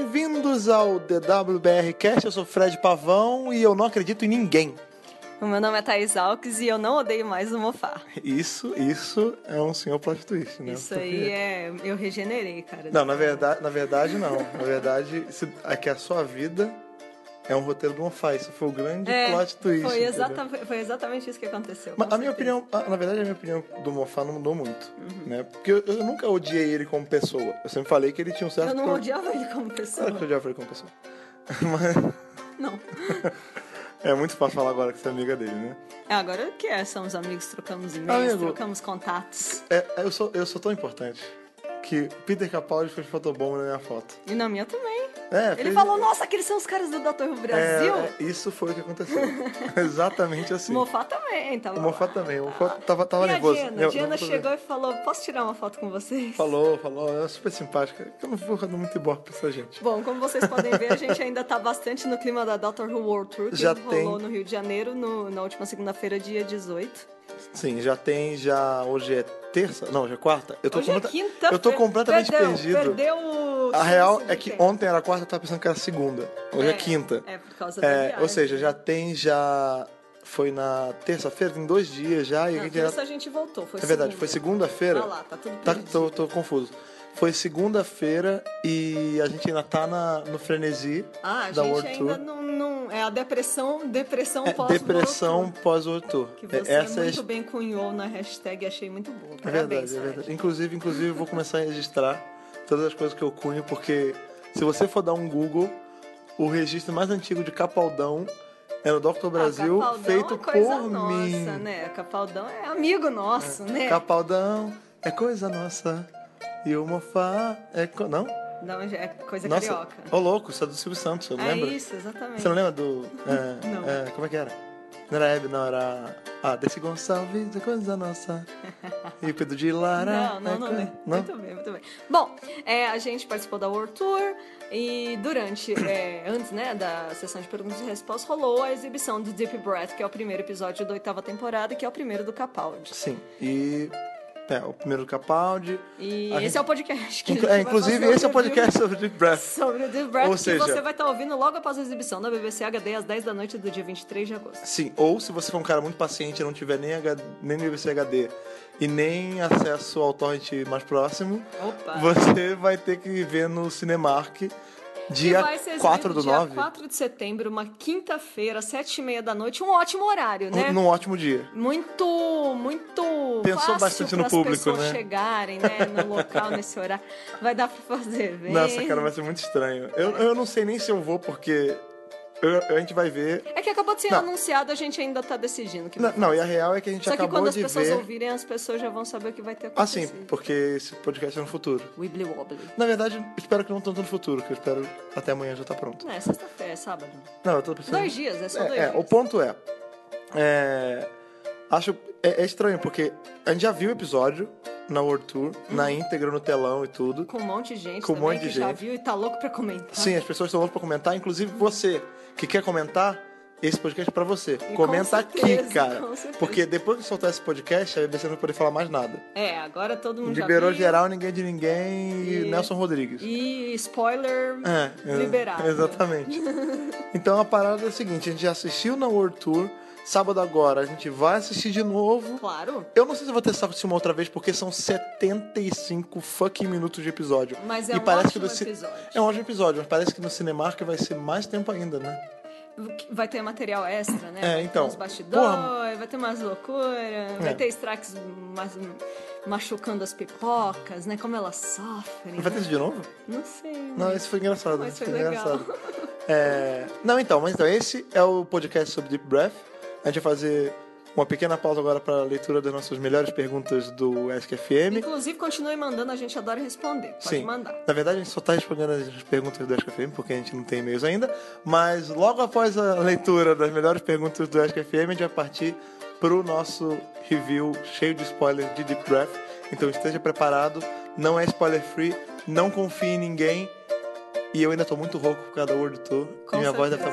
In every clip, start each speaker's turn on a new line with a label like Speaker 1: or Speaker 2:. Speaker 1: Bem-vindos ao DWBRcast. Eu sou Fred Pavão e eu não acredito em ninguém.
Speaker 2: O meu nome é Thaís Alves e eu não odeio mais o Mofá.
Speaker 1: Isso, isso é um senhor plot twist, né?
Speaker 2: Isso aí é. Eu regenerei, cara.
Speaker 1: Não, na verdade, na verdade não. Na verdade, se- aqui a sua vida é um roteiro do Mofá. Isso foi o grande
Speaker 2: É,
Speaker 1: plot twist.
Speaker 2: Foi,
Speaker 1: entendeu?
Speaker 2: exata, foi exatamente isso que aconteceu.
Speaker 1: Mas
Speaker 2: com
Speaker 1: a minha
Speaker 2: certeza. Uhum.
Speaker 1: opinião, a- na verdade, a minha opinião do Mofá não mudou muito, né? Porque eu, eu nunca odiei ele como pessoa. Eu sempre falei que ele tinha um certo...
Speaker 2: Eu não
Speaker 1: pro-
Speaker 2: odiava ele como pessoa.
Speaker 1: Claro que eu odiava ele como pessoa. Mas
Speaker 2: Não.
Speaker 1: é muito fácil falar agora que você é amiga dele, né?
Speaker 2: É, Agora o que é? Somos amigos, trocamos e-mails,
Speaker 1: Amigo.
Speaker 2: trocamos contatos.
Speaker 1: É, eu, sou, eu sou tão importante que Peter Capaldi fez fotobomba na minha foto.
Speaker 2: E na minha também.
Speaker 1: É,
Speaker 2: Ele
Speaker 1: fez-
Speaker 2: falou, nossa, aqueles são os caras do Dr.
Speaker 1: É,
Speaker 2: Brasil.
Speaker 1: é, isso foi o que aconteceu. Exatamente assim.
Speaker 2: O Mofá também, tava
Speaker 1: O Mofá
Speaker 2: lá.
Speaker 1: também. O Mofá tava, tava
Speaker 2: Ah, e a
Speaker 1: nervoso.
Speaker 2: Diana?
Speaker 1: Eu-
Speaker 2: A Diana
Speaker 1: não-
Speaker 2: chegou e falou, posso tirar uma foto com vocês?
Speaker 1: Falou, falou. Ela é super simpática. Eu não vou dar muito ibope pra essa gente.
Speaker 2: Bom, como vocês podem ver, a gente ainda tá bastante no clima da Doctor Who World Tour, que
Speaker 1: Já
Speaker 2: rolou
Speaker 1: tem.
Speaker 2: no Rio de Janeiro no- na última segunda-feira, dia 18.
Speaker 1: Sim, já tem, já... Hoje é terça? Não, hoje é quarta. Eu tô
Speaker 2: Hoje é
Speaker 1: completa-
Speaker 2: quinta.
Speaker 1: Eu tô completamente
Speaker 2: Perdão,
Speaker 1: perdido.
Speaker 2: Perdeu o...
Speaker 1: A real é
Speaker 2: senso de
Speaker 1: que
Speaker 2: tempo.
Speaker 1: ontem era quarta, eu tava pensando que era segunda. Hoje é, quinta.
Speaker 2: É, por causa da
Speaker 1: É,
Speaker 2: viagem. né?
Speaker 1: ou seja, já tem, já... Foi na terça-feira, tem dois dias já. E a
Speaker 2: Não,
Speaker 1: gente
Speaker 2: Ah, terça
Speaker 1: já...
Speaker 2: a gente voltou, foi
Speaker 1: É verdade, foi
Speaker 2: segunda.
Speaker 1: segunda-feira.
Speaker 2: Ah lá, tá tudo
Speaker 1: Tá,
Speaker 2: perdido.
Speaker 1: tô, tô confuso. Foi segunda-feira e a gente ainda tá na, no frenesi
Speaker 2: Ah, a
Speaker 1: da
Speaker 2: gente
Speaker 1: World
Speaker 2: ainda
Speaker 1: Tour.
Speaker 2: não, não- É a depressão, depressão
Speaker 1: É,
Speaker 2: pós-World
Speaker 1: depressão
Speaker 2: Tour,
Speaker 1: pós-World Tour.
Speaker 2: Que
Speaker 1: É,
Speaker 2: você
Speaker 1: essa
Speaker 2: muito
Speaker 1: é,
Speaker 2: bem cunhou na hashtag, achei muito boa.
Speaker 1: é
Speaker 2: Parabéns,
Speaker 1: verdade, é
Speaker 2: Fred.
Speaker 1: verdade. Inclusive, inclusive, eu vou começar a registrar todas as coisas que eu cunho, porque se você for dar um Google, o registro mais antigo de Capaldão é no Dr. Brasil,
Speaker 2: Ah, Capaldão
Speaker 1: feito
Speaker 2: é coisa
Speaker 1: por
Speaker 2: nossa,
Speaker 1: mim.
Speaker 2: né? Capaldão é amigo nosso, né?
Speaker 1: Capaldão é coisa nossa. E o Mofá é. Co... Não?
Speaker 2: Não, já é coisa
Speaker 1: nossa.
Speaker 2: carioca.
Speaker 1: Ô, louco, isso é do Silvio Santos, eu
Speaker 2: é
Speaker 1: lembro.
Speaker 2: isso, exatamente.
Speaker 1: Você não lembra do. é,
Speaker 2: Não.
Speaker 1: é, como é que era? Não era Hebe, não, era. Ah, desse Gonçalves, é coisa nossa. E o Pedro de Lara.
Speaker 2: Não, não,
Speaker 1: é
Speaker 2: não,
Speaker 1: coisa-
Speaker 2: né? Muito bem, muito bem. Bom, é, a gente participou da World Tour e durante, é, antes né, da sessão de perguntas e respostas, rolou a exibição do Deep Breath, que é o primeiro episódio da oitava temporada, que é o primeiro do Capaldi.
Speaker 1: Sim. E. É, o primeiro Capaldi.
Speaker 2: E
Speaker 1: A
Speaker 2: esse
Speaker 1: gente-
Speaker 2: é o podcast que a
Speaker 1: Inclu- é,
Speaker 2: gente vai
Speaker 1: inclusive,
Speaker 2: fazer
Speaker 1: esse é o
Speaker 2: review
Speaker 1: podcast sobre Deep Breath.
Speaker 2: Sobre o Deep Breath,
Speaker 1: Ou
Speaker 2: que
Speaker 1: seja-
Speaker 2: você vai estar ouvindo logo após a exibição da BBC HD às 10 da noite do dia 23 de agosto.
Speaker 1: Sim, ou se você for um cara muito paciente e não tiver nem, H, nem BBC HD e nem acesso ao torrent mais próximo,
Speaker 2: Opa!
Speaker 1: você vai ter que ver no Cinemark dia
Speaker 2: que vai ser exibido
Speaker 1: 4 do
Speaker 2: dia
Speaker 1: 9.
Speaker 2: 4 de setembro, uma quinta-feira, sete e meia da noite, um ótimo horário, né?
Speaker 1: Num ótimo dia.
Speaker 2: Muito, muito
Speaker 1: Pensou
Speaker 2: fácil
Speaker 1: bastante no
Speaker 2: pras
Speaker 1: público,
Speaker 2: pessoas
Speaker 1: né?
Speaker 2: chegarem, né, no local, nesse horário. Vai dar pra fazer bem.
Speaker 1: Nossa, cara, vai ser muito estranho. Eu, eu não sei nem se eu vou, porque eu- a gente vai ver.
Speaker 2: É que acabou de ser
Speaker 1: Não.
Speaker 2: anunciado, a gente ainda tá decidindo o que
Speaker 1: Não,
Speaker 2: vai
Speaker 1: não, e a real é que a gente
Speaker 2: Só que
Speaker 1: acabou
Speaker 2: quando as
Speaker 1: de
Speaker 2: pessoas
Speaker 1: ver.
Speaker 2: ouvirem, assim. as pessoas já vão saber o que vai ter
Speaker 1: Ah, sim,
Speaker 2: acontecido.
Speaker 1: porque esse podcast é no futuro.
Speaker 2: Wibbly wobbly.
Speaker 1: Na verdade, espero que não tanto no futuro, que eu espero até amanhã já tá pronto.
Speaker 2: Não, é sexta-feira, é sábado.
Speaker 1: Não, eu tô pensando.
Speaker 2: Dois dias, é só dois
Speaker 1: É, é,
Speaker 2: dias.
Speaker 1: o ponto é. é, acho. É, é estranho, porque a gente já viu o episódio na World Tour,
Speaker 2: Uhum.
Speaker 1: na íntegra, no telão e tudo.
Speaker 2: Com um monte de gente
Speaker 1: Com um
Speaker 2: também
Speaker 1: monte de
Speaker 2: que já
Speaker 1: gente.
Speaker 2: viu e tá louco pra comentar.
Speaker 1: Sim, as pessoas estão loucas pra comentar. Inclusive, você que quer comentar, esse podcast é pra você.
Speaker 2: com
Speaker 1: Comenta
Speaker 2: certeza,
Speaker 1: aqui, cara.
Speaker 2: com certeza.
Speaker 1: Porque depois que soltar esse podcast, a BBC não vai poder falar mais nada.
Speaker 2: É, agora todo mundo
Speaker 1: Liberou
Speaker 2: já viu.
Speaker 1: geral, ninguém de ninguém e,
Speaker 2: E-
Speaker 1: Nelson Rodrigues.
Speaker 2: E spoiler
Speaker 1: É, é,
Speaker 2: liberado.
Speaker 1: Exatamente. então a parada é a seguinte: a gente já assistiu na World Tour, sábado agora a gente vai assistir de novo.
Speaker 2: Claro.
Speaker 1: Eu não sei se eu vou testar com isso uma outra vez, porque são 75 fucking minutos de episódio.
Speaker 2: Mas é um ótimo
Speaker 1: ci-
Speaker 2: episódio.
Speaker 1: É um ótimo episódio, mas parece que no Cinemark vai ser mais tempo ainda, né?
Speaker 2: Vai ter material extra, né?
Speaker 1: É,
Speaker 2: vai ter
Speaker 1: então,
Speaker 2: uns bastidores,
Speaker 1: porra. É.
Speaker 2: vai ter umas loucuras, vai ter strikes mas- machucando as pipocas, né? Como elas sofrem.
Speaker 1: Vai ter
Speaker 2: né?
Speaker 1: isso de novo?
Speaker 2: Não sei. né?
Speaker 1: Não, esse foi engraçado.
Speaker 2: Mas
Speaker 1: esse
Speaker 2: foi
Speaker 1: foi
Speaker 2: legal.
Speaker 1: engraçado. É, Não, então, mas então, esse é o podcast sobre Deep Breath. A gente vai fazer uma pequena pausa agora para a leitura das nossas melhores perguntas do Ask FM.
Speaker 2: Inclusive, continue mandando, a gente adora responder. Pode
Speaker 1: Sim.
Speaker 2: mandar.
Speaker 1: Na verdade, a gente só está respondendo as perguntas do Ask FM, porque a gente não tem e-mails ainda. Mas logo após a leitura das melhores perguntas do Ask FM, a gente vai partir para o nosso review cheio de spoilers de Deep Breath. Então esteja preparado, não é spoiler free, não confie em ninguém. E eu ainda estou muito rouco por causa da World Tour.
Speaker 2: Com
Speaker 1: e minha voz deve
Speaker 2: certeza.
Speaker 1: estar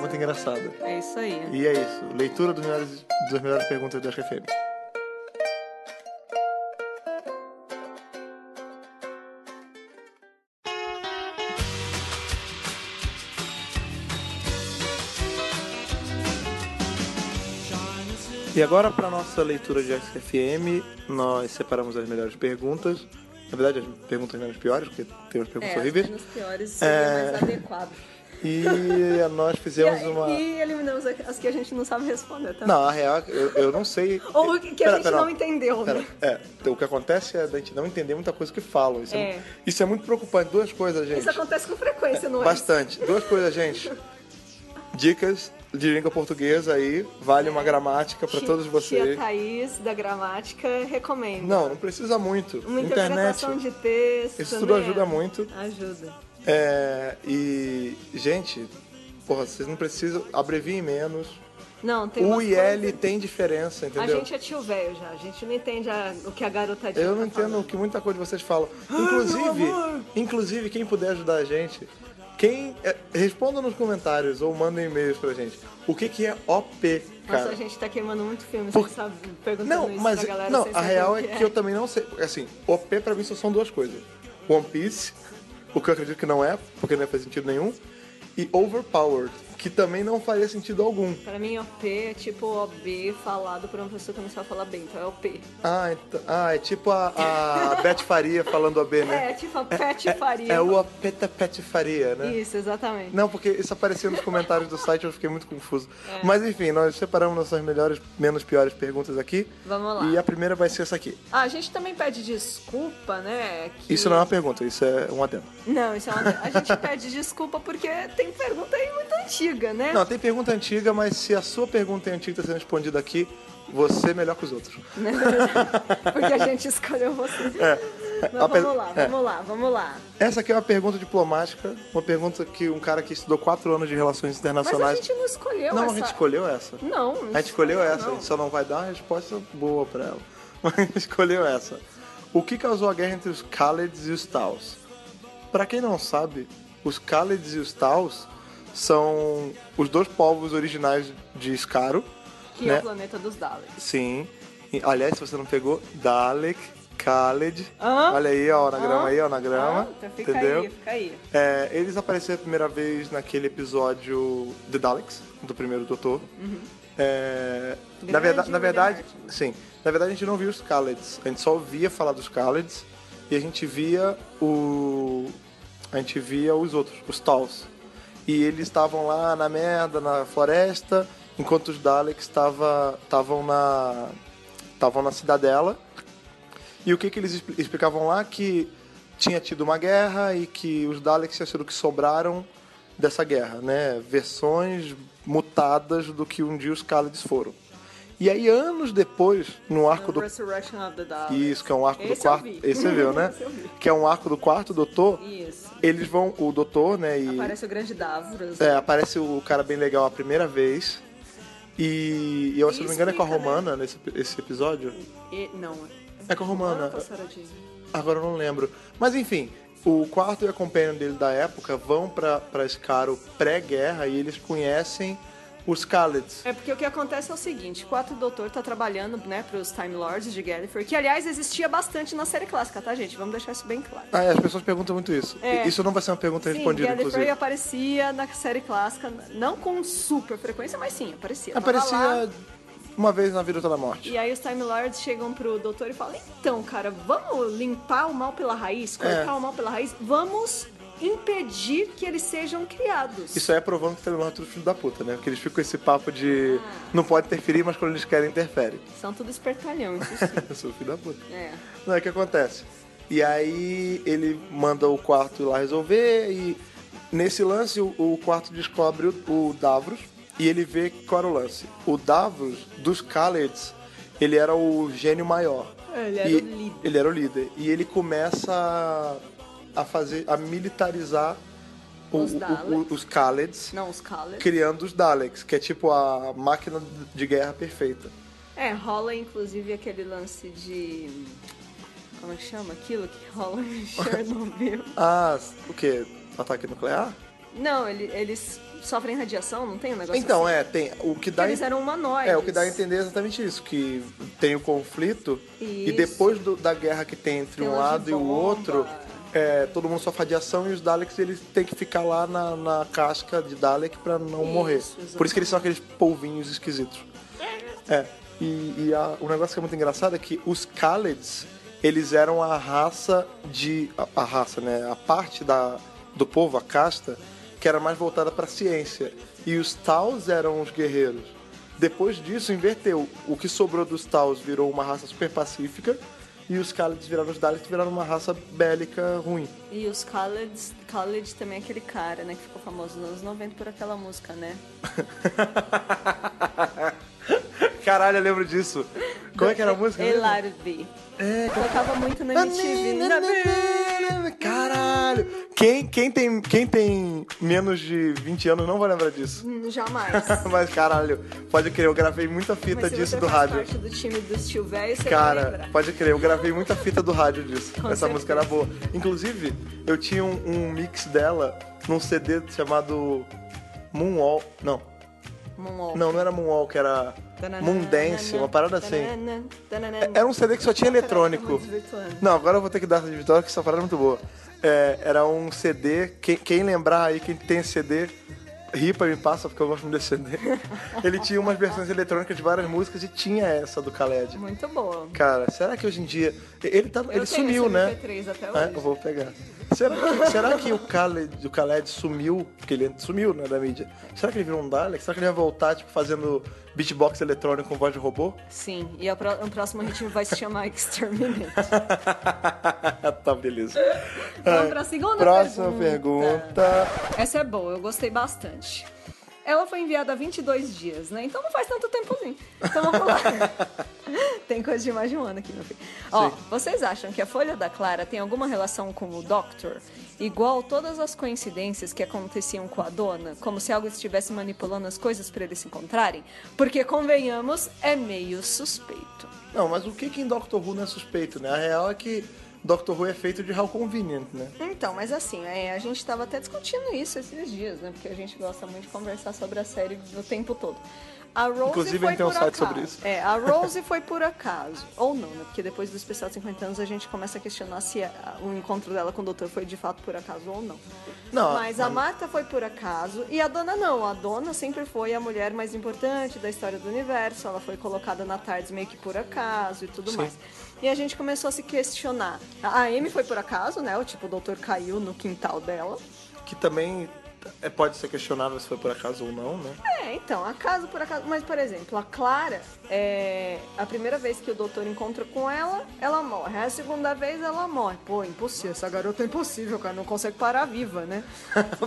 Speaker 1: muito engraçada.
Speaker 2: É isso aí.
Speaker 1: E é isso. Leitura dos melhores- das melhores perguntas do Ask FM. E agora, para nossa leitura de XFM, nós separamos as melhores perguntas. Na verdade, as perguntas menos piores, porque tem umas perguntas
Speaker 2: É, as
Speaker 1: horríveis.
Speaker 2: menos piores seria
Speaker 1: É.
Speaker 2: mais adequado.
Speaker 1: E nós fizemos
Speaker 2: e,
Speaker 1: uma.
Speaker 2: e eliminamos as que a gente não sabe responder, tá?
Speaker 1: Não, a real, é eu, eu não sei.
Speaker 2: Ou o que, que a
Speaker 1: Pera,
Speaker 2: gente
Speaker 1: pera,
Speaker 2: não entendeu,
Speaker 1: pera.
Speaker 2: né?
Speaker 1: É, o que acontece é a gente não entender muita coisa que falam. Isso é,
Speaker 2: É.
Speaker 1: mu- isso é muito preocupante. Duas coisas, gente.
Speaker 2: Isso acontece com frequência, não é?
Speaker 1: Bastante. Duas coisas, gente. Dicas de língua portuguesa aí, vale uma gramática para
Speaker 2: Ti-
Speaker 1: todos vocês.
Speaker 2: Tia Thaís, da gramática, recomenda.
Speaker 1: Não, não precisa muito.
Speaker 2: Uma
Speaker 1: Internet,
Speaker 2: interpretação de texto.
Speaker 1: isso tudo
Speaker 2: né?
Speaker 1: ajuda muito.
Speaker 2: Ajuda.
Speaker 1: É, e, gente, porra, vocês não precisam, abreviem menos.
Speaker 2: Não, tem
Speaker 1: O
Speaker 2: umas
Speaker 1: e L
Speaker 2: coisas-
Speaker 1: tem diferença,
Speaker 2: A
Speaker 1: entendeu?
Speaker 2: gente é tio velho já, a gente não entende a- o que a garota diz.
Speaker 1: Eu não entendo o que muita coisa de vocês falam. Inclusive, inclusive quem puder ajudar a gente, quem é, responda nos comentários ou manda e-mails pra gente. O que que é OP, cara?
Speaker 2: Nossa, a gente tá queimando muito filme,
Speaker 1: Por-
Speaker 2: sem saber, perguntando
Speaker 1: Não,
Speaker 2: isso
Speaker 1: mas
Speaker 2: pra galera.
Speaker 1: não,
Speaker 2: sem
Speaker 1: a
Speaker 2: saber
Speaker 1: real
Speaker 2: o
Speaker 1: é que eu também não sei. Assim, OP pra mim só são duas coisas: One Piece, o que eu acredito que não é, porque não faz sentido nenhum, e Overpowered, que também não faria sentido algum.
Speaker 2: Pra mim, OP é tipo OB falado por uma pessoa que não sabe falar bem, então é OP.
Speaker 1: Ah, então- ah, é tipo a, a Beth Faria falando OB, né?
Speaker 2: É, tipo a Pet Faria.
Speaker 1: É o Apeta Petifaria, né?
Speaker 2: Isso, exatamente.
Speaker 1: Não, porque isso aparecia nos comentários do site, eu fiquei muito confuso.
Speaker 2: É.
Speaker 1: Mas enfim, nós separamos nossas melhores, menos piores perguntas aqui.
Speaker 2: Vamos lá.
Speaker 1: E a primeira vai ser essa aqui.
Speaker 2: Ah, a gente também pede desculpa, né? que-
Speaker 1: Isso não é uma pergunta, isso é um adendo.
Speaker 2: Não, isso é uma... A gente pede desculpa porque tem pergunta aí muito antiga, né?
Speaker 1: Não, tem pergunta antiga, mas se a sua pergunta é antiga e tá sendo respondida aqui, você é melhor que os outros.
Speaker 2: Porque a gente escolheu você. Mas
Speaker 1: Ape-
Speaker 2: vamos lá,
Speaker 1: é.
Speaker 2: vamos lá, vamos lá.
Speaker 1: Essa aqui é uma pergunta diplomática, uma pergunta que um cara que estudou quatro anos de relações
Speaker 2: Mas
Speaker 1: internacionais.
Speaker 2: a gente não escolheu
Speaker 1: não,
Speaker 2: essa.
Speaker 1: a gente escolheu essa.
Speaker 2: Não, não
Speaker 1: A gente escolheu essa, a
Speaker 2: não.
Speaker 1: gente só não vai dar uma resposta boa pra ela. Mas a gente escolheu essa. O que causou a guerra entre os Khalids e os Taus? Pra quem não sabe, os Khalids e os Taus são os dois povos originais de Skaro.
Speaker 2: Que é
Speaker 1: né?
Speaker 2: o planeta dos Daleks.
Speaker 1: Sim. E, aliás, se você não pegou, Dalek, Khaled.
Speaker 2: Hã?
Speaker 1: Olha aí, ó, o anagrama
Speaker 2: Hã?
Speaker 1: aí, ó, o anagrama.
Speaker 2: Ah, então fica
Speaker 1: entendeu?
Speaker 2: aí, fica aí.
Speaker 1: É, eles apareceram a primeira vez naquele episódio The Daleks, do primeiro Doutor. É, na,
Speaker 2: Grande
Speaker 1: verdade, na
Speaker 2: William
Speaker 1: verdade,
Speaker 2: Hartnell.
Speaker 1: sim. Na verdade, a gente não viu os Khaleds. A gente só ouvia falar dos Khaleds e a gente via o. A gente via os outros, os Taus. E eles estavam lá na merda, na floresta, enquanto os Daleks estava- estavam na. estavam na cidadela. E o que, que eles expli- explicavam lá? Que tinha tido uma guerra e que os Daleks tinham sido o que sobraram dessa guerra, né? Versões mutadas do que um dia os Khalids foram. E aí, anos depois, no arco do...
Speaker 2: Resurrection of the Daleks.
Speaker 1: Isso, que é um arco do
Speaker 2: Esse eu
Speaker 1: quarto...
Speaker 2: vi.
Speaker 1: Esse você viu, né?
Speaker 2: Esse eu vi.
Speaker 1: Que é um arco do quarto doutor.
Speaker 2: Isso.
Speaker 1: Eles vão... O doutor, né? E...
Speaker 2: Parece o grande Davros.
Speaker 1: É, aparece o cara bem legal a primeira vez. E, e eu, se
Speaker 2: E
Speaker 1: não me engano, é com a
Speaker 2: explica, né?
Speaker 1: Romana nesse, esse episódio.
Speaker 2: E- não.
Speaker 1: É com a Romana.
Speaker 2: Romana ou Saradinho?
Speaker 1: Agora eu não lembro. Mas enfim, o quarto e a companion dele da época vão pra, pra Scaro pré-guerra e eles conhecem os Khaleds.
Speaker 2: É porque o que acontece é o seguinte, quatro doutor tá trabalhando, né, pros Time Lords de Gallifrey, que aliás existia bastante na série clássica, tá, gente? Vamos deixar isso bem claro.
Speaker 1: Ah, é, as pessoas perguntam muito isso.
Speaker 2: É.
Speaker 1: Isso não vai ser uma pergunta
Speaker 2: Sim,
Speaker 1: respondida,
Speaker 2: Gallifrey
Speaker 1: inclusive.
Speaker 2: aparecia na série clássica, não com super frequência, mas sim, aparecia. Tava lá,
Speaker 1: Aparecia uma vez na vida ou toda morte.
Speaker 2: E aí os Time Lords chegam pro doutor e falam: Então, cara, vamos limpar o mal pela raiz, cortar
Speaker 1: É.
Speaker 2: o mal pela raiz, vamos impedir que eles sejam criados.
Speaker 1: Isso aí é provando que Telemar é tudo filho da puta, né? Porque eles ficam com esse papo de
Speaker 2: Ah.
Speaker 1: não pode interferir, mas quando eles querem, interfere.
Speaker 2: São tudo espertalhão, isso sim.
Speaker 1: Eu sou filho da puta.
Speaker 2: é.
Speaker 1: Não, é o que acontece. E aí ele manda o quarto lá resolver e nesse lance o, o quarto descobre o, o Davros e ele vê qual era o lance. O Davros dos Khaleds, ele era o gênio maior.
Speaker 2: É, ele era
Speaker 1: E-
Speaker 2: o líder.
Speaker 1: Ele era o líder. E ele começa a- a fazer a militarizar o-
Speaker 2: Os
Speaker 1: o- o-
Speaker 2: Daleks.
Speaker 1: os Khaleds,
Speaker 2: Não, os Khaled.
Speaker 1: criando os Daleks, que é tipo a máquina de guerra perfeita.
Speaker 2: É, rola inclusive aquele lance de. Como é que chama aquilo que rola em Chernobyl?
Speaker 1: Ah, o quê? Ataque nuclear?
Speaker 2: não, ele- eles sofrem radiação, não tem um negócio
Speaker 1: Então,
Speaker 2: assim?
Speaker 1: é, tem. O que
Speaker 2: Porque
Speaker 1: dá
Speaker 2: eles eram humanoides.
Speaker 1: É, o que dá a entender é exatamente isso, que tem o conflito e
Speaker 2: Isso.
Speaker 1: depois do- da guerra que tem entre
Speaker 2: Tem
Speaker 1: um
Speaker 2: lance de
Speaker 1: lado e o
Speaker 2: bomba.
Speaker 1: outro, é, todo mundo sofre radiação e os Daleks eles têm que ficar lá na, na casca de Dalek pra não
Speaker 2: Isso,
Speaker 1: morrer. Por isso
Speaker 2: exatamente.
Speaker 1: que eles são aqueles polvinhos esquisitos. É. E, e a- o negócio que é muito engraçado é que os Khalids, eles eram a raça de. A, a raça, né? A parte da, do povo, a casta, que era mais voltada pra ciência. E os Taus eram os guerreiros. Depois disso, inverteu. O que sobrou dos Taus virou uma raça super pacífica. E os Khalids viraram os Daleks viraram uma raça bélica ruim.
Speaker 2: E os Khaled, Khaled também é aquele cara, né, que ficou famoso nos anos 90 por aquela música, né?
Speaker 1: Caralho, eu lembro disso. Como é que era a música? mesmo?
Speaker 2: Hilário B.
Speaker 1: É,
Speaker 2: Tocava muito na MTV.
Speaker 1: Caralho! Quem, quem, tem, quem tem menos de 20 anos não vai lembrar disso.
Speaker 2: Hum, Jamais.
Speaker 1: Mas caralho, pode crer, eu gravei muita fita
Speaker 2: Mas se
Speaker 1: disso
Speaker 2: você
Speaker 1: do
Speaker 2: faz
Speaker 1: rádio.
Speaker 2: parte do time dos tio velho, você vai
Speaker 1: Cara,
Speaker 2: lembrar.
Speaker 1: pode crer, eu gravei muita fita do rádio disso.
Speaker 2: Com
Speaker 1: Essa
Speaker 2: certeza.
Speaker 1: música era boa. Inclusive, eu tinha um, um mix dela num CD chamado Moonwalk. Não,
Speaker 2: Moonwalk.
Speaker 1: não, não era Moonwalk, era
Speaker 2: Tananana,
Speaker 1: Moondance, uma parada assim.
Speaker 2: tananana, tananana.
Speaker 1: Era um CD que só tinha
Speaker 2: Caraca,
Speaker 1: eletrônico.
Speaker 2: tamo desvirtuando.
Speaker 1: Não, agora eu vou ter que dar essa de vitória, que essa parada é muito boa. É, era um CD, quem, quem lembrar aí, quem tem esse CD, ripa me passa, porque eu gosto muito desse CD. Ele tinha umas versões eletrônicas de várias músicas e tinha essa do Khaled.
Speaker 2: Muito boa.
Speaker 1: Cara, será que hoje em dia... Ele, tá, ele
Speaker 2: Eu tenho
Speaker 1: sumiu,
Speaker 2: esse
Speaker 1: né?
Speaker 2: MP3 até
Speaker 1: É,
Speaker 2: hoje.
Speaker 1: eu vou pegar. Será que, será que o, Khaled, o Khaled sumiu? Porque ele sumiu, né, da mídia. Será que ele virou um Dalek? Será que ele vai voltar, tipo, fazendo beatbox eletrônico com voz de robô?
Speaker 2: Sim, e a pro- o próximo ritmo vai se chamar Exterminate.
Speaker 1: tá, beleza.
Speaker 2: Vamos pra segunda
Speaker 1: É. Próxima
Speaker 2: pergunta.
Speaker 1: pergunta.
Speaker 2: Essa é boa, eu gostei bastante. Ela foi enviada há 22 dias, né? Então não faz tanto tempo assim. Então vamos lá. tem coisa de mais de um ano aqui, meu filho. Ó,
Speaker 1: Sim.
Speaker 2: vocês acham que a Folha da Clara tem alguma relação com o Doctor? Igual todas as coincidências que aconteciam com a dona, como se algo estivesse manipulando as coisas pra eles se encontrarem? Porque, convenhamos, é meio suspeito.
Speaker 1: Não, mas o que que em Doctor Who não é suspeito, né? A real é que Doctor Who é feito de how convenient, né?
Speaker 2: Então, mas assim, é, a gente tava até discutindo isso esses dias, né? Porque a gente gosta muito de conversar sobre a série o tempo todo. A Rose
Speaker 1: Inclusive,
Speaker 2: foi
Speaker 1: a gente tem um
Speaker 2: por
Speaker 1: site
Speaker 2: acaso.
Speaker 1: sobre isso.
Speaker 2: É, a Rose foi por acaso. Ou não, né? Porque depois do especial 50 anos a gente começa a questionar se a- o encontro dela com o doutor foi de fato por acaso ou não.
Speaker 1: Não,
Speaker 2: mas a Marta foi por acaso e a dona não. A dona sempre foi a mulher mais importante da história do universo. Ela foi colocada na tarde meio que por acaso e tudo
Speaker 1: Sim.
Speaker 2: mais. E a gente começou a se questionar. A Amy foi por acaso, né? O tipo, o doutor caiu no quintal dela.
Speaker 1: Que também é- pode ser questionável se foi por acaso ou não, né?
Speaker 2: É, então, acaso por acaso. Mas, por exemplo, a Clara, é, a primeira vez que o doutor encontra com ela, ela morre. A segunda vez ela morre. Pô, impossível. Essa garota é impossível, cara. Não consegue parar viva, né?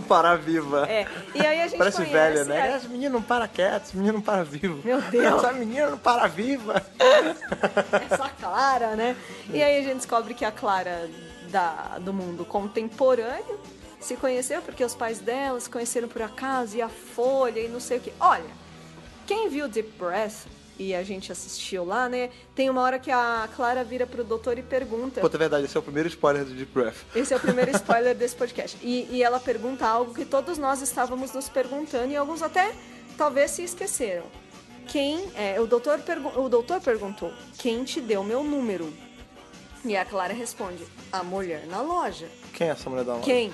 Speaker 1: para viva.
Speaker 2: É. E aí a gente
Speaker 1: Parece
Speaker 2: conhece
Speaker 1: velha, né?
Speaker 2: a-
Speaker 1: Essa menina não para quieta, essa menina não para viva.
Speaker 2: Meu Deus.
Speaker 1: Essa menina não para viva.
Speaker 2: essa É Clara, né? E aí a gente descobre que a Clara da, do mundo contemporâneo se conheceu porque os pais dela se conheceram por acaso e a Folha e não sei o que. Olha, quem viu Deep Breath e a gente assistiu lá, né? Tem uma hora que a Clara vira pro doutor e pergunta.
Speaker 1: Puta, é verdade, esse é o primeiro spoiler do Deep Breath.
Speaker 2: Esse é o primeiro spoiler desse podcast. E, e ela pergunta algo que todos nós estávamos nos perguntando e alguns até talvez se esqueceram. Quem é, o doutor pergun- o doutor perguntou quem te deu meu número? E a Clara responde: a mulher na loja.
Speaker 1: Quem é essa mulher da loja?
Speaker 2: Quem?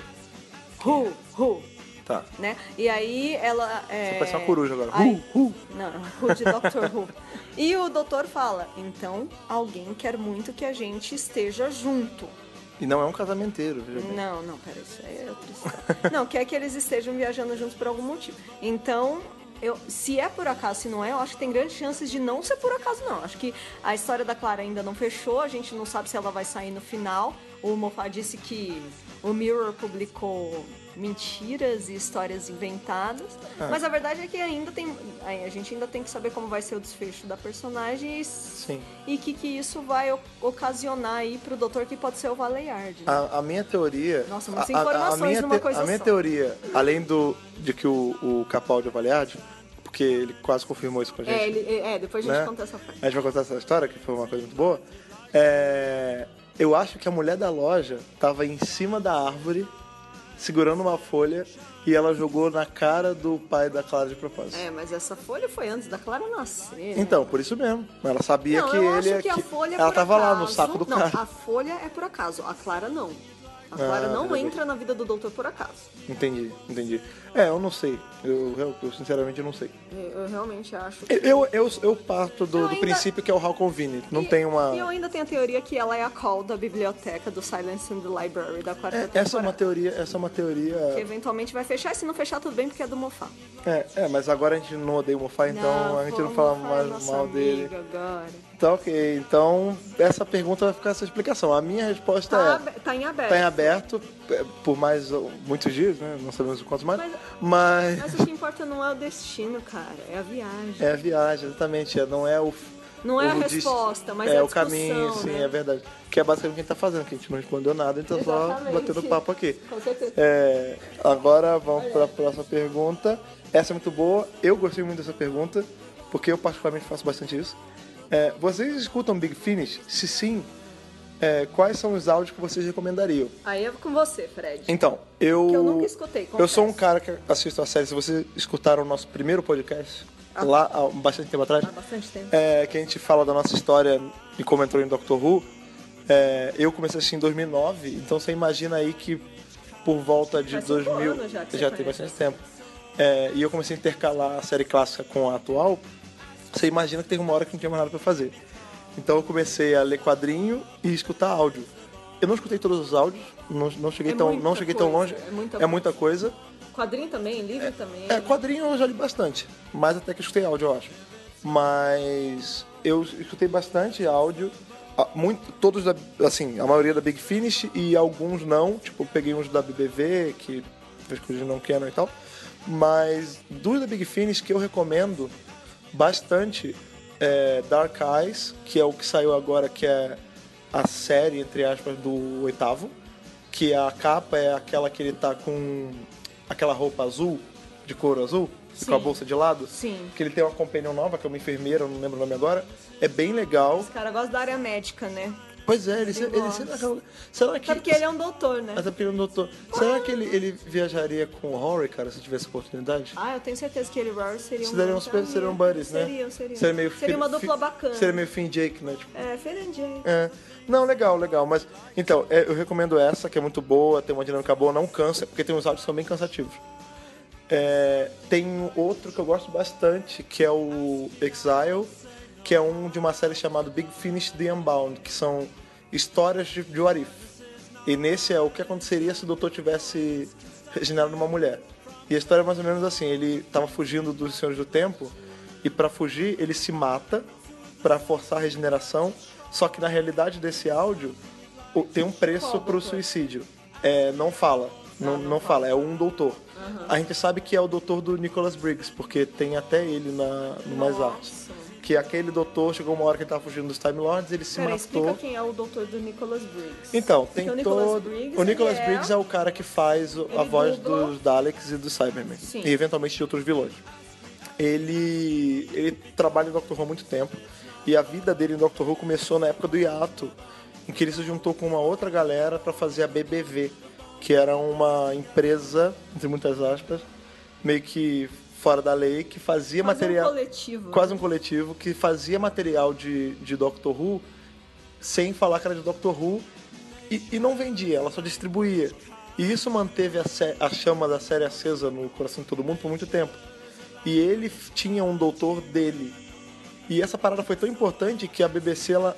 Speaker 2: Who? Who?
Speaker 1: Tá.
Speaker 2: Né? E aí ela é...
Speaker 1: Você parece uma coruja agora. Uh,
Speaker 2: Aí-
Speaker 1: Who? Who?
Speaker 2: Não, Who de Dr. Who. E o doutor fala: então alguém quer muito que a gente esteja junto.
Speaker 1: E não é um casamenteiro, veja bem.
Speaker 2: Não, não, pera, isso aí é outra história. não, quer que eles estejam viajando juntos por algum motivo. Então, eu, se é por acaso, se não é, eu acho que tem grandes chances de não ser por acaso, não. Acho que a história da Clara ainda não fechou, a gente não sabe se ela vai sair no final. O Moffat disse que o Mirror publicou mentiras e histórias inventadas.
Speaker 1: Ah.
Speaker 2: Mas a verdade é que ainda tem. A gente ainda tem que saber como vai ser o desfecho da personagem e
Speaker 1: Sim.
Speaker 2: o que, que isso vai o- ocasionar aí pro doutor que pode ser o Valeyard. né?
Speaker 1: A, a minha teoria.
Speaker 2: Nossa, muitas
Speaker 1: a- a- a
Speaker 2: informações
Speaker 1: minha
Speaker 2: numa coisa
Speaker 1: A minha
Speaker 2: só.
Speaker 1: teoria, além do, de que o, o Capaldi é avaliado, porque ele quase confirmou isso com a gente.
Speaker 2: É, ele- é, depois a gente
Speaker 1: né?
Speaker 2: conta essa parte.
Speaker 1: A gente vai contar essa história, que foi uma coisa muito boa. É, eu acho que a mulher da loja tava em cima da árvore, segurando uma folha, e ela jogou na cara do pai da Clara de propósito.
Speaker 2: É, mas essa folha foi antes da Clara nascer. né?
Speaker 1: Então, por isso mesmo. Ela sabia
Speaker 2: não,
Speaker 1: que
Speaker 2: eu
Speaker 1: ele.
Speaker 2: acho que a folha é
Speaker 1: ela
Speaker 2: por
Speaker 1: tava lá
Speaker 2: acaso.
Speaker 1: no saco do
Speaker 2: não,
Speaker 1: cara.
Speaker 2: A folha é por acaso, a Clara não. A Clara
Speaker 1: Ah,
Speaker 2: não
Speaker 1: verdade.
Speaker 2: entra na vida do doutor por acaso.
Speaker 1: Entendi, entendi. É, eu não sei. Eu, eu- eu sinceramente não sei.
Speaker 2: É, Eu, eu realmente acho. que-
Speaker 1: Eu, eu, eu parto do,
Speaker 2: Eu
Speaker 1: do
Speaker 2: ainda-
Speaker 1: princípio que é o How Convenient. Não tem
Speaker 2: E eu
Speaker 1: uma.
Speaker 2: ainda tenho a teoria que ela é a call da biblioteca do Silence in the Library da quarta
Speaker 1: É,
Speaker 2: temporada.
Speaker 1: essa é uma teoria. Essa é uma teoria.
Speaker 2: Que eventualmente vai fechar, e se não fechar, tudo bem, porque é do Mofá.
Speaker 1: É, é, mas agora a gente não odeia o Mofá, então a gente não
Speaker 2: vamos
Speaker 1: fala
Speaker 2: falar
Speaker 1: mais
Speaker 2: nossa
Speaker 1: mal dele.
Speaker 2: amiga Agora.
Speaker 1: Tá ok, então essa pergunta vai ficar essa explicação. A minha resposta
Speaker 2: Tá,
Speaker 1: é.
Speaker 2: abe- tá em aberto.
Speaker 1: Tá em aberto é, por mais ó, muitos dias, né? Não sabemos quantos mais.
Speaker 2: Mas-
Speaker 1: Mas,
Speaker 2: Mas o que importa não é o destino, cara, é a viagem.
Speaker 1: é a viagem, exatamente. é, Não é o.
Speaker 2: Não é a
Speaker 1: o dis-
Speaker 2: resposta, mas
Speaker 1: é
Speaker 2: é a
Speaker 1: o caminho,
Speaker 2: discussão,
Speaker 1: sim,
Speaker 2: né?
Speaker 1: é verdade. Que é basicamente o que a gente tá fazendo, que a gente não respondeu nada, então só
Speaker 2: Exatamente.
Speaker 1: batendo papo aqui.
Speaker 2: Com certeza.
Speaker 1: É, agora vamos para a próxima pergunta. Essa é muito boa. Eu gostei muito dessa pergunta, porque eu particularmente faço bastante isso. É, vocês escutam Big Finish? Se sim, é, quais são os áudios que vocês recomendariam?
Speaker 2: Aí é com você, Fred.
Speaker 1: Então, eu.
Speaker 2: Que eu nunca escutei, confesso.
Speaker 1: Eu sou um cara que assisto a série. Se vocês escutaram o nosso primeiro podcast, lá há bastante tempo atrás,
Speaker 2: Ah. Há bastante tempo.
Speaker 1: é, que a gente fala da nossa história e como entrou em Doctor Who, é, eu comecei a assistir em 2009, então você imagina aí que por volta de
Speaker 2: Faz cinco
Speaker 1: 2000.
Speaker 2: anos já que você
Speaker 1: tem
Speaker 2: conhece
Speaker 1: bastante tempo. É, e eu comecei a intercalar a série clássica com a atual. Você imagina que teve uma hora que não tinha mais nada pra fazer. Então eu comecei a ler quadrinho e escutar áudio. Eu não escutei todos os áudios, não, não cheguei,
Speaker 2: É
Speaker 1: tão,
Speaker 2: muita
Speaker 1: Então, não cheguei tão
Speaker 2: coisa,
Speaker 1: longe.
Speaker 2: é muita
Speaker 1: coisa.
Speaker 2: Quadrinho também, livro também.
Speaker 1: É, quadrinho eu já li bastante, mas até que eu escutei áudio, eu acho. Mas eu escutei bastante áudio, a- muito, todos da, assim, a maioria da Big Finish e alguns não, tipo, eu peguei uns da BBV, que eu escolhi não quero e tal. Mas dos da Big Finish que eu recomendo bastante é Dark Eyes, que é o que saiu agora, que é a série, entre aspas, do oitavo que a capa é aquela que ele tá com aquela roupa azul, de couro azul,
Speaker 2: Sim.
Speaker 1: com a bolsa de lado.
Speaker 2: Sim.
Speaker 1: Que ele tem uma companhia nova, que é uma enfermeira, eu não lembro o nome agora. É bem legal.
Speaker 2: Esse cara gosta da área médica, né?
Speaker 1: Pois é, ele, se- ele, será,
Speaker 2: gosta.
Speaker 1: que, será que.
Speaker 2: Até porque ele é um doutor, né?
Speaker 1: Até porque ele é um doutor. Será que ele, ele viajaria com o Rory, cara, se tivesse oportunidade?
Speaker 2: Ah, eu tenho certeza que ele e o Rory seriam
Speaker 1: Se dariam
Speaker 2: bons
Speaker 1: super,
Speaker 2: amigos.
Speaker 1: seriam buddies, né?
Speaker 2: Seriam, seriam.
Speaker 1: Seria, meio
Speaker 2: Seria uma
Speaker 1: Fi-
Speaker 2: dupla
Speaker 1: Fi-
Speaker 2: bacana.
Speaker 1: Seria meio Finn Jake, né? Tipo,
Speaker 2: É, Fernandinho.
Speaker 1: É. Não, legal, legal. Mas, então, é, eu recomendo essa, que é muito boa, tem uma dinâmica boa, não cansa, porque tem uns áudios que são bem cansativos. É, tem outro que eu gosto bastante, que é o Exile, que é um de uma série chamada Big Finish The Unbound, que são histórias de, de What If. E nesse é o que aconteceria se o doutor tivesse regenerado uma mulher. E a história é mais ou menos assim, ele tava fugindo dos Senhores do Tempo, e para fugir ele se mata para forçar a regeneração, só que na realidade desse áudio o- tem um preço
Speaker 2: Qual
Speaker 1: pro
Speaker 2: doutor?
Speaker 1: suicídio. É, não fala, não, não fala, é um doutor. A gente sabe que é o doutor do Nicholas Briggs, porque tem até ele na, no Mais
Speaker 2: Nossa.
Speaker 1: Artes. Que aquele doutor chegou uma hora que ele tava fugindo dos Time Lords, ele se
Speaker 2: Pera,
Speaker 1: matou.
Speaker 2: explica quem é o doutor do Nicholas Briggs.
Speaker 1: um Então,
Speaker 2: Porque
Speaker 1: tem
Speaker 2: o Nicholas
Speaker 1: todo.
Speaker 2: Briggs,
Speaker 1: o Nicholas
Speaker 2: ele é-
Speaker 1: Briggs é o cara que faz o- a
Speaker 2: Ele
Speaker 1: voz
Speaker 2: dublou-
Speaker 1: dos Daleks e dos Cybermen.
Speaker 2: Sim.
Speaker 1: E eventualmente de outros vilões. Ele. ele trabalha em Doctor Who há muito tempo. E a vida dele em Doctor Who começou na época do hiato, em que ele se juntou com uma outra galera pra fazer a BBV, que era uma empresa, entre muitas aspas, meio que fora da lei, que fazia
Speaker 2: Quase um
Speaker 1: material.
Speaker 2: coletivo, né?
Speaker 1: Quase um coletivo que fazia material de, de Doctor Who sem falar que era de Doctor Who e, e não vendia, ela só distribuía. E isso manteve a, sé- a chama da série acesa no coração de todo mundo por muito tempo. E ele f- tinha um doutor dele. E essa parada foi tão importante que a BBC ela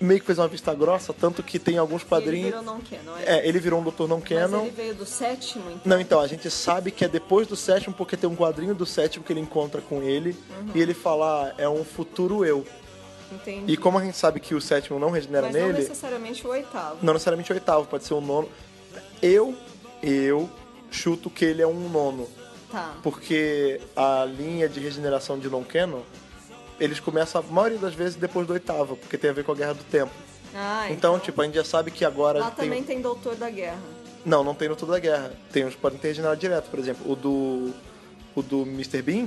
Speaker 1: meio que fez uma vista grossa, tanto que tem alguns
Speaker 2: Ele
Speaker 1: quadrinhos.
Speaker 2: virou não canon. é.
Speaker 1: É, ele virou um doutor não
Speaker 2: Mas
Speaker 1: canon.
Speaker 2: ele veio do sétimo, então.
Speaker 1: Não, então, a gente sabe que é depois do sétimo, porque tem um quadrinho do sétimo que ele encontra com ele
Speaker 2: Uhum.
Speaker 1: e ele fala, ah, é um futuro eu.
Speaker 2: Entendi.
Speaker 1: E como a gente sabe que o sétimo não regenera
Speaker 2: Uhum. Mas não
Speaker 1: nele,
Speaker 2: necessariamente o oitavo.
Speaker 1: não necessariamente o oitavo, pode ser o nono. Eu, eu chuto que ele é um nono,
Speaker 2: Tá.
Speaker 1: porque a linha de regeneração de non-canon, eles começam a maioria das vezes depois do oitavo, porque tem a ver com a Guerra do Tempo.
Speaker 2: Ah,
Speaker 1: Então, tipo, a gente já sabe que agora
Speaker 2: Lá
Speaker 1: tem
Speaker 2: também tem Doutor da Guerra.
Speaker 1: Não, não tem no Toda da Guerra. Tem uns que podem ter regenerado direto, por exemplo. O do. O do Mr. Bean,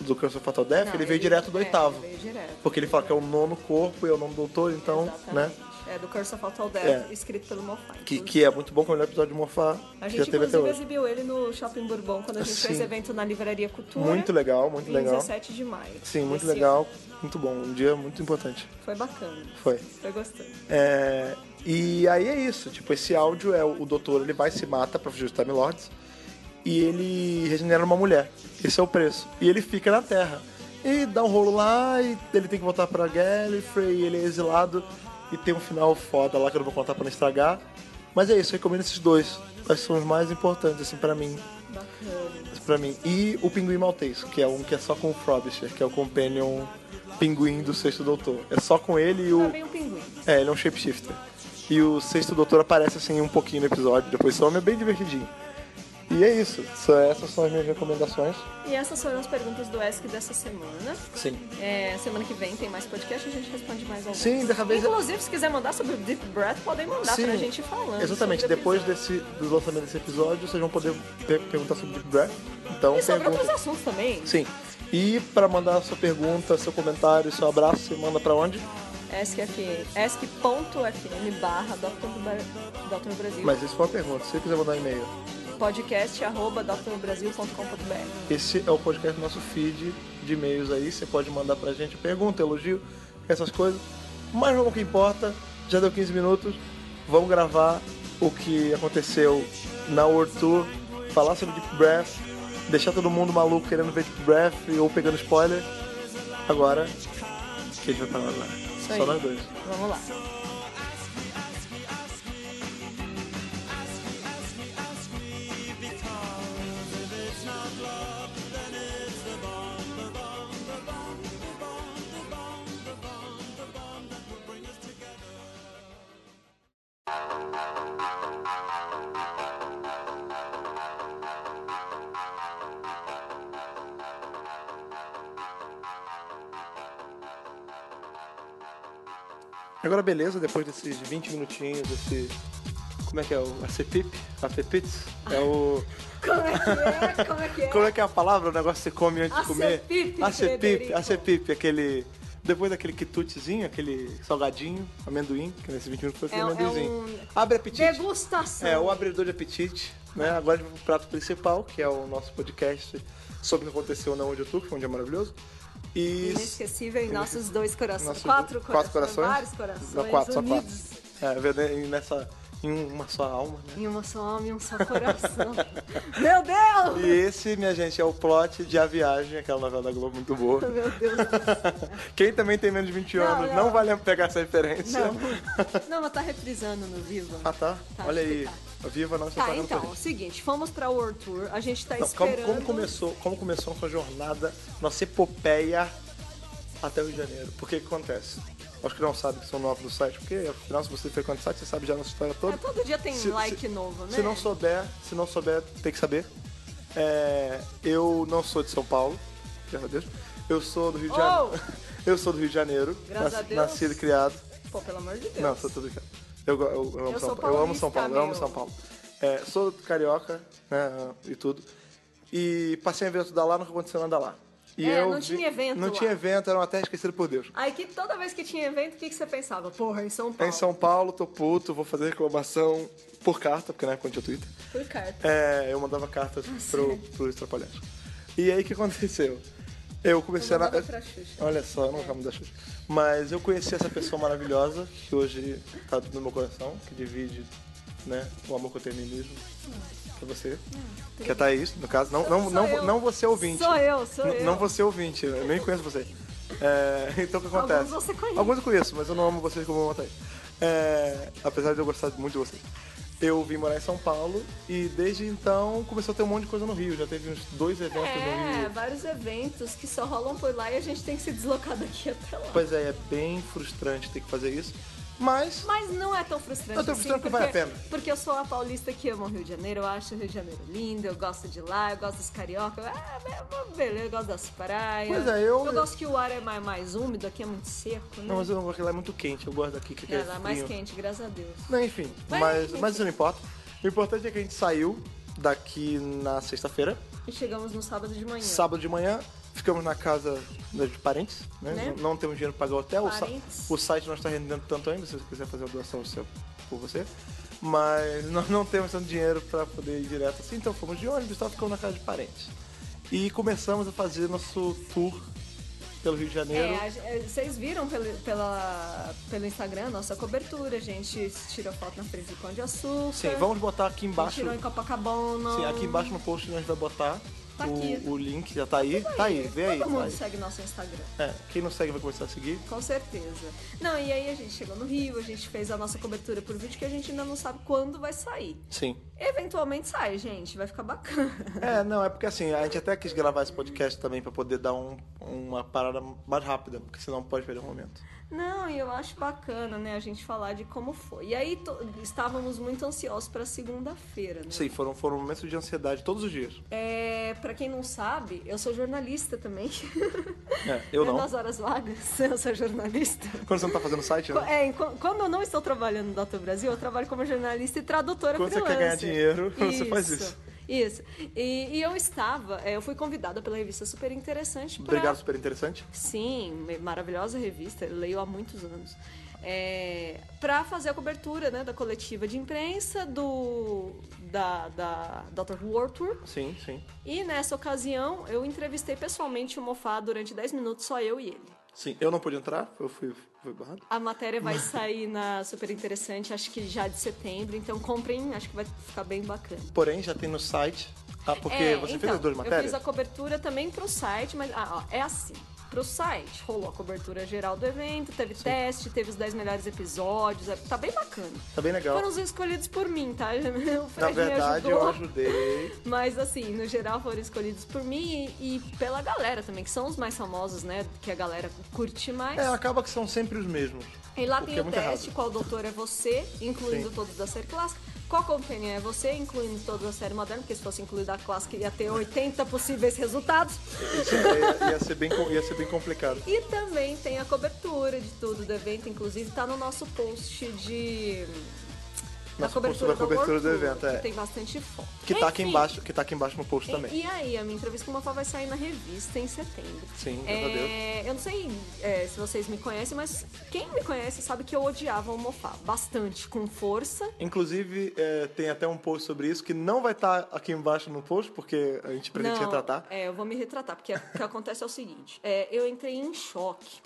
Speaker 1: do Curse of Fatal Death,
Speaker 2: Não,
Speaker 1: ele veio direto do
Speaker 2: é,
Speaker 1: oitavo.
Speaker 2: Ele veio direto.
Speaker 1: Porque ele fala que é o nono corpo e é o nono doutor, então,
Speaker 2: Exatamente.
Speaker 1: né?
Speaker 2: É, do Curse of Auto Death,
Speaker 1: É.
Speaker 2: escrito pelo Moffat.
Speaker 1: Que, que é muito bom, que é o melhor episódio de Morfar
Speaker 2: A
Speaker 1: que já
Speaker 2: gente,
Speaker 1: teve até
Speaker 2: inclusive, é
Speaker 1: hoje.
Speaker 2: exibiu ele no Shopping Bourbon quando a gente fez
Speaker 1: Sim.
Speaker 2: evento na Livraria Cultura.
Speaker 1: Muito legal, muito
Speaker 2: em
Speaker 1: legal.
Speaker 2: 17 de maio.
Speaker 1: Sim, muito
Speaker 2: Esse
Speaker 1: legal, muito bom. Um dia muito importante.
Speaker 2: Foi bacana.
Speaker 1: Foi.
Speaker 2: Foi gostoso.
Speaker 1: É, e aí é isso, tipo, esse áudio é o o doutor, ele vai se mata pra fugir dos Time Lords e ele regenera uma mulher. Esse é o preço. E ele fica na Terra. E dá um rolo lá e ele tem que voltar pra Gallifrey, e ele é exilado e tem um final foda lá que eu não vou contar pra não estragar. Mas é isso, eu recomendo esses dois. Esses são os mais importantes, assim, pra mim.
Speaker 2: Bacana.
Speaker 1: Pra mim. E o Pinguim Maltês, que é um que é só com o Frobisher, que é o companion pinguim do Sexto Doutor. É só com ele e o...
Speaker 2: Também um pinguim.
Speaker 1: É, ele é um shapeshifter. E o sexto doutor aparece assim um pouquinho no episódio, depois some, é bem divertidinho. E é isso. Só essas são as minhas recomendações.
Speaker 2: E essas foram as perguntas do ESC dessa semana.
Speaker 1: Sim.
Speaker 2: É, semana que vem tem mais podcast, a gente responde mais algumas.
Speaker 1: Sim, dessa vez-
Speaker 2: Inclusive, se quiser mandar sobre o Deep Breath, podem mandar pra gente ir falando.
Speaker 1: Exatamente.
Speaker 2: sobre o
Speaker 1: Depois
Speaker 2: episódio.
Speaker 1: desse, do lançamento desse episódio, vocês vão poder per- perguntar sobre Deep Breath. Então,
Speaker 2: E sobre outros
Speaker 1: pergunta.
Speaker 2: assuntos também.
Speaker 1: Sim. E pra mandar sua pergunta, seu comentário, seu abraço, você manda pra onde?
Speaker 2: ESC.fm ESC.fm barra Dr. Bra- Dr. Brasil.
Speaker 1: Mas isso foi uma pergunta. Se você quiser mandar um e-mail.
Speaker 2: Podcast arroba drbrasil.com.br.
Speaker 1: Esse é o podcast do nosso feed de e-mails aí. Você pode mandar pra gente pergunta, elogio, essas coisas. Mas vamos ao que importa. Já deu 15 minutos. Vamos gravar o que aconteceu na World Tour. Falar sobre Deep Breath. Deixar todo mundo maluco querendo ver Deep Breath ou pegando spoiler. Agora, que a gente vai falar agora?
Speaker 2: aí.
Speaker 1: Só nós dois.
Speaker 2: Vamos lá.
Speaker 1: Agora, beleza, depois desses 20 minutinhos, desse. Como é que é? O ACPIP? ACPITS? É o.
Speaker 2: Como é que é? Como é que é?
Speaker 1: Como é que é a palavra? O negócio que você come antes de comer?
Speaker 2: Acepipe,
Speaker 1: Acepipe,
Speaker 2: Frederico.
Speaker 1: acepipe, aquele. Depois daquele quitutezinho, aquele salgadinho, amendoim, que nesse 20 minutos foi
Speaker 2: É um- é
Speaker 1: amendoim.
Speaker 2: um-
Speaker 1: Abre apetite.
Speaker 2: Degustação.
Speaker 1: É, o abridor de apetite, né? Agora a gente vai pro prato principal, que é o nosso podcast sobre o que aconteceu na Onde Eu Tô, que foi um dia maravilhoso. E.
Speaker 2: Inesquecível em nossos dois corações.
Speaker 1: nossos
Speaker 2: quatro,
Speaker 1: dois-
Speaker 2: corações.
Speaker 1: quatro corações.
Speaker 2: Vários corações.
Speaker 1: Não, quatro, só
Speaker 2: unidos.
Speaker 1: quatro. É, verdade, e nessa. Em uma só alma, né?
Speaker 2: Em uma só alma e um só coração. Meu Deus!
Speaker 1: E esse, minha gente, é o plot de A Viagem, aquela novela da Globo muito boa.
Speaker 2: Meu Deus.
Speaker 1: Quem também tem menos de 20
Speaker 2: Não,
Speaker 1: anos não,
Speaker 2: não.
Speaker 1: vai lem- pegar essa referência.
Speaker 2: Não. Não, mas tá reprisando no Viva.
Speaker 1: Ah, tá?
Speaker 2: Tá,
Speaker 1: Olha
Speaker 2: acho que
Speaker 1: aí. Viva a nossa
Speaker 2: Tá,
Speaker 1: propaganda
Speaker 2: então,
Speaker 1: por
Speaker 2: o
Speaker 1: isso.
Speaker 2: seguinte, fomos pra World Tour, a gente tá
Speaker 1: Não, como,
Speaker 2: esperando.
Speaker 1: como começou, como começou a sua jornada, nossa epopeia até o Rio de Janeiro? Por que que acontece? Acho que não sabe que são novos do site, porque afinal, se você frequenta o site, você sabe já a nossa história toda.
Speaker 2: É, todo dia tem
Speaker 1: Se-
Speaker 2: like
Speaker 1: se-
Speaker 2: novo, né?
Speaker 1: Se não souber, se não souber, tem que saber. É, eu não sou de São Paulo, graças a Deus. Eu sou do Rio de Janeiro.
Speaker 2: Oh!
Speaker 1: Eu sou do Rio de Janeiro,
Speaker 2: Graças a Deus.
Speaker 1: nascido e criado.
Speaker 2: Pô, pelo amor de Deus.
Speaker 1: Não, tô, tô brincando. Eu, go- eu, eu amo
Speaker 2: Eu
Speaker 1: São
Speaker 2: sou
Speaker 1: Paulo. Eu amo São
Speaker 2: paulista,
Speaker 1: Paulo, eu amo
Speaker 2: meu.
Speaker 1: São Paulo. É, sou carioca, né? E tudo. E passei um evento da lá, nunca aconteceu nada lá. E
Speaker 2: É,
Speaker 1: eu
Speaker 2: não tinha evento
Speaker 1: Não
Speaker 2: lá.
Speaker 1: tinha evento, era uma terra esquecida por Deus. Tá
Speaker 2: Aí que toda vez que tinha evento, o que, que você pensava? Porra, em São
Speaker 1: Em
Speaker 2: Paulo.
Speaker 1: São Paulo, tô puto, vou fazer reclamação por carta, porque na época não tinha Twitter.
Speaker 2: Por carta.
Speaker 1: É, eu mandava cartas
Speaker 2: Ah,
Speaker 1: pro, pros trapalhados. E aí o que aconteceu? Eu comecei
Speaker 2: Eu
Speaker 1: a.
Speaker 2: mandava pra Xuxa.
Speaker 1: É, Olha só, eu não vou mudar Xuxa. Mas eu conheci essa pessoa maravilhosa, que hoje tá no meu coração, que divide né, o amor que eu tenho em mim mesmo. Que é você. Que é a Thaís, no caso. Não, não,
Speaker 2: Sou
Speaker 1: não,
Speaker 2: eu.
Speaker 1: não, você ouvinte.
Speaker 2: Sou eu, sou
Speaker 1: N-
Speaker 2: eu.
Speaker 1: Não você ouvinte, eu nem conheço você. É, então o que acontece?
Speaker 2: Alguns você conhece.
Speaker 1: Alguns eu conheço, mas eu não amo vocês como eu amo a Thaís. É, apesar de eu gostar muito de vocês. Eu vim morar em São Paulo e desde então começou a ter um monte de coisa no Rio. Já teve uns dois eventos no
Speaker 2: É,
Speaker 1: Rio.
Speaker 2: vários eventos que só rolam por lá e a gente tem que se deslocar daqui até lá.
Speaker 1: Pois é, é bem frustrante ter que fazer isso. Mas
Speaker 2: Mas não é tão frustrante
Speaker 1: Não é tão
Speaker 2: assim,
Speaker 1: frustrante que
Speaker 2: porque,
Speaker 1: vale a pena.
Speaker 2: porque eu sou a paulista que ama o Rio de Janeiro, eu acho o Rio de Janeiro lindo, eu gosto de lá, eu gosto dos carioca, ah, be- beleza, eu gosto das praias.
Speaker 1: Pois é, eu-
Speaker 2: gosto que o ar é mais, mais úmido, aqui é muito seco, né?
Speaker 1: Não, mas eu não gosto que lá é muito quente, eu gosto daqui que aqui
Speaker 2: é,
Speaker 1: é,
Speaker 2: lá é mais
Speaker 1: frio.
Speaker 2: quente, graças a Deus.
Speaker 1: Não, enfim,
Speaker 2: Mas, é
Speaker 1: mas,
Speaker 2: enfim.
Speaker 1: mas isso não importa. O importante é que a gente saiu daqui na sexta-feira,
Speaker 2: E chegamos no sábado de manhã.
Speaker 1: sábado de manhã, Ficamos na casa dos parentes, né?
Speaker 2: Né?
Speaker 1: Não, não temos dinheiro para pagar hotel. O, sa-
Speaker 2: Parentes.
Speaker 1: o site não está rendendo tanto ainda, se você quiser fazer uma doação o seu, por você. Mas nós não temos tanto dinheiro para poder ir direto assim, então fomos de ônibus e tal, ficamos na casa de parentes. E começamos a fazer nosso tour pelo Rio de Janeiro.
Speaker 2: É, a gen- é, vocês viram pelo, pela, pelo Instagram a nossa cobertura, a gente tirou foto na frente do Pão de Açúcar.
Speaker 1: Sim, vamos botar aqui
Speaker 2: a gente
Speaker 1: embaixo.
Speaker 2: tirou em Copacabana.
Speaker 1: Sim, aqui embaixo no post nós vai botar
Speaker 2: Tá aqui.
Speaker 1: o, o link, já tá aí. Tá aí, vê aí.
Speaker 2: Todo mundo
Speaker 1: tá aí.
Speaker 2: segue nosso Instagram.
Speaker 1: É, quem não segue vai começar a seguir.
Speaker 2: Com certeza. Não, e aí a gente chegou no Rio, a gente fez a nossa cobertura por vídeo que a gente ainda não sabe quando vai sair.
Speaker 1: Sim.
Speaker 2: Eventualmente sai, gente, vai ficar bacana.
Speaker 1: É, não, é porque assim, a gente até quis gravar esse podcast também pra poder dar um- uma parada mais rápida, porque senão pode perder o momento.
Speaker 2: Não, e eu acho bacana, né, a gente falar de como foi. E aí to- estávamos muito ansiosos pra segunda-feira, né?
Speaker 1: Sim, foram, foram momentos de ansiedade todos os dias.
Speaker 2: É, para quem não sabe, eu sou jornalista também.
Speaker 1: É, eu não.
Speaker 2: Nas horas vagas, eu sou jornalista.
Speaker 1: Quando você não tá fazendo site, né?
Speaker 2: É, enqu- quando eu não estou trabalhando no Data Brasil, eu trabalho como jornalista e tradutora
Speaker 1: Quando você
Speaker 2: freelancer.
Speaker 1: quer ganhar dinheiro, você faz isso.
Speaker 2: Isso. E, e eu estava, é, eu fui convidada pela revista Super Interessante para
Speaker 1: Obrigado, super interessante.
Speaker 2: Sim, maravilhosa revista, eu leio há muitos anos. É, para fazer a cobertura né, da coletiva de imprensa do da, da Dr. War Tour.
Speaker 1: Sim, sim.
Speaker 2: E nessa ocasião eu entrevistei pessoalmente o Mofá durante 10 minutos, só eu e ele.
Speaker 1: Sim, eu não pude entrar, eu fui, fui barrado.
Speaker 2: A matéria vai sair na Super Interessante, acho que já de setembro, então comprem, acho que vai ficar bem bacana.
Speaker 1: Porém, já tem no site. Ah, porque
Speaker 2: É,
Speaker 1: você
Speaker 2: então,
Speaker 1: fez as duas
Speaker 2: Eu
Speaker 1: matérias?
Speaker 2: fiz a cobertura também pro site, mas ah, ó, é assim. Pro site, rolou a cobertura geral do evento, teve teste, teve os 10 melhores episódios, é- tá bem bacana.
Speaker 1: Tá bem legal.
Speaker 2: Foram os escolhidos por mim, tá? O Fred
Speaker 1: Na
Speaker 2: me
Speaker 1: verdade,
Speaker 2: ajudou.
Speaker 1: eu ajudei.
Speaker 2: Mas assim, no geral foram escolhidos por mim e, e pela galera também, que são os mais famosos, né? Que a galera curte mais.
Speaker 1: É, acaba que são sempre os mesmos.
Speaker 2: E lá
Speaker 1: o
Speaker 2: tem
Speaker 1: que é
Speaker 2: o
Speaker 1: muito
Speaker 2: teste,
Speaker 1: errado.
Speaker 2: qual doutor é você, incluindo
Speaker 1: Sim.
Speaker 2: todos da série clássica, qual companhia é você, incluindo todos da série moderna, porque se fosse incluída a clássica ia ter 80 possíveis resultados.
Speaker 1: Isso é, ia, ia ser bem, co- ia ser bem complicado.
Speaker 2: E também tem a cobertura de tudo do evento, inclusive tá no nosso post de. da
Speaker 1: Nosso post da cobertura do
Speaker 2: World
Speaker 1: evento,
Speaker 2: Tour,
Speaker 1: é.
Speaker 2: Que tem bastante foto.
Speaker 1: Que tá aqui
Speaker 2: Enfim,
Speaker 1: embaixo, que tá aqui embaixo no post
Speaker 2: E-
Speaker 1: também.
Speaker 2: E aí, a minha entrevista com o Mofá vai sair na revista em setembro.
Speaker 1: Sim, graças a
Speaker 2: é, Eu não sei é, se vocês me conhecem, mas quem me conhece sabe que eu odiava o Mofá bastante, com força.
Speaker 1: Inclusive, é, tem até um post sobre isso que não vai estar aqui embaixo no post, porque a gente pretende
Speaker 2: Não,
Speaker 1: retratar.
Speaker 2: É, eu vou me retratar, porque o que acontece é o seguinte: é, eu entrei em choque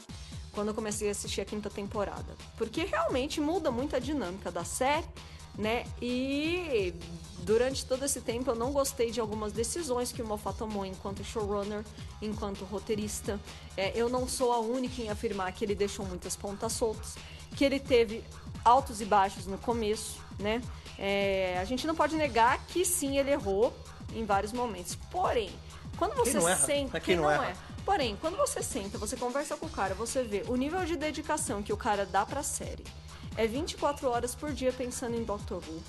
Speaker 2: quando eu comecei a assistir a quinta temporada. Porque realmente muda muito a dinâmica da série, né? E durante todo esse tempo eu não gostei de algumas decisões que o Moffat tomou enquanto showrunner, enquanto roteirista. É, eu não sou a única em afirmar que ele deixou muitas pontas soltas, que ele teve altos e baixos no começo, né? É, a gente não pode negar que sim, ele errou em vários momentos. Porém, quando você
Speaker 1: não erra?
Speaker 2: senta.
Speaker 1: É quem não erra.
Speaker 2: Porém, quando você senta, você conversa com o cara, você vê o nível de dedicação que o cara dá pra série. É 24 horas por dia pensando em Doctor Who.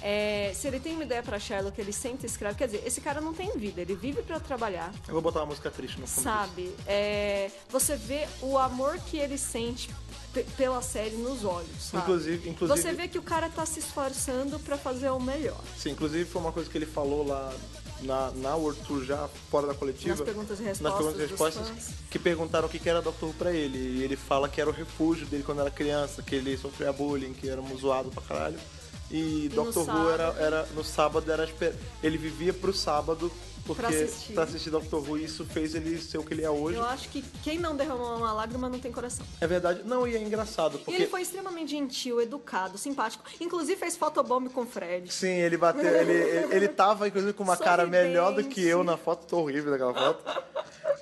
Speaker 2: É, se ele tem uma ideia pra Sherlock, ele senta e escreve. Quer dizer, esse cara não tem vida, ele vive pra trabalhar
Speaker 1: Eu vou botar uma música triste no fundo. disso.
Speaker 2: sabe? É, você vê o amor que ele sente pe- pela série nos olhos, sabe?
Speaker 1: Inclusive- inclusive-
Speaker 2: Você vê que o cara tá se esforçando pra fazer o melhor.
Speaker 1: Sim, inclusive foi uma coisa que ele falou lá na, na World Tour, já fora da coletiva.
Speaker 2: Nas perguntas e
Speaker 1: nas
Speaker 2: respostas
Speaker 1: perguntas e
Speaker 2: dos
Speaker 1: respostas,
Speaker 2: fãs.
Speaker 1: que perguntaram o que que era Dr. Who pra ele. E ele fala que era o refúgio dele quando era criança, que ele sofria bullying, que era um zoado pra caralho. E,
Speaker 2: no
Speaker 1: Dr. Who
Speaker 2: sábado?
Speaker 1: era, era- no sábado era esper- ele vivia pro sábado porque
Speaker 2: Pra assistir.
Speaker 1: pra assistir Dr. Who e isso fez ele ser o que ele é hoje.
Speaker 2: Eu acho que quem não derramou uma lágrima não tem coração.
Speaker 1: É verdade. Não, e é engraçado,
Speaker 2: E
Speaker 1: porque.
Speaker 2: ele foi extremamente gentil, educado, simpático. Inclusive fez fotobomb com o Fred.
Speaker 1: Sim, ele bateu. Ele, ele, ele tava, inclusive, com uma cara
Speaker 2: Sorridente.
Speaker 1: melhor do que eu na foto. Tô horrível daquela foto.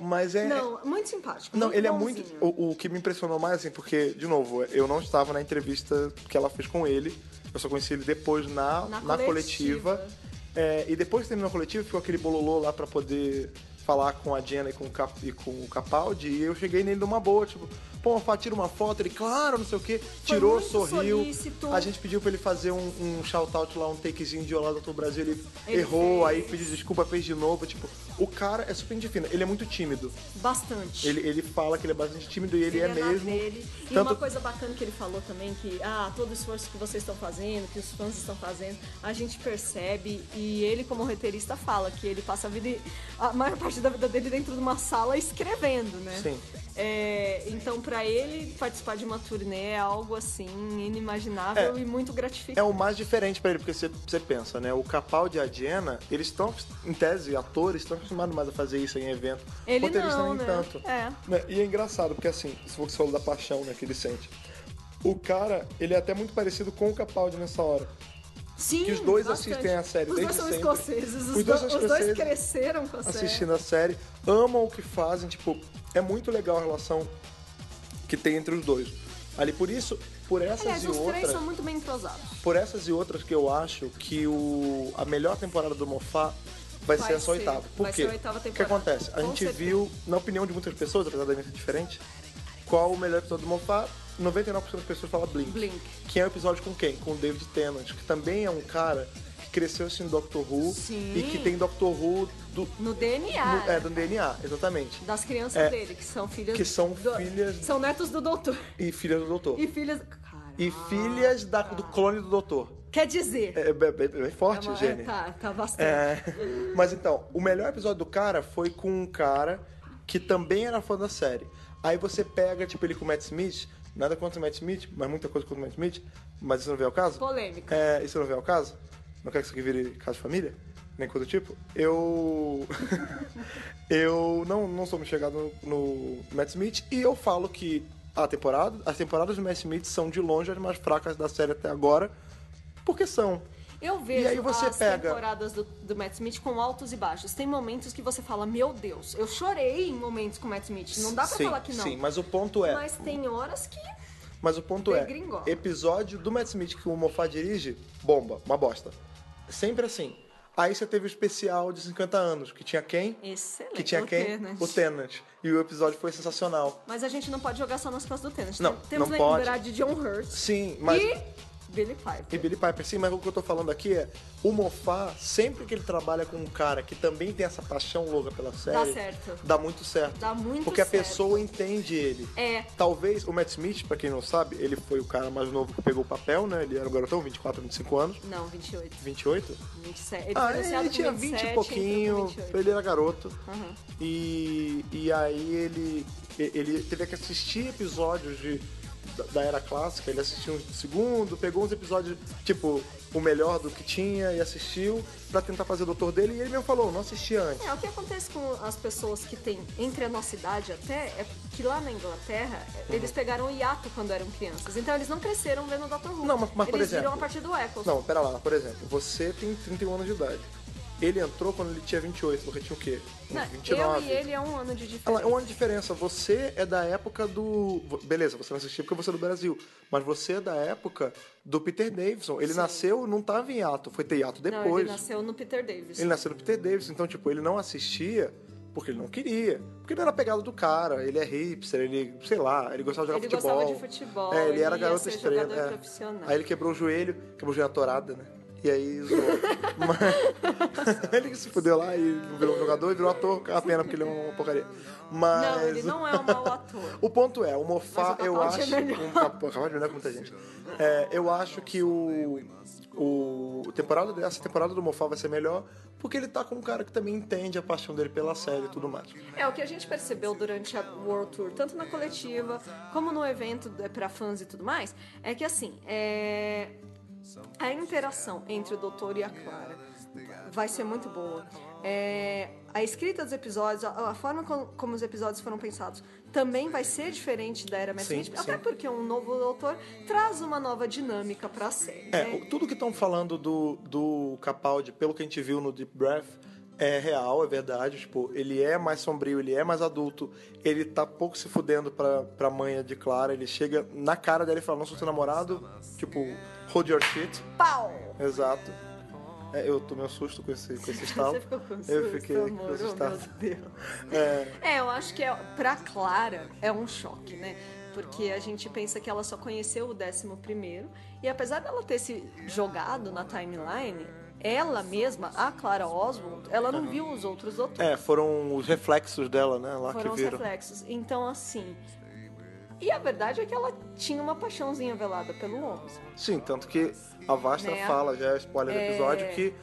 Speaker 1: Mas é.
Speaker 2: Não, muito simpático.
Speaker 1: Não, ele é
Speaker 2: bonzinho.
Speaker 1: muito. O, o que me impressionou mais, assim, porque, de novo, eu não estava na entrevista que ela fez com ele. Eu só conheci ele depois na, na,
Speaker 2: Na
Speaker 1: coletiva.
Speaker 2: coletiva.
Speaker 1: É, e depois que terminou a coletiva, ficou aquele bololô lá pra poder falar com a Jenna e com o, Cap, e com o Capaldi. E eu cheguei nele numa boa, tipo, pô, Fá, tira uma foto. Ele, claro, não sei o quê. Tirou,
Speaker 2: muito
Speaker 1: sorriu.
Speaker 2: solícito.
Speaker 1: A gente pediu pra ele fazer um, um shout-out lá, um takezinho de Olá, Doutor Brasil. Ele, errou, aí
Speaker 2: fez.
Speaker 1: pediu desculpa, fez de novo. Tipo, o cara é super gente fina. Ele é muito tímido.
Speaker 2: Bastante.
Speaker 1: Ele, ele fala que ele é bastante tímido e ele, é
Speaker 2: Ele na
Speaker 1: mesmo.
Speaker 2: dele. E
Speaker 1: Tanto-
Speaker 2: uma coisa bacana que ele falou também, que ah, todo o esforço que vocês estão fazendo, que os fãs estão fazendo, a gente percebe e ele como roteirista fala que ele passa a vida, a maior parte parte da vida dele dentro de uma sala escrevendo, né?
Speaker 1: Sim.
Speaker 2: É, então, pra ele, participar de uma turnê é algo assim inimaginável
Speaker 1: É.
Speaker 2: e muito gratificante.
Speaker 1: É o mais diferente pra ele, porque você, você pensa, né? O Capaldi e a Jenna, eles estão, em tese, atores, estão acostumados mais a fazer isso em evento.
Speaker 2: Ele
Speaker 1: Roteirista
Speaker 2: não,
Speaker 1: nem
Speaker 2: né?
Speaker 1: tanto.
Speaker 2: É.
Speaker 1: Né, E é engraçado, porque assim, se for que você falou da paixão né, que ele sente. O cara, ele é até muito parecido com o Capaldi nessa hora.
Speaker 2: Sim,
Speaker 1: que os dois
Speaker 2: bastante.
Speaker 1: assistem a série
Speaker 2: Os dois
Speaker 1: desde
Speaker 2: são
Speaker 1: sempre.
Speaker 2: escoceses, os,
Speaker 1: Os dois
Speaker 2: do-
Speaker 1: são
Speaker 2: os dois
Speaker 1: escoceses.
Speaker 2: cresceram com a série.
Speaker 1: assistindo a série, amam o que fazem, tipo, é muito legal a relação que tem entre os dois. Ali por isso, por essas
Speaker 2: Aliás,
Speaker 1: e
Speaker 2: os três
Speaker 1: outras,
Speaker 2: são muito bem entrosados.
Speaker 1: por essas e outras que eu acho que o a melhor temporada do Mofá vai,
Speaker 2: Vai
Speaker 1: ser essa
Speaker 2: ser-
Speaker 1: oitava. Por
Speaker 2: vai
Speaker 1: quê?
Speaker 2: ser a oitava
Speaker 1: O que
Speaker 2: temporada.
Speaker 1: acontece? A
Speaker 2: Com
Speaker 1: gente
Speaker 2: certeza.
Speaker 1: viu, na opinião de muitas pessoas, apesar da minha ser diferente, qual o melhor episódio do Mofá? 99% das pessoas fala Blink.
Speaker 2: Blink.
Speaker 1: Que é o episódio com quem? Com o David Tennant, que também é um cara que cresceu assim no Doctor Who
Speaker 2: Sim.
Speaker 1: e que tem Doctor Who do,
Speaker 2: No DNA.
Speaker 1: no-
Speaker 2: né?
Speaker 1: é, do DNA, exatamente.
Speaker 2: Das crianças
Speaker 1: É.
Speaker 2: dele, que são filhas.
Speaker 1: Que são
Speaker 2: do-
Speaker 1: filhas-
Speaker 2: São netos do doutor.
Speaker 1: E filhas do doutor.
Speaker 2: E filhas. Cara.
Speaker 1: E filhas da- do clone do doutor.
Speaker 2: Quer dizer.
Speaker 1: É, é bem, bem- bem forte,
Speaker 2: é uma-
Speaker 1: Jenny.
Speaker 2: é, tá, tá bastante.
Speaker 1: É. Mas então, o melhor episódio do cara foi com um cara que também era fã da série. Aí você pega, tipo, ele com o Matt Smith, nada contra o Matt Smith, mas muita coisa contra o Matt Smith, mas isso não veio ao caso.
Speaker 2: Polêmica.
Speaker 1: É, isso não veio ao caso? Não quer que isso aqui vire caso de família? Nem coisa do tipo? Eu. eu não, não sou muito chegado no, no Matt Smith e eu falo que a temporada, as temporadas do Matt Smith são de longe as mais fracas da série até agora, porque são.
Speaker 2: Eu vejo
Speaker 1: aí você
Speaker 2: as
Speaker 1: pega-
Speaker 2: temporadas do, do Matt Smith com altos e baixos. Tem momentos que você fala, meu Deus, eu chorei em momentos com o Matt Smith. Não dá pra
Speaker 1: sim,
Speaker 2: falar que não.
Speaker 1: Sim, mas o ponto é.
Speaker 2: Mas tem horas que.
Speaker 1: Mas o ponto é,
Speaker 2: Degringola.
Speaker 1: episódio do Matt Smith que o Moffat dirige, bomba, uma bosta. Sempre assim. Aí você teve o especial de 50 anos, que tinha quem?
Speaker 2: Excelente. né,
Speaker 1: Que tinha
Speaker 2: o
Speaker 1: quem?
Speaker 2: Tenant.
Speaker 1: O Tenant. E o episódio foi sensacional.
Speaker 2: Mas a gente não pode jogar só nas costas do tênis.
Speaker 1: Não,
Speaker 2: Temos
Speaker 1: não
Speaker 2: que lembrar
Speaker 1: pode.
Speaker 2: de John Hurt
Speaker 1: Sim, mas...
Speaker 2: e Billy Piper.
Speaker 1: E Billy Piper, sim, mas o que eu tô falando aqui é... O Moffat, sempre que ele trabalha com um cara que também tem essa paixão louca pela série...
Speaker 2: certo.
Speaker 1: Dá muito certo.
Speaker 2: Dá muito
Speaker 1: Porque a
Speaker 2: certo.
Speaker 1: pessoa entende ele.
Speaker 2: É.
Speaker 1: Talvez o Matt Smith, pra quem não sabe, ele foi o cara mais novo que pegou o papel, né? Ele era um garotão, 24, 25 anos.
Speaker 2: Não, 28.
Speaker 1: 28?
Speaker 2: 27. Ele
Speaker 1: Ah,
Speaker 2: foi anunciado
Speaker 1: ele
Speaker 2: com
Speaker 1: tinha
Speaker 2: 27,
Speaker 1: 20 e
Speaker 2: entrou com
Speaker 1: pouquinho,
Speaker 2: 28.
Speaker 1: ele era garoto.
Speaker 2: Aham.
Speaker 1: E, e aí ele, ele teve que assistir episódios de, da, da era clássica, ele assistiu uns de segundo, pegou uns episódios, tipo, o melhor do que tinha e assistiu pra tentar fazer o doutor dele. E ele mesmo falou, não assisti antes.
Speaker 2: É, o que acontece com as pessoas que têm entre a nossa idade até é que lá na Inglaterra é,
Speaker 1: Uhum.
Speaker 2: eles pegaram o hiato quando eram crianças. Então eles não cresceram vendo Dr. Who.
Speaker 1: Não, mas- mas,
Speaker 2: eles
Speaker 1: por exemplo-
Speaker 2: viram a partir do Eccles.
Speaker 1: Não, pera lá, por exemplo, você tem 31 anos de idade. Ele entrou quando ele tinha 28, porque tinha o quê? Uns
Speaker 2: Não,
Speaker 1: 29.
Speaker 2: eu e ele é um ano de diferença.
Speaker 1: Ela, é um ano de diferença. Você é da época do. Beleza, você não assistiu porque você é do Brasil. Mas você é da época do Peter Davidson. Ele nasceu, não tava em ato. Foi ter ato
Speaker 2: Não,
Speaker 1: depois.
Speaker 2: ele nasceu no Peter Davis.
Speaker 1: Ele nasceu do Peter Davidson. Então, tipo, ele não assistia porque ele não queria. Porque ele era pegado do cara. Ele é hipster, ele, sei lá, ele gostava de jogar
Speaker 2: Ele
Speaker 1: futebol.
Speaker 2: gostava de futebol,
Speaker 1: É, ele,
Speaker 2: ele
Speaker 1: era
Speaker 2: ia
Speaker 1: garoto
Speaker 2: ser
Speaker 1: estrela.
Speaker 2: jogador
Speaker 1: é.
Speaker 2: profissional.
Speaker 1: Aí ele quebrou o joelho, quebrou o joelho na torada, né? E aí zoou. Mas... ele se fudeu lá e virou um jogador e virou ator. A pena, porque ele é uma porcaria. Mas...
Speaker 2: Não, ele não é um mau ator.
Speaker 1: O ponto é, o Mofá,
Speaker 2: Mas o
Speaker 1: eu
Speaker 2: Capaldi é
Speaker 1: acho.
Speaker 2: melhor.
Speaker 1: um Cap- Capaldi é melhor que muita gente. É, eu acho que o. O temporada dessa temporada do Mofá vai ser melhor, porque ele tá com um cara que também entende a paixão dele pela série e tudo mais.
Speaker 2: É, o que a gente percebeu durante a World Tour, tanto na coletiva como no evento é, pra fãs e tudo mais, é que assim, é, a interação entre o doutor e a Clara vai ser muito boa. É, a escrita dos episódios, a, a forma com- como os episódios foram pensados também vai ser diferente da era Matt
Speaker 1: Sim,
Speaker 2: Smith, até
Speaker 1: sim.
Speaker 2: porque um novo doutor traz uma nova dinâmica pra série.
Speaker 1: É,
Speaker 2: né?
Speaker 1: o- tudo que estão falando do, do Capaldi, pelo que a gente viu no Deep Breath, é real, é verdade. Tipo, ele é mais sombrio, ele é mais adulto, ele tá pouco se fudendo pra, pra manha de Clara, ele chega na cara dela e fala, não sou seu namorado, tipo, hold your shit.
Speaker 2: Pau!
Speaker 1: Exato. É, eu tomei um susto com esse, com esse estalo.
Speaker 2: Você ficou com um
Speaker 1: Eu
Speaker 2: susto,
Speaker 1: fiquei
Speaker 2: amor,
Speaker 1: com esse
Speaker 2: oh,
Speaker 1: estalo.
Speaker 2: meu Deus.
Speaker 1: É,
Speaker 2: É, eu acho que é, pra Clara é um choque, né? Porque a gente pensa que ela só conheceu o 11 e apesar dela ter se jogado na timeline, ela mesma, a Clara Oswald, ela não viu os outros doutores,
Speaker 1: é, foram os reflexos dela, né, lá que
Speaker 2: foram os
Speaker 1: viram.
Speaker 2: reflexos. Então, assim. E a verdade é que ela tinha uma paixãozinha velada pelo 11.
Speaker 1: Sim, tanto que a Vasta
Speaker 2: Né?
Speaker 1: fala, já é spoiler do
Speaker 2: É.
Speaker 1: episódio, que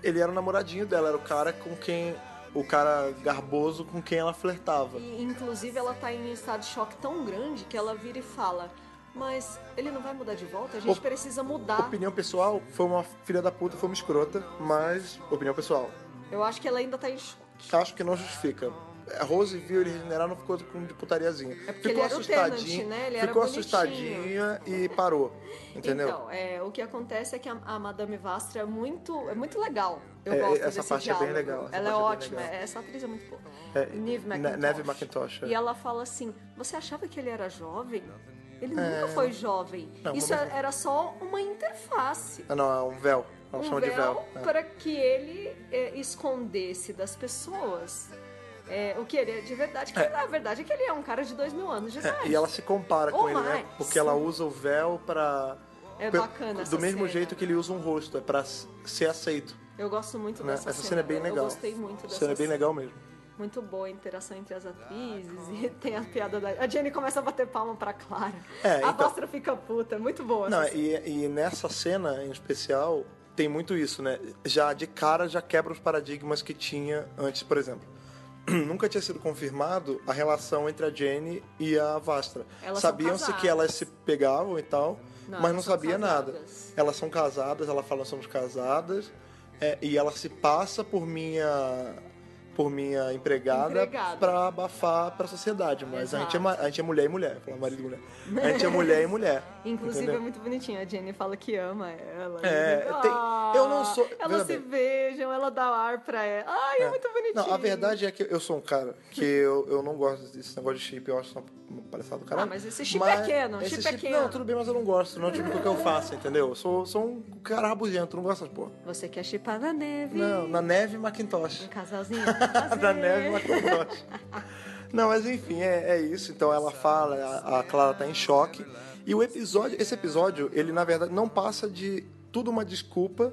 Speaker 1: ele era o namoradinho dela, era o cara com quem o cara garboso com quem ela flertava.
Speaker 2: E, inclusive, ela tá em um estado de choque tão grande que ela vira e fala: Mas ele não vai mudar de volta? A gente
Speaker 1: Op-
Speaker 2: precisa mudar.
Speaker 1: Opinião pessoal, foi uma filha da puta, foi uma escrota, mas opinião pessoal.
Speaker 2: Eu acho que ela ainda tá em choque.
Speaker 1: Acho que não justifica. A Rose viu ele regenerar, não ficou com um de putariazinha.
Speaker 2: É porque
Speaker 1: ficou
Speaker 2: ele era o Tenant, né? Ele era
Speaker 1: ficou
Speaker 2: bonitinho.
Speaker 1: assustadinha e parou. Entendeu?
Speaker 2: Então, é, o que acontece é que a, a Madame Vastra é muito, é muito legal. Eu
Speaker 1: É,
Speaker 2: gosto
Speaker 1: essa
Speaker 2: desse
Speaker 1: parte é bem
Speaker 2: diálogo.
Speaker 1: legal, essa
Speaker 2: Ela é
Speaker 1: parte é bem
Speaker 2: ótima.
Speaker 1: legal.
Speaker 2: Essa atriz é muito boa.
Speaker 1: É,
Speaker 2: Neve
Speaker 1: Ne-
Speaker 2: McIntosh.
Speaker 1: Neve McIntosh, é.
Speaker 2: E ela fala assim: Você achava que ele era jovem? Ele nunca foi jovem.
Speaker 1: É. Não, é
Speaker 2: Isso é,
Speaker 1: vamos-
Speaker 2: era só uma interface.
Speaker 1: Ah, não, é um véu. Ela
Speaker 2: um
Speaker 1: chama
Speaker 2: véu
Speaker 1: de véu. É.
Speaker 2: para que ele é, escondesse das pessoas é, o que ele é de verdade. Que na verdade é que ele é um cara de dois mil anos de idade.
Speaker 1: É, E ela se compara
Speaker 2: Ou
Speaker 1: com ele, né?
Speaker 2: mais.
Speaker 1: Porque ela usa o véu pra.
Speaker 2: É
Speaker 1: pe-
Speaker 2: bacana essa
Speaker 1: Do mesmo
Speaker 2: cena.
Speaker 1: jeito que ele usa um rosto, é pra s- ser aceito.
Speaker 2: Eu gosto muito
Speaker 1: Né?
Speaker 2: dessa
Speaker 1: Essa, cena é bem legal.
Speaker 2: Eu gostei muito dessa
Speaker 1: Essa cena é bem legal mesmo.
Speaker 2: Muito boa a interação entre as atrizes
Speaker 1: Ah,
Speaker 2: e tem a piada da. A Jenny começa a bater palma pra Clara.
Speaker 1: É,
Speaker 2: a
Speaker 1: então.
Speaker 2: Bastra fica puta. Muito boa.
Speaker 1: Não,
Speaker 2: essa
Speaker 1: e, e nessa cena em especial tem muito isso, né? Já de cara já quebra os paradigmas que tinha antes, por exemplo. Nunca tinha sido confirmado a relação entre a Jenny e a Vastra.
Speaker 2: Elas são
Speaker 1: Sabiam-se que
Speaker 2: casadas.
Speaker 1: elas se pegavam e tal,
Speaker 2: Não,
Speaker 1: mas
Speaker 2: elas
Speaker 1: não
Speaker 2: são
Speaker 1: sabia nada.
Speaker 2: casadas.
Speaker 1: Elas são casadas, ela fala somos casadas, é, e ela se passa por minha por minha empregada,
Speaker 2: Empregada.
Speaker 1: pra abafar pra sociedade, mas a gente é
Speaker 2: Exato.
Speaker 1: ma- a gente é mulher e mulher, falar marido e mulher. A gente é mulher e mulher.
Speaker 2: Inclusive
Speaker 1: entendeu?
Speaker 2: é muito bonitinho. A Jenny fala que ama ela.
Speaker 1: É,
Speaker 2: Ele-
Speaker 1: tem-
Speaker 2: Ah,
Speaker 1: eu não sou- veja
Speaker 2: Elas se
Speaker 1: bem.
Speaker 2: beijam, ela dá ar pra ela. Ai, é, muito bonitinho.
Speaker 1: Não, a verdade é que eu sou um cara que eu, eu não gosto desse negócio de chip, eu acho uma uma palhaçada do caralho.
Speaker 2: Ah, mas esse chip é Canon,
Speaker 1: esse
Speaker 2: chip é Canon.
Speaker 1: Não, tudo bem, mas eu não gosto, não é o tipo que eu faço, entendeu? Eu sou, sou um cara rabugento, não gosto dessas porra.
Speaker 2: Você quer chipar na neve?
Speaker 1: Não, na neve Macintosh.
Speaker 2: Um casalzinho.
Speaker 1: da neve Macintosh. Não, mas enfim, é, é isso. Então ela fala, a, a Clara tá em choque. E o episódio, esse episódio, ele na verdade não passa de tudo uma desculpa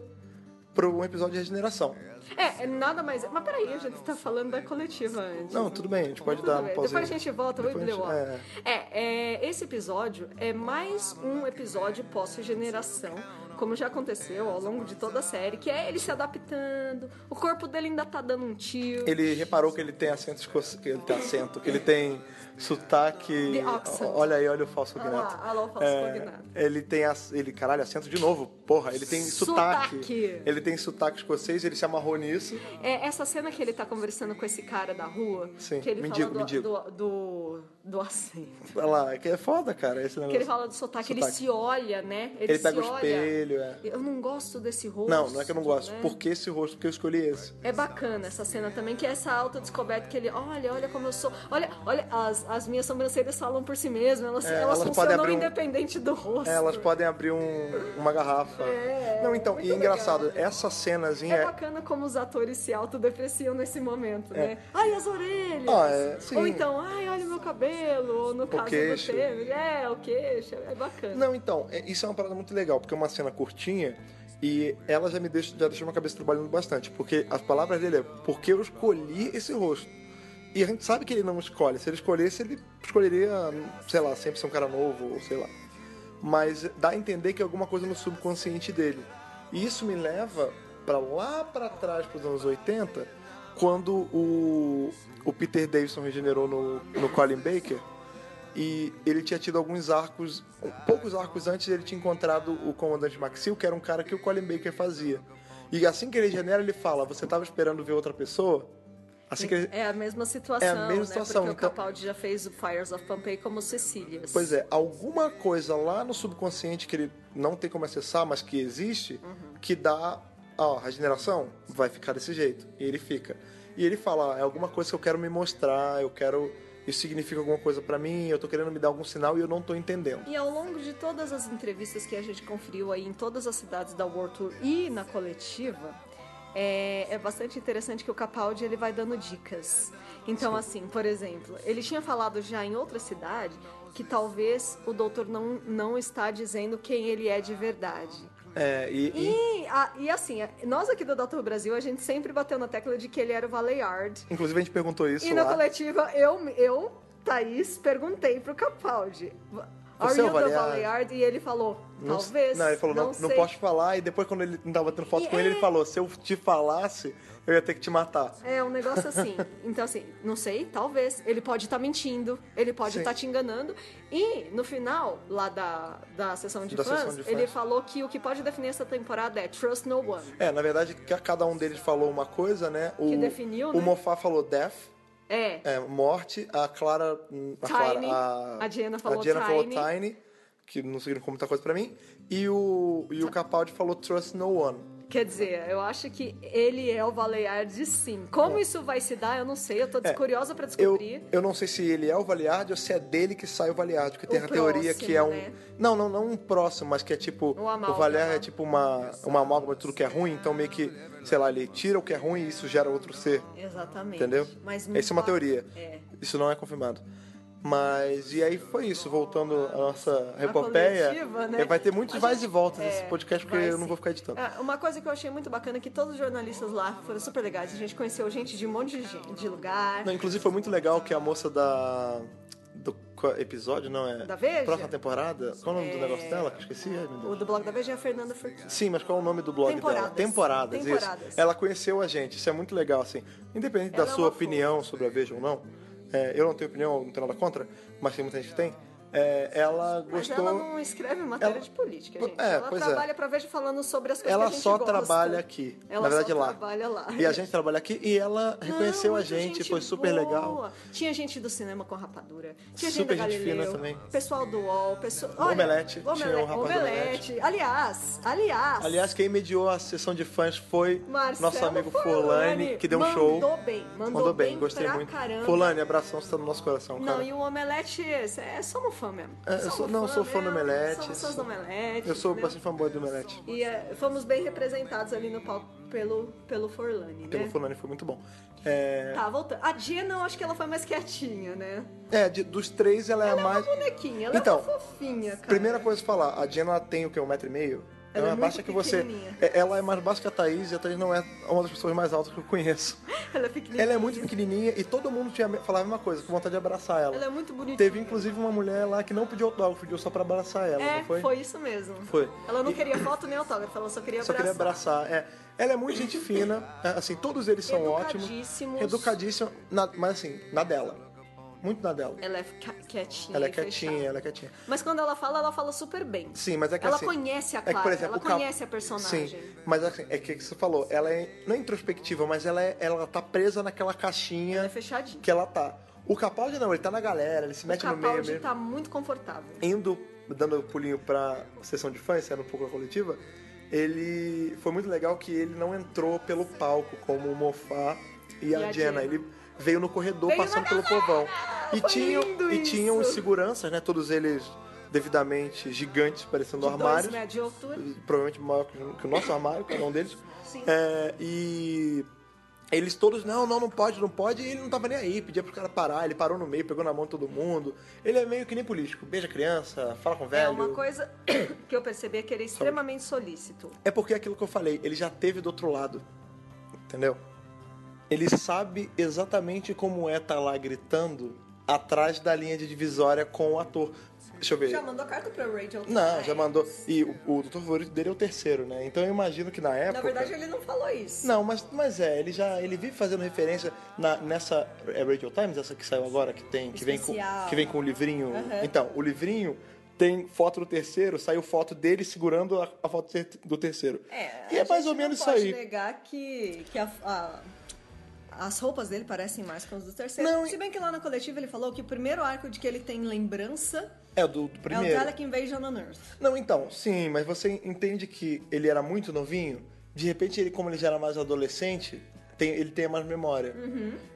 Speaker 1: para um episódio de regeneração.
Speaker 2: É, é nada mais. Mas peraí, a gente tá falando da coletiva antes.
Speaker 1: Não, tudo bem, a gente pode
Speaker 2: Tudo
Speaker 1: dar
Speaker 2: bem,
Speaker 1: uma
Speaker 2: Depois
Speaker 1: pausinha.
Speaker 2: a gente volta, vou
Speaker 1: Depois a
Speaker 2: entender
Speaker 1: gente-
Speaker 2: o é. É, esse episódio é mais um episódio pós-regeneração, como já aconteceu ao longo de toda a série, que é ele se adaptando, o corpo dele ainda tá dando um tiro.
Speaker 1: Ele reparou que ele tem acento escocês, que ele tem acento, que ele tem sotaque.
Speaker 2: The accent.
Speaker 1: Olha aí, olha o falso
Speaker 2: Olha
Speaker 1: cognato.
Speaker 2: lá, olha lá o falso cognato.
Speaker 1: Ele tem ac- ele, caralho, acento de novo. Porra, ele tem sotaque.
Speaker 2: Sotaque.
Speaker 1: Ele tem sotaque escocês, ele se amarrou nisso.
Speaker 2: É essa cena que ele tá conversando com esse cara da rua,
Speaker 1: Sim,
Speaker 2: que ele
Speaker 1: mendigo,
Speaker 2: fala do,
Speaker 1: mendigo.
Speaker 2: do, do, do acento.
Speaker 1: Olha lá, que é foda, cara, esse negócio.
Speaker 2: Que ele fala do sotaque, ele
Speaker 1: Sotaque.
Speaker 2: se olha, né? Ele,
Speaker 1: Ele pega
Speaker 2: se
Speaker 1: o
Speaker 2: olha.
Speaker 1: espelho, é.
Speaker 2: Eu não gosto desse rosto.
Speaker 1: Não, não é que eu não gosto.
Speaker 2: né?
Speaker 1: Por que esse rosto? Porque eu escolhi esse.
Speaker 2: É bacana essa cena também, que é essa autodescoberta que ele, olha, olha como eu sou, olha, olha, as, as minhas sobrancelhas falam por si mesmas, elas,
Speaker 1: É,
Speaker 2: elas
Speaker 1: elas podem
Speaker 2: funcionam
Speaker 1: abrir um-
Speaker 2: independente do rosto.
Speaker 1: É, elas podem abrir um- uma garrafa.
Speaker 2: É,
Speaker 1: não, então, e
Speaker 2: muito
Speaker 1: engraçado, essa cenazinha
Speaker 2: É bacana como os atores se autodepreciam nesse momento, né? Ai, as orelhas!
Speaker 1: É. Ah, é, sim.
Speaker 2: Ou então, ai, olha o meu cabelo, ou no caso
Speaker 1: queixo.
Speaker 2: do Temer, é, o queixo, é bacana.
Speaker 1: Não, então, é- isso é uma parada muito legal, porque é uma cena curtinha e ela já me deixa, já deixou minha cabeça trabalhando bastante, porque as palavras dele é porque eu escolhi esse rosto. E a gente sabe que ele não escolhe. Se ele escolhesse, ele escolheria, sei lá, sempre ser um cara novo, ou sei lá. Mas dá a entender que é alguma coisa no subconsciente dele. E isso me leva pra lá pra trás, pros anos 80, quando o, o Peter Davidson regenerou no, no Colin Baker. E ele tinha tido alguns arcos, poucos arcos antes ele tinha encontrado o comandante Maxil, que era um cara que o Colin Baker fazia. E assim que ele regenera, ele fala: Você tava esperando ver outra pessoa? Assim que ele.
Speaker 2: É a mesma situação,
Speaker 1: É a mesma
Speaker 2: né?
Speaker 1: situação,
Speaker 2: Porque
Speaker 1: então-
Speaker 2: o Capaldi já fez o Fires of Pompeii como Cecílias.
Speaker 1: Pois é, alguma coisa lá no subconsciente que ele não tem como acessar, mas que existe, que dá. Ó, a regeneração vai ficar desse jeito. E ele fica. E ele fala: "Ah, É alguma coisa que eu quero me mostrar, eu quero. Isso significa alguma coisa pra mim, eu tô querendo me dar algum sinal e eu não tô entendendo.
Speaker 2: E ao longo de todas as entrevistas que a gente conferiu aí em todas as cidades da World Tour e na coletiva, é, é bastante interessante que o Capaldi ele vai dando dicas. Então, assim, por exemplo, ele tinha falado já em outra cidade que talvez o doutor não, não está dizendo quem ele é de verdade.
Speaker 1: É, e- e
Speaker 2: E, a- e assim, nós aqui do Doutor Brasil, a gente sempre bateu na tecla de que ele era o Valeyard.
Speaker 1: Inclusive a gente perguntou isso
Speaker 2: E na
Speaker 1: lá.
Speaker 2: coletiva, eu, eu, Thaís, perguntei pro Capaldi. Are
Speaker 1: Você é
Speaker 2: you
Speaker 1: o
Speaker 2: the
Speaker 1: Balear?
Speaker 2: Baleard? E ele falou, talvez.
Speaker 1: Não, ele falou, não, não
Speaker 2: sei.
Speaker 1: posso falar. E depois, quando ele não tava tendo foto
Speaker 2: E
Speaker 1: com ele,
Speaker 2: é-
Speaker 1: ele falou: se eu te falasse, eu ia ter que te matar.
Speaker 2: É, um negócio assim. Então, assim, não sei, talvez. Ele pode estar mentindo, ele pode
Speaker 1: Sim.
Speaker 2: estar te enganando. E, no final, lá da, da sessão de
Speaker 1: Da
Speaker 2: fãs,
Speaker 1: sessão de fãs.
Speaker 2: ele falou que o que pode definir essa temporada é Trust No One.
Speaker 1: É, na verdade, que cada um deles falou uma coisa, né? O,
Speaker 2: Que definiu,
Speaker 1: o
Speaker 2: né?
Speaker 1: Mofá falou death,
Speaker 2: É,
Speaker 1: é, morte. A Clara. A, Clara,
Speaker 2: Tiny.
Speaker 1: a,
Speaker 2: A Diana falou
Speaker 1: a Diana falou
Speaker 2: tiny.
Speaker 1: tiny, que não significa muita coisa pra mim. E o, e
Speaker 2: Tá.
Speaker 1: o Capaldi falou trust no one.
Speaker 2: quer dizer, eu acho que ele é o Baleard sim. Como isso vai se dar, eu não sei, eu tô
Speaker 1: É,
Speaker 2: curiosa pra
Speaker 1: Eu,
Speaker 2: descobrir.
Speaker 1: eu não sei se ele é o Valiard ou se é dele que sai o Valiard, porque tem
Speaker 2: O
Speaker 1: a teoria que é um.
Speaker 2: próximo, né?
Speaker 1: Não, não, não um próximo, mas que é tipo.
Speaker 2: Um amálgama.
Speaker 1: o Valiard é tipo uma, uma amálgama de tudo que é ruim, então meio que, sei lá, ele tira o que é ruim e isso gera outro ser.
Speaker 2: Exatamente.
Speaker 1: Entendeu?
Speaker 2: Mas não
Speaker 1: Essa é uma
Speaker 2: fa-
Speaker 1: teoria.
Speaker 2: É.
Speaker 1: Isso não é confirmado. Mas, e aí foi isso, voltando à nossa
Speaker 2: coletiva,
Speaker 1: repompeia.
Speaker 2: né?
Speaker 1: Vai ter muitos
Speaker 2: A
Speaker 1: vais e
Speaker 2: gente-
Speaker 1: voltas
Speaker 2: é,
Speaker 1: nesse podcast, porque
Speaker 2: vai
Speaker 1: eu não
Speaker 2: sim.
Speaker 1: vou ficar editando.
Speaker 2: Ah, uma coisa que eu achei muito bacana é que todos os jornalistas lá foram super legais. A gente conheceu gente de um monte de, gente, de lugar.
Speaker 1: Não, inclusive foi muito legal que a moça da. do co- episódio, não é?
Speaker 2: Da Veja?
Speaker 1: Próxima temporada? Qual o nome do
Speaker 2: É.
Speaker 1: negócio dela? Que eu Esqueci, ai meu Deus.
Speaker 2: O do blog da Veja é a Fernanda Furquim.
Speaker 1: Sim, mas qual é o nome do blog dela?
Speaker 2: Temporadas.
Speaker 1: Temporadas,
Speaker 2: Temporadas.
Speaker 1: isso. Ela conheceu a gente, isso é muito legal, assim. Independente
Speaker 2: Ela
Speaker 1: da
Speaker 2: é
Speaker 1: sua
Speaker 2: uma
Speaker 1: opinião sobre a Veja ou não, é, eu não tenho opinião, não tenho nada contra, mas tem muita gente que tem. é, ela
Speaker 2: Mas
Speaker 1: gostou.
Speaker 2: ela não é escreve matéria
Speaker 1: Ela-
Speaker 2: de política,
Speaker 1: Po-
Speaker 2: gente.
Speaker 1: é,
Speaker 2: ela
Speaker 1: pois é.
Speaker 2: trabalha pra Veja falando sobre as coisas
Speaker 1: Ela
Speaker 2: que a gente
Speaker 1: só
Speaker 2: gosta.
Speaker 1: trabalha aqui.
Speaker 2: Ela
Speaker 1: na verdade,
Speaker 2: só
Speaker 1: lá.
Speaker 2: trabalha lá.
Speaker 1: E a gente trabalha aqui e ela
Speaker 2: Não,
Speaker 1: reconheceu a
Speaker 2: muita
Speaker 1: gente, foi super
Speaker 2: boa.
Speaker 1: legal.
Speaker 2: Tinha gente do cinema com rapadura. Tinha
Speaker 1: Super
Speaker 2: gente da
Speaker 1: gente fina
Speaker 2: Galileu.
Speaker 1: também.
Speaker 2: Pessoal do UOL. Pessoal... Olha,
Speaker 1: Omelete, tinha um
Speaker 2: Omelete.
Speaker 1: rapaz do
Speaker 2: Omelete. Aliás, aliás.
Speaker 1: Aliás, quem mediou a sessão de fãs foi
Speaker 2: Marcelo
Speaker 1: nosso amigo
Speaker 2: Forlani,
Speaker 1: Forlani, que deu um show.
Speaker 2: Mandou bem, mandou, bem,
Speaker 1: gostei
Speaker 2: pra
Speaker 1: muito.
Speaker 2: caramba.
Speaker 1: Forlani, abração, você tá no nosso coração,
Speaker 2: Não,
Speaker 1: cara.
Speaker 2: e o Omelete, é, somos fã mesmo.
Speaker 1: É, eu
Speaker 2: Somos
Speaker 1: sou- não, eu sou fã do
Speaker 2: mesmo,
Speaker 1: Omelete,
Speaker 2: Somos fãs do
Speaker 1: sou-
Speaker 2: Omelete. né?
Speaker 1: Eu sou
Speaker 2: entendeu?
Speaker 1: bastante fanboy do Omelete.
Speaker 2: E é, fomos bem representados ali no palco pelo, pelo Forlani, né?
Speaker 1: Pelo Forlani foi muito bom. É,
Speaker 2: Tá, voltando. A Jenna, eu acho que ela foi mais quietinha, né?
Speaker 1: é, de- dos três ela é a
Speaker 2: Ela
Speaker 1: mais.
Speaker 2: é uma bonequinha, ela
Speaker 1: Então,
Speaker 2: é uma fofinha, cara.
Speaker 1: Primeira coisa a falar, a Jenna ela tem o que? Um metro e meio?
Speaker 2: Ela é
Speaker 1: mais
Speaker 2: muito
Speaker 1: baixa que você.
Speaker 2: pequenininha.
Speaker 1: É, Ela é mais baixa que a Thaís e a Thaís não é uma das pessoas mais altas que eu conheço.
Speaker 2: Ela é pequenininha.
Speaker 1: Ela é muito pequenininha e todo mundo tinha, falava a mesma coisa, com vontade de abraçar ela.
Speaker 2: Ela é muito bonitinha.
Speaker 1: Teve inclusive uma mulher lá que não pediu autógrafo, pediu só pra abraçar ela,
Speaker 2: É,
Speaker 1: não foi?
Speaker 2: foi? isso mesmo.
Speaker 1: Foi.
Speaker 2: Ela não queria foto nem autógrafo, ela só queria
Speaker 1: Só queria
Speaker 2: abraçar.
Speaker 1: abraçar. É. Ela é muito gente fina, é, assim, todos eles são ótimos.
Speaker 2: Educadíssimos.
Speaker 1: Educadíssima, na- mas assim, na dela. Muito na dela.
Speaker 2: Ela é ca- quietinha.
Speaker 1: Ela é
Speaker 2: e fechada.
Speaker 1: quietinha, ela é quietinha.
Speaker 2: Mas quando ela fala, ela fala super bem.
Speaker 1: Sim, mas é que
Speaker 2: Ela
Speaker 1: assim,
Speaker 2: conhece a
Speaker 1: é que, por
Speaker 2: Clara,
Speaker 1: exemplo,
Speaker 2: ela
Speaker 1: o Cap-
Speaker 2: conhece a personagem.
Speaker 1: Sim, mas assim, é que você falou, ela é, não é introspectiva, mas ela, é, ela tá presa naquela caixinha
Speaker 2: Ela é fechadinha.
Speaker 1: que ela tá. O Capaldi não, ele tá na galera, ele se
Speaker 2: O
Speaker 1: mete no meio
Speaker 2: Capaldi
Speaker 1: mesmo.
Speaker 2: tá muito confortável.
Speaker 1: Indo, dando o pulinho pra sessão de fãs, era um pouco a coletiva, ele... Foi muito legal que ele não entrou pelo palco como o Mofá e, a,
Speaker 2: a
Speaker 1: Jenna.
Speaker 2: Jenna.
Speaker 1: Ele veio no corredor,
Speaker 2: Veio
Speaker 1: passando
Speaker 2: na
Speaker 1: pelo povão. E,
Speaker 2: Foi
Speaker 1: tinham,
Speaker 2: lindo
Speaker 1: e tinham os
Speaker 2: isso.
Speaker 1: seguranças, né? Todos eles devidamente gigantes, parecendo
Speaker 2: De
Speaker 1: armários
Speaker 2: dois metros de altura.
Speaker 1: provavelmente maior que o- que o nosso armário, cada um deles.
Speaker 2: Sim.
Speaker 1: É, e eles todos, não, não, não pode, não pode, e ele não tava nem aí, pedia pro cara parar, ele parou no meio, pegou na mão de todo mundo. Ele é meio que nem político, beija criança, fala com velho.
Speaker 2: É uma coisa que eu percebi é que ele é extremamente solícito.
Speaker 1: É porque é aquilo que eu falei, ele já teve do outro lado, entendeu? Ele sabe exatamente como é estar lá gritando atrás da linha de divisória com o ator. Deixa eu ver.
Speaker 2: Já mandou carta pra Rachel? É.
Speaker 1: Não, já mandou. E o, o doutor favorito dele é o terceiro, né? Então eu imagino que na época.
Speaker 2: Na verdade, ele não falou isso.
Speaker 1: Não, mas, mas é, ele já ele vive fazendo referência na, nessa é Radio Times, essa que saiu agora, que tem que vem com
Speaker 2: Especial.
Speaker 1: que vem com o livrinho.
Speaker 2: Aham.
Speaker 1: Então, o livrinho tem foto do terceiro, saiu foto dele segurando a, a foto ter- do terceiro.
Speaker 2: É,
Speaker 1: e
Speaker 2: a
Speaker 1: é mais
Speaker 2: gente
Speaker 1: ou menos
Speaker 2: não
Speaker 1: isso aí.
Speaker 2: pode negar que, que a- a- as roupas dele parecem mais com as do terceiro.
Speaker 1: Não, e-
Speaker 2: Se bem que lá na coletiva ele falou que o primeiro arco de que ele tem lembrança
Speaker 1: É do, do
Speaker 2: é o
Speaker 1: primeiro.
Speaker 2: Dalek Invasion on Earth.
Speaker 1: Não, então, sim, mas você entende que ele era muito novinho? De repente, ele, como ele já era mais adolescente, tem- ele tem mais memória.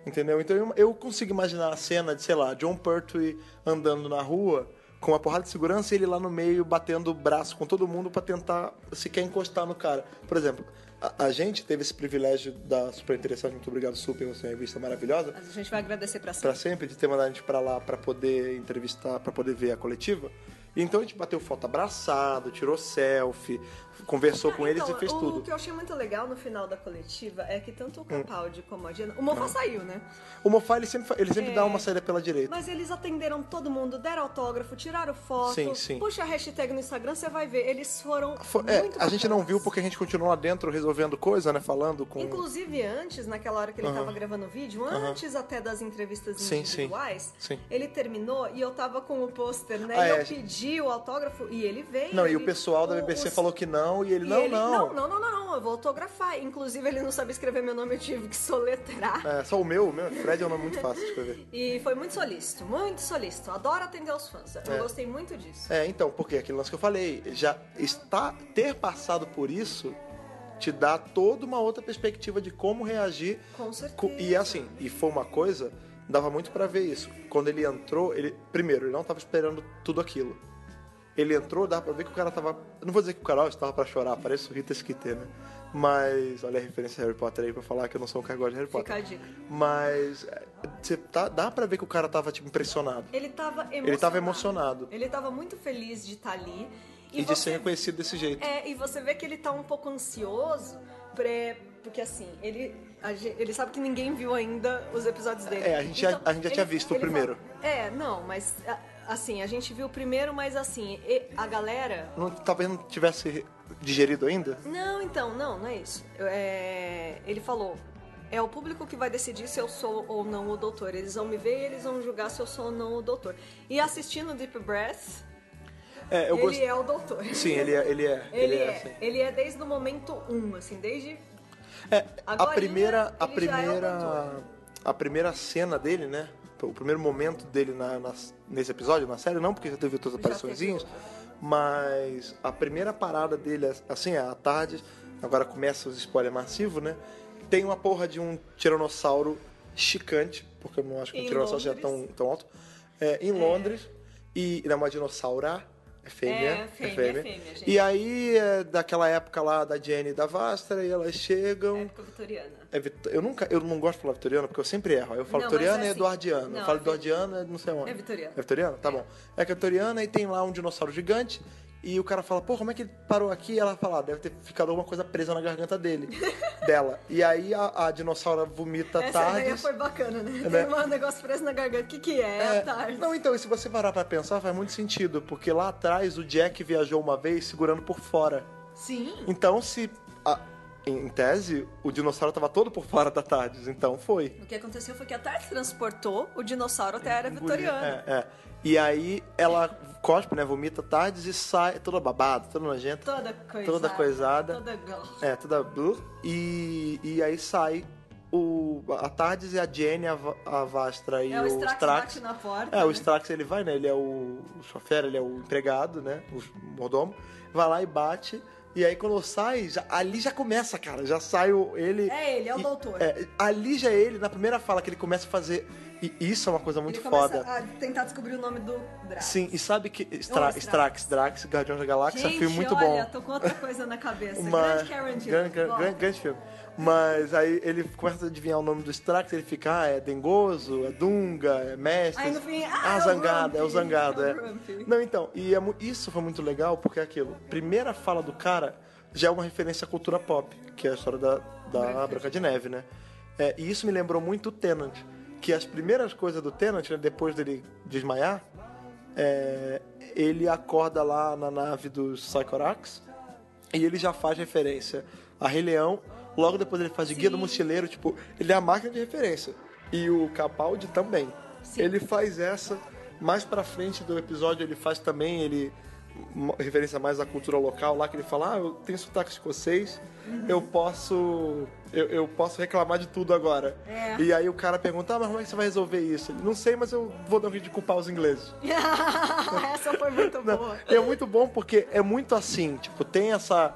Speaker 1: Entendeu? Então eu, eu consigo imaginar a cena de, sei lá, John Pertwee andando na rua com uma porrada de segurança e ele lá no meio batendo o braço com todo mundo pra tentar sequer encostar no cara. Por exemplo, a, a gente teve esse privilégio da Super Interessante, muito obrigado, Super, você é uma revista maravilhosa
Speaker 2: Mas a gente vai agradecer pra
Speaker 1: pra
Speaker 2: sempre.
Speaker 1: sempre, de ter mandado a gente pra lá pra poder entrevistar, pra poder ver a coletiva. E então a gente bateu foto abraçado, tirou selfie, conversou com eles
Speaker 2: Então,
Speaker 1: e fez
Speaker 2: o
Speaker 1: tudo. Hum.
Speaker 2: que eu achei muito legal no final da coletiva é que tanto o Capaldi como a Diana. O Mofa saiu, né?
Speaker 1: O Mofá, ele sempre, fa- ele sempre
Speaker 2: É.
Speaker 1: dá uma saída pela direita.
Speaker 2: Mas eles atenderam todo mundo, deram autógrafo, tiraram foto.
Speaker 1: Sim, sim.
Speaker 2: Puxa a hashtag no Instagram, você vai ver. Eles foram.
Speaker 1: Foi- é,
Speaker 2: muito
Speaker 1: a gente não
Speaker 2: bacanas.
Speaker 1: viu porque a gente continuou lá dentro resolvendo coisa, né? Falando com.
Speaker 2: Inclusive antes, naquela hora que ele tava gravando o vídeo, antes até das entrevistas
Speaker 1: Sim, sim.
Speaker 2: individuais,
Speaker 1: Sim.
Speaker 2: ele terminou e eu tava com o pôster, né?
Speaker 1: Ah,
Speaker 2: e eu
Speaker 1: é.
Speaker 2: pedi o autógrafo e ele veio.
Speaker 1: Não, e
Speaker 2: ele-
Speaker 1: o pessoal da
Speaker 2: o-
Speaker 1: BBC
Speaker 2: os-
Speaker 1: falou que não, e ele,
Speaker 2: e
Speaker 1: não,
Speaker 2: ele,
Speaker 1: não.
Speaker 2: não, não, não, não, não, eu vou autografar. Inclusive, ele não sabia escrever meu nome, eu tive que soletrar.
Speaker 1: É, só o meu, o meu, Fred é um nome muito fácil de escrever.
Speaker 2: E foi muito solícito, muito solícito. Adoro atender aos fãs. Eu gostei muito disso.
Speaker 1: É, então, porque aquele lance que eu falei, já está ter passado por isso te dá toda uma outra perspectiva de como reagir.
Speaker 2: Com
Speaker 1: Co-
Speaker 2: certeza.
Speaker 1: E assim, e foi uma coisa, dava muito pra ver isso. Quando ele entrou, ele primeiro, ele não tava esperando tudo aquilo. Ele entrou, dava pra ver que o cara tava, eu não vou dizer que o cara ó, estava pra chorar, parece o Rita Skeeter, né? Mas olha a referência a Harry Potter aí pra falar que eu não sou um cagode de Harry
Speaker 2: Fica
Speaker 1: Potter.
Speaker 2: a dica.
Speaker 1: Mas é, você tá, dá pra ver que o cara tava tipo impressionado.
Speaker 2: Ele tava emocionado.
Speaker 1: Ele tava emocionado.
Speaker 2: Ele tava muito feliz de estar ali.
Speaker 1: E,
Speaker 2: E,
Speaker 1: de
Speaker 2: você
Speaker 1: ser reconhecido desse jeito.
Speaker 2: É, e você vê que ele tá um pouco ansioso, pré- porque assim, ele, a gen- ele sabe que ninguém viu ainda os episódios dele. Então,
Speaker 1: É, a gente já- a gente já tinha visto o
Speaker 2: ele
Speaker 1: primeiro.
Speaker 2: fala- é, não, mas a- assim, a gente viu o primeiro, mas assim, e- a galera.
Speaker 1: Não, talvez não tivesse digerido ainda.
Speaker 2: Não, então, não, não é isso. Eu- é, ele falou. É o público que vai decidir se eu sou ou não o doutor. Eles vão me ver e eles vão julgar se eu sou ou não o doutor. E assistindo Deep Breath,
Speaker 1: É, eu
Speaker 2: ele
Speaker 1: gostei.
Speaker 2: é o doutor.
Speaker 1: Sim, ele é, ele é.
Speaker 2: Ele, é,
Speaker 1: assim.
Speaker 2: ele é desde o momento um, assim, desde.
Speaker 1: É, a
Speaker 2: Agorinha,
Speaker 1: primeira, a
Speaker 2: ele já é o
Speaker 1: primeira,
Speaker 2: doutor.
Speaker 1: a primeira cena dele, né? O primeiro momento dele na- na- nesse episódio, na série, não porque já teve outras
Speaker 2: Já
Speaker 1: apariçõezinhas,
Speaker 2: teve
Speaker 1: mas a primeira parada dele, assim, é à tarde, agora começa os spoiler massivo, né? Tem uma porra de um tiranossauro chicante, porque eu não acho que um
Speaker 2: Em
Speaker 1: tiranossauro seja tão,
Speaker 2: Londres.
Speaker 1: tão alto, é, em Londres, e não é uma dinossauro, é fêmea,
Speaker 2: É, fêmea, é fêmea, gente.
Speaker 1: E aí, é daquela época lá da Jenny e da Vastra, e elas chegam.
Speaker 2: Época vitoriana.
Speaker 1: É vit- eu nunca, eu não gosto de falar vitoriano porque eu sempre erro. Eu falo
Speaker 2: Não, mas
Speaker 1: vitoriano
Speaker 2: é
Speaker 1: e
Speaker 2: assim.
Speaker 1: eduardiano. eu
Speaker 2: Não,
Speaker 1: falo
Speaker 2: é vi-
Speaker 1: eduardiano e não sei onde.
Speaker 2: É vitoriano.
Speaker 1: É vitoriano? Tá
Speaker 2: É.
Speaker 1: bom. É que é vitoriana e tem lá um dinossauro gigante. E o cara fala, pô, como é que ele parou aqui? E ela fala, ah, deve ter ficado alguma coisa presa na garganta dele, dela. E aí a, a dinossauro vomita
Speaker 2: Essa
Speaker 1: tarde.
Speaker 2: ideia foi bacana, né?
Speaker 1: Né?
Speaker 2: Tem um negócio preso na garganta. O que, que é? É a tarde.
Speaker 1: Não, então, e se você parar pra pensar, faz muito sentido, porque lá atrás o Jack viajou uma vez segurando por fora.
Speaker 2: Sim.
Speaker 1: Então, se. a- em em tese, o dinossauro tava todo por fora da tarde, então foi.
Speaker 2: O que aconteceu foi que a tarde transportou o dinossauro até a era vitoriana.
Speaker 1: É, é. E aí ela cospe, né? Vomita tardes e sai toda babada, toda nojenta.
Speaker 2: Toda coisada.
Speaker 1: Toda coisada.
Speaker 2: Toda gor.
Speaker 1: É, toda. blu. E, e aí sai o, a Tardes e a Jenny, a, Va- a Vastra e
Speaker 2: É, o
Speaker 1: o
Speaker 2: Strax
Speaker 1: Strax.
Speaker 2: bate na porta,
Speaker 1: É, o
Speaker 2: né?
Speaker 1: Strax ele vai, né? Ele é o, o chofer, ele é o empregado, né? O mordomo. Vai lá e bate. E aí quando sai, já- ali já começa, cara. Já sai o, ele.
Speaker 2: É ele, é o
Speaker 1: e-
Speaker 2: doutor.
Speaker 1: é, ali já é ele, na primeira fala que ele começa a fazer. E isso é uma coisa muito
Speaker 2: Ele
Speaker 1: foda.
Speaker 2: começa a tentar descobrir o nome do Drax.
Speaker 1: Sim, e sabe que Stra
Speaker 2: Strax.
Speaker 1: Strax, Drax, Guardiões da Galáxia,
Speaker 2: Gente,
Speaker 1: filme muito
Speaker 2: olha,
Speaker 1: bom.
Speaker 2: tô com outra coisa na cabeça.
Speaker 1: Uma-
Speaker 2: Grande Karen Gillan.
Speaker 1: grande, grande,
Speaker 2: Bom,
Speaker 1: grande- grande filme. Mas aí ele começa a adivinhar o nome do Strax, ele fica, ah, é Dengoso, é Dunga, é Mestre.
Speaker 2: Aí no fim, ah, é o
Speaker 1: Zangado,
Speaker 2: Grumpy,
Speaker 1: é o Zangado,
Speaker 2: é o
Speaker 1: é.
Speaker 2: Grumpy.
Speaker 1: Não, então, e é mu- isso foi muito legal, porque é aquilo, primeira fala do cara já é uma referência à cultura pop, que é a história da, da Branca de Neve, né? É, e isso me lembrou muito o Tenant, que as primeiras coisas do Tenant, né, depois dele desmaiar, é, ele acorda lá na nave dos Psychorax e ele já faz referência a Rei Leão. Logo depois ele faz de Guia do Mochileiro, tipo, ele é a máquina de referência. E o Capaldi também. Ele faz essa. Mais pra frente do episódio ele faz também, ele uma referência mais à cultura local lá, que ele fala, ah, eu tenho sotaque escocês, eu posso eu, eu posso reclamar de tudo agora.
Speaker 2: É.
Speaker 1: E aí o cara pergunta, ah, mas como é que você vai resolver isso? Ele, não sei, mas eu vou dar um jeito de culpar os ingleses.
Speaker 2: Essa foi muito
Speaker 1: Não,
Speaker 2: boa.
Speaker 1: e é muito bom porque é muito assim, tipo, tem essa.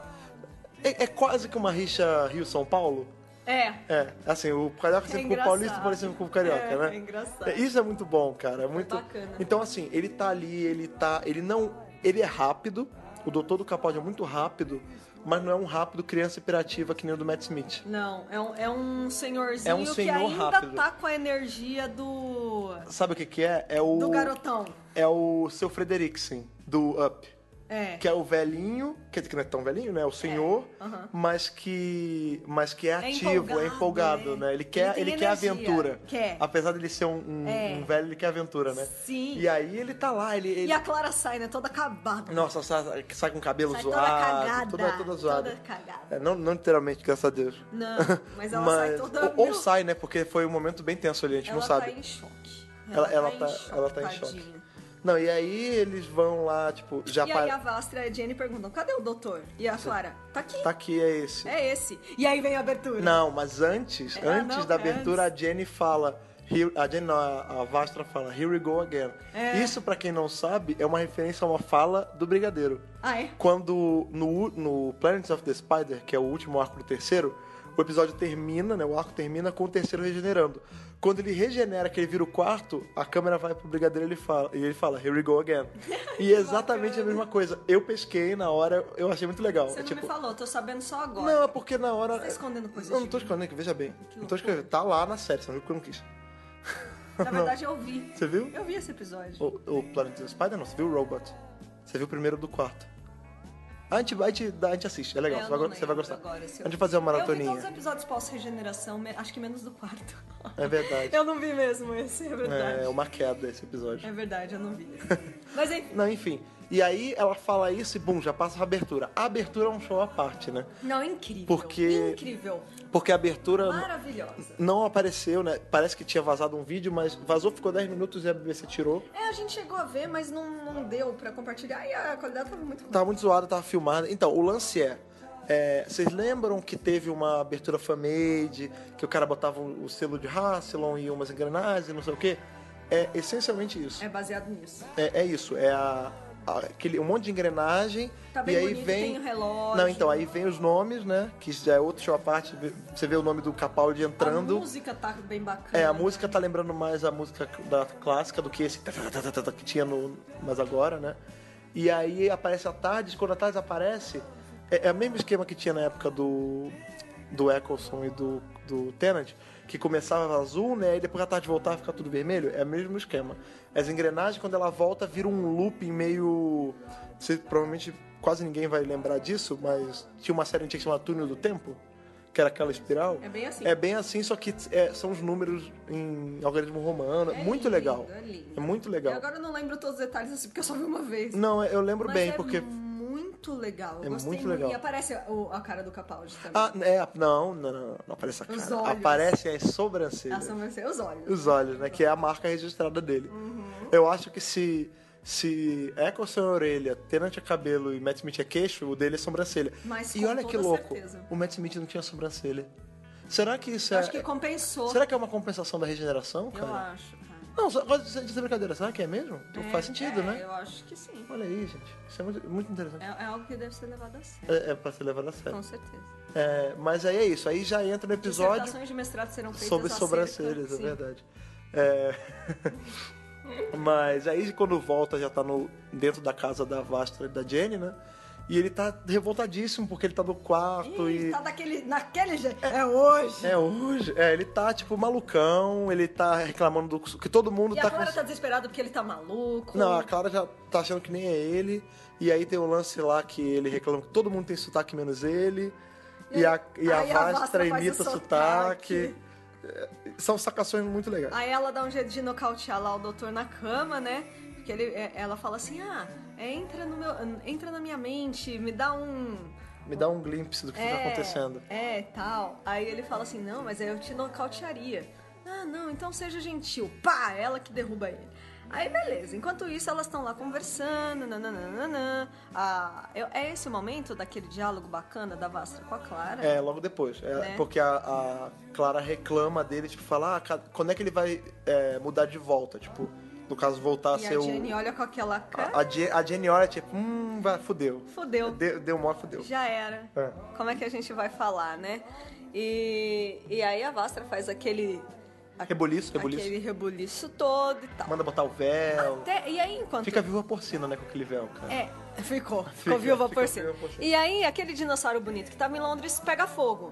Speaker 1: É, é quase que uma rixa Rio-São Paulo.
Speaker 2: É.
Speaker 1: É, assim, o carioca sempre com o
Speaker 2: engraçado.
Speaker 1: paulista, o paulista sempre com o carioca,
Speaker 2: É,
Speaker 1: né?
Speaker 2: é engraçado.
Speaker 1: É, Isso é muito bom, cara. É muito.
Speaker 2: bacana.
Speaker 1: Então, assim, ele tá ali, ele tá. Ele não. Ele é rápido. O doutor do Capaldi é muito rápido, mas não é um rápido criança hiperativa que nem o do Matt Smith.
Speaker 2: Não, é um, é um senhorzinho
Speaker 1: É um
Speaker 2: que
Speaker 1: senhor
Speaker 2: ainda
Speaker 1: rápido.
Speaker 2: tá com a energia do.
Speaker 1: Sabe o que que é? É o.
Speaker 2: do garotão.
Speaker 1: É o seu Frederiksen, do Up.
Speaker 2: É.
Speaker 1: que é o velhinho, quer dizer que não é tão velhinho, né? É o senhor,
Speaker 2: aham.
Speaker 1: mas que mas que é ativo,
Speaker 2: empolgado,
Speaker 1: é empolgado,
Speaker 2: é.
Speaker 1: né? Ele quer
Speaker 2: Ele
Speaker 1: ele,
Speaker 2: tem
Speaker 1: quer
Speaker 2: energia,
Speaker 1: aventura.
Speaker 2: quer.
Speaker 1: Apesar dele ser um, um-
Speaker 2: É.
Speaker 1: um velho, ele quer aventura, né?
Speaker 2: Sim.
Speaker 1: E aí ele tá lá, ele, ele-
Speaker 2: E a Clara sai, né? Toda acabada.
Speaker 1: nossa, sai, sai com o cabelo
Speaker 2: sai toda
Speaker 1: zoado,
Speaker 2: cagada.
Speaker 1: toda toda zoada.
Speaker 2: Toda cagada.
Speaker 1: É, não, não literalmente, graças a Deus.
Speaker 2: Não, mas ela sai toda...
Speaker 1: ou, ou
Speaker 2: Meu,
Speaker 1: sai, né? Porque foi um momento bem tenso ali, a gente
Speaker 2: ela
Speaker 1: não sabe.
Speaker 2: tá em choque.
Speaker 1: Ela, ela, tá, ela tá em
Speaker 2: tadinha.
Speaker 1: choque. Não, e aí eles vão lá, tipo, já
Speaker 2: E
Speaker 1: pa-
Speaker 2: aí a Vastra e a Jenny perguntam, cadê o doutor? E a Clara, tá aqui.
Speaker 1: tá aqui, é esse.
Speaker 2: É esse. E aí vem a abertura.
Speaker 1: Não, mas antes,
Speaker 2: Ah,
Speaker 1: antes
Speaker 2: não,
Speaker 1: da
Speaker 2: é
Speaker 1: abertura, a Jenny fala. here- A Jenny, não, a a Vastra fala, here we go again.
Speaker 2: É.
Speaker 1: Isso, pra quem não sabe, é uma referência a uma fala do Brigadeiro.
Speaker 2: Ah, é?
Speaker 1: Quando no, no Planets of the Spider, que é o último arco do terceiro, o episódio termina, né? O arco termina com o terceiro regenerando. Quando ele regenera, que ele vira o quarto, a câmera vai pro brigadeiro e ele fala, e ele fala Here we go again. E é exatamente a
Speaker 2: bacana.
Speaker 1: mesma coisa. Eu pesquei na hora, eu achei muito legal.
Speaker 2: Você
Speaker 1: É
Speaker 2: não
Speaker 1: tipo,
Speaker 2: me falou, tô sabendo só agora.
Speaker 1: não, é porque na hora.
Speaker 2: Você tá escondendo coisa
Speaker 1: Não,
Speaker 2: de
Speaker 1: não tô
Speaker 2: mim.
Speaker 1: escondendo, veja bem. Não tô escondendo. Tá lá na série, você não viu que eu não quis.
Speaker 2: Na verdade, eu vi.
Speaker 1: Você viu?
Speaker 2: Eu vi esse episódio.
Speaker 1: O, o Planet of the Spider não, você viu o Robot. Você viu o primeiro do quarto. A gente, a gente, a gente assiste, é legal,
Speaker 2: É, eu
Speaker 1: você, vai,
Speaker 2: não
Speaker 1: go- você vai
Speaker 2: lembro
Speaker 1: gostar.
Speaker 2: agora se
Speaker 1: a
Speaker 2: eu-
Speaker 1: gente vai fazer uma
Speaker 2: Eu vi todos os
Speaker 1: maratoninha.
Speaker 2: episódios pós-regeneração, me- acho que menos do quarto.
Speaker 1: É verdade.
Speaker 2: Eu não vi mesmo esse, é verdade.
Speaker 1: É uma queda esse episódio.
Speaker 2: É verdade, eu não vi. Mas enfim.
Speaker 1: Não, enfim. E aí ela fala isso e bum, já passa a abertura. A abertura é um show à parte, né?
Speaker 2: Não, incrível.
Speaker 1: Porque-
Speaker 2: Incrível.
Speaker 1: Porque a abertura.
Speaker 2: Maravilhosa.
Speaker 1: Não apareceu, né? Parece que tinha vazado um vídeo, mas vazou, ficou 10 minutos e a BBC tirou.
Speaker 2: É, a gente chegou a ver, mas não, não deu pra compartilhar e a qualidade tava muito ruim.
Speaker 1: Tava muito zoado, tava filmado. Então, o lance é. é, vocês lembram que teve uma abertura fan-made, que o cara botava o o selo de Hasselon e umas engrenagens, não sei o quê? É essencialmente isso.
Speaker 2: É baseado nisso.
Speaker 1: É, é isso, é a, a- aquele, um monte de engrenagem.
Speaker 2: Tá bem
Speaker 1: e aí
Speaker 2: bonito,
Speaker 1: vem.
Speaker 2: tem o relógio.
Speaker 1: Não, então, aí vem os nomes, né? Que já é outro show à parte. Você vê o nome do Capaldi
Speaker 2: A
Speaker 1: entrando.
Speaker 2: música tá bem bacana.
Speaker 1: É, a música tá lembrando mais a música da clássica do que esse tá, tatatatata que tinha no. Mas agora, né? E aí aparece a Tardes, quando a Tardes aparece, é, é o mesmo esquema que tinha na época do. do Eccleston e do, do Tennant, que começava azul, né? E depois a Tardes voltava e ficava tudo vermelho. É o mesmo esquema. As engrenagens, quando ela volta, vira um looping meio. Você provavelmente quase ninguém vai lembrar disso, mas tinha uma série antiga chamada Túnel do Tempo, que era aquela espiral.
Speaker 2: É bem assim.
Speaker 1: É bem assim, só que é, são os números em algarismo romano.
Speaker 2: É
Speaker 1: muito
Speaker 2: lindo,
Speaker 1: legal.
Speaker 2: é lindo.
Speaker 1: É muito
Speaker 2: E
Speaker 1: legal.
Speaker 2: agora eu não lembro todos os detalhes assim, porque eu só vi uma vez.
Speaker 1: Não, eu lembro
Speaker 2: Mas
Speaker 1: bem,
Speaker 2: é
Speaker 1: porque.
Speaker 2: muito legal. Eu
Speaker 1: É
Speaker 2: gostei
Speaker 1: muito legal.
Speaker 2: E aparece o- a cara do Capaldi também.
Speaker 1: Ah, é, não, não, não, não, não aparece a cara.
Speaker 2: Os olhos.
Speaker 1: Aparecem as sobrancelhas.
Speaker 2: a sobrancelha, os olhos.
Speaker 1: Os olhos, né? Que é a marca registrada dele.
Speaker 2: Uhum.
Speaker 1: Eu acho que se. Se Eccleston é orelha, Tenant é cabelo e Matt Smith é queixo, o dele é sobrancelha.
Speaker 2: Mas
Speaker 1: e
Speaker 2: com
Speaker 1: olha
Speaker 2: toda
Speaker 1: que louco,
Speaker 2: certeza.
Speaker 1: o Matt Smith não tinha sobrancelha. Será que isso
Speaker 2: Eu
Speaker 1: é.
Speaker 2: acho que compensou.
Speaker 1: Será é que é uma compensação da regeneração,
Speaker 2: Eu
Speaker 1: cara?
Speaker 2: acho, cara.
Speaker 1: Não, só, mas isso é brincadeira, será que é mesmo? Não
Speaker 2: É,
Speaker 1: faz sentido,
Speaker 2: é,
Speaker 1: né?
Speaker 2: Eu acho que sim.
Speaker 1: Olha aí, gente. Isso é muito, muito interessante.
Speaker 2: É, é algo que deve ser levado a sério.
Speaker 1: É, é pra ser levado a sério.
Speaker 2: Com certeza.
Speaker 1: É, mas aí é isso. Aí já entra no episódio
Speaker 2: Dissertações de mestrado serão feitas
Speaker 1: sobre
Speaker 2: acerca-
Speaker 1: sobrancelhas, é
Speaker 2: sim.
Speaker 1: verdade. É, mas aí quando volta já tá no, dentro da casa da Vastra e da Jenny, né? E ele tá revoltadíssimo porque ele tá no quarto
Speaker 2: Ih,
Speaker 1: e...
Speaker 2: tá daquele, naquele jeito. É hoje.
Speaker 1: É hoje. É, ele tá tipo malucão, ele tá reclamando do que todo mundo
Speaker 2: E
Speaker 1: tá
Speaker 2: a Clara
Speaker 1: com
Speaker 2: tá desesperada porque ele tá maluco.
Speaker 1: Não, a Clara já tá achando que nem é ele. E aí tem um lance lá que ele reclama que todo mundo tem sotaque menos ele. E a, e a
Speaker 2: Aí a Vastra
Speaker 1: Vastra
Speaker 2: faz
Speaker 1: imita
Speaker 2: o
Speaker 1: o sotaque. É, São sacações muito legais.
Speaker 2: Aí ela dá um jeito de nocautear lá o doutor na cama, né? Porque ele, é- ela fala assim: ah, é, entra, no meu, entra na minha mente, me dá um.
Speaker 1: Me dá um glimpse do que
Speaker 2: é,
Speaker 1: tá acontecendo.
Speaker 2: É, tal. Aí ele fala assim: não, mas aí eu te nocautearia. Ah, não, então seja gentil. Pá, ela que derruba ele. Aí beleza, enquanto isso elas estão lá conversando, nananana. Ah, eu- é esse o momento daquele diálogo bacana da Vastra com a Clara?
Speaker 1: É, logo depois. É,
Speaker 2: Né?
Speaker 1: Porque a, a Clara reclama dele, tipo, fala, ah, ca- quando é que ele vai é, mudar de volta? Tipo, no caso, voltar a
Speaker 2: e
Speaker 1: ser
Speaker 2: a Jenny
Speaker 1: o.
Speaker 2: olha com aquela cara.
Speaker 1: A, a, Je- a Jenny olha, tipo, hum, vai, fudeu.
Speaker 2: Fudeu.
Speaker 1: Deu, deu mó, fudeu.
Speaker 2: Já era.
Speaker 1: É.
Speaker 2: Como é que a gente vai falar, né? E, e aí a Vastra faz aquele. a-
Speaker 1: Rebuliço, rebuliço.
Speaker 2: Aquele rebuliço todo e tal.
Speaker 1: Manda botar o véu.
Speaker 2: Até- e aí, enquanto.
Speaker 1: Fica viva a porcina, né, com aquele véu, cara.
Speaker 2: É, ficou. Ficou viúva
Speaker 1: fica
Speaker 2: por cima.
Speaker 1: viúva por cima.
Speaker 2: E aí, aquele dinossauro bonito que tava em Londres pega fogo.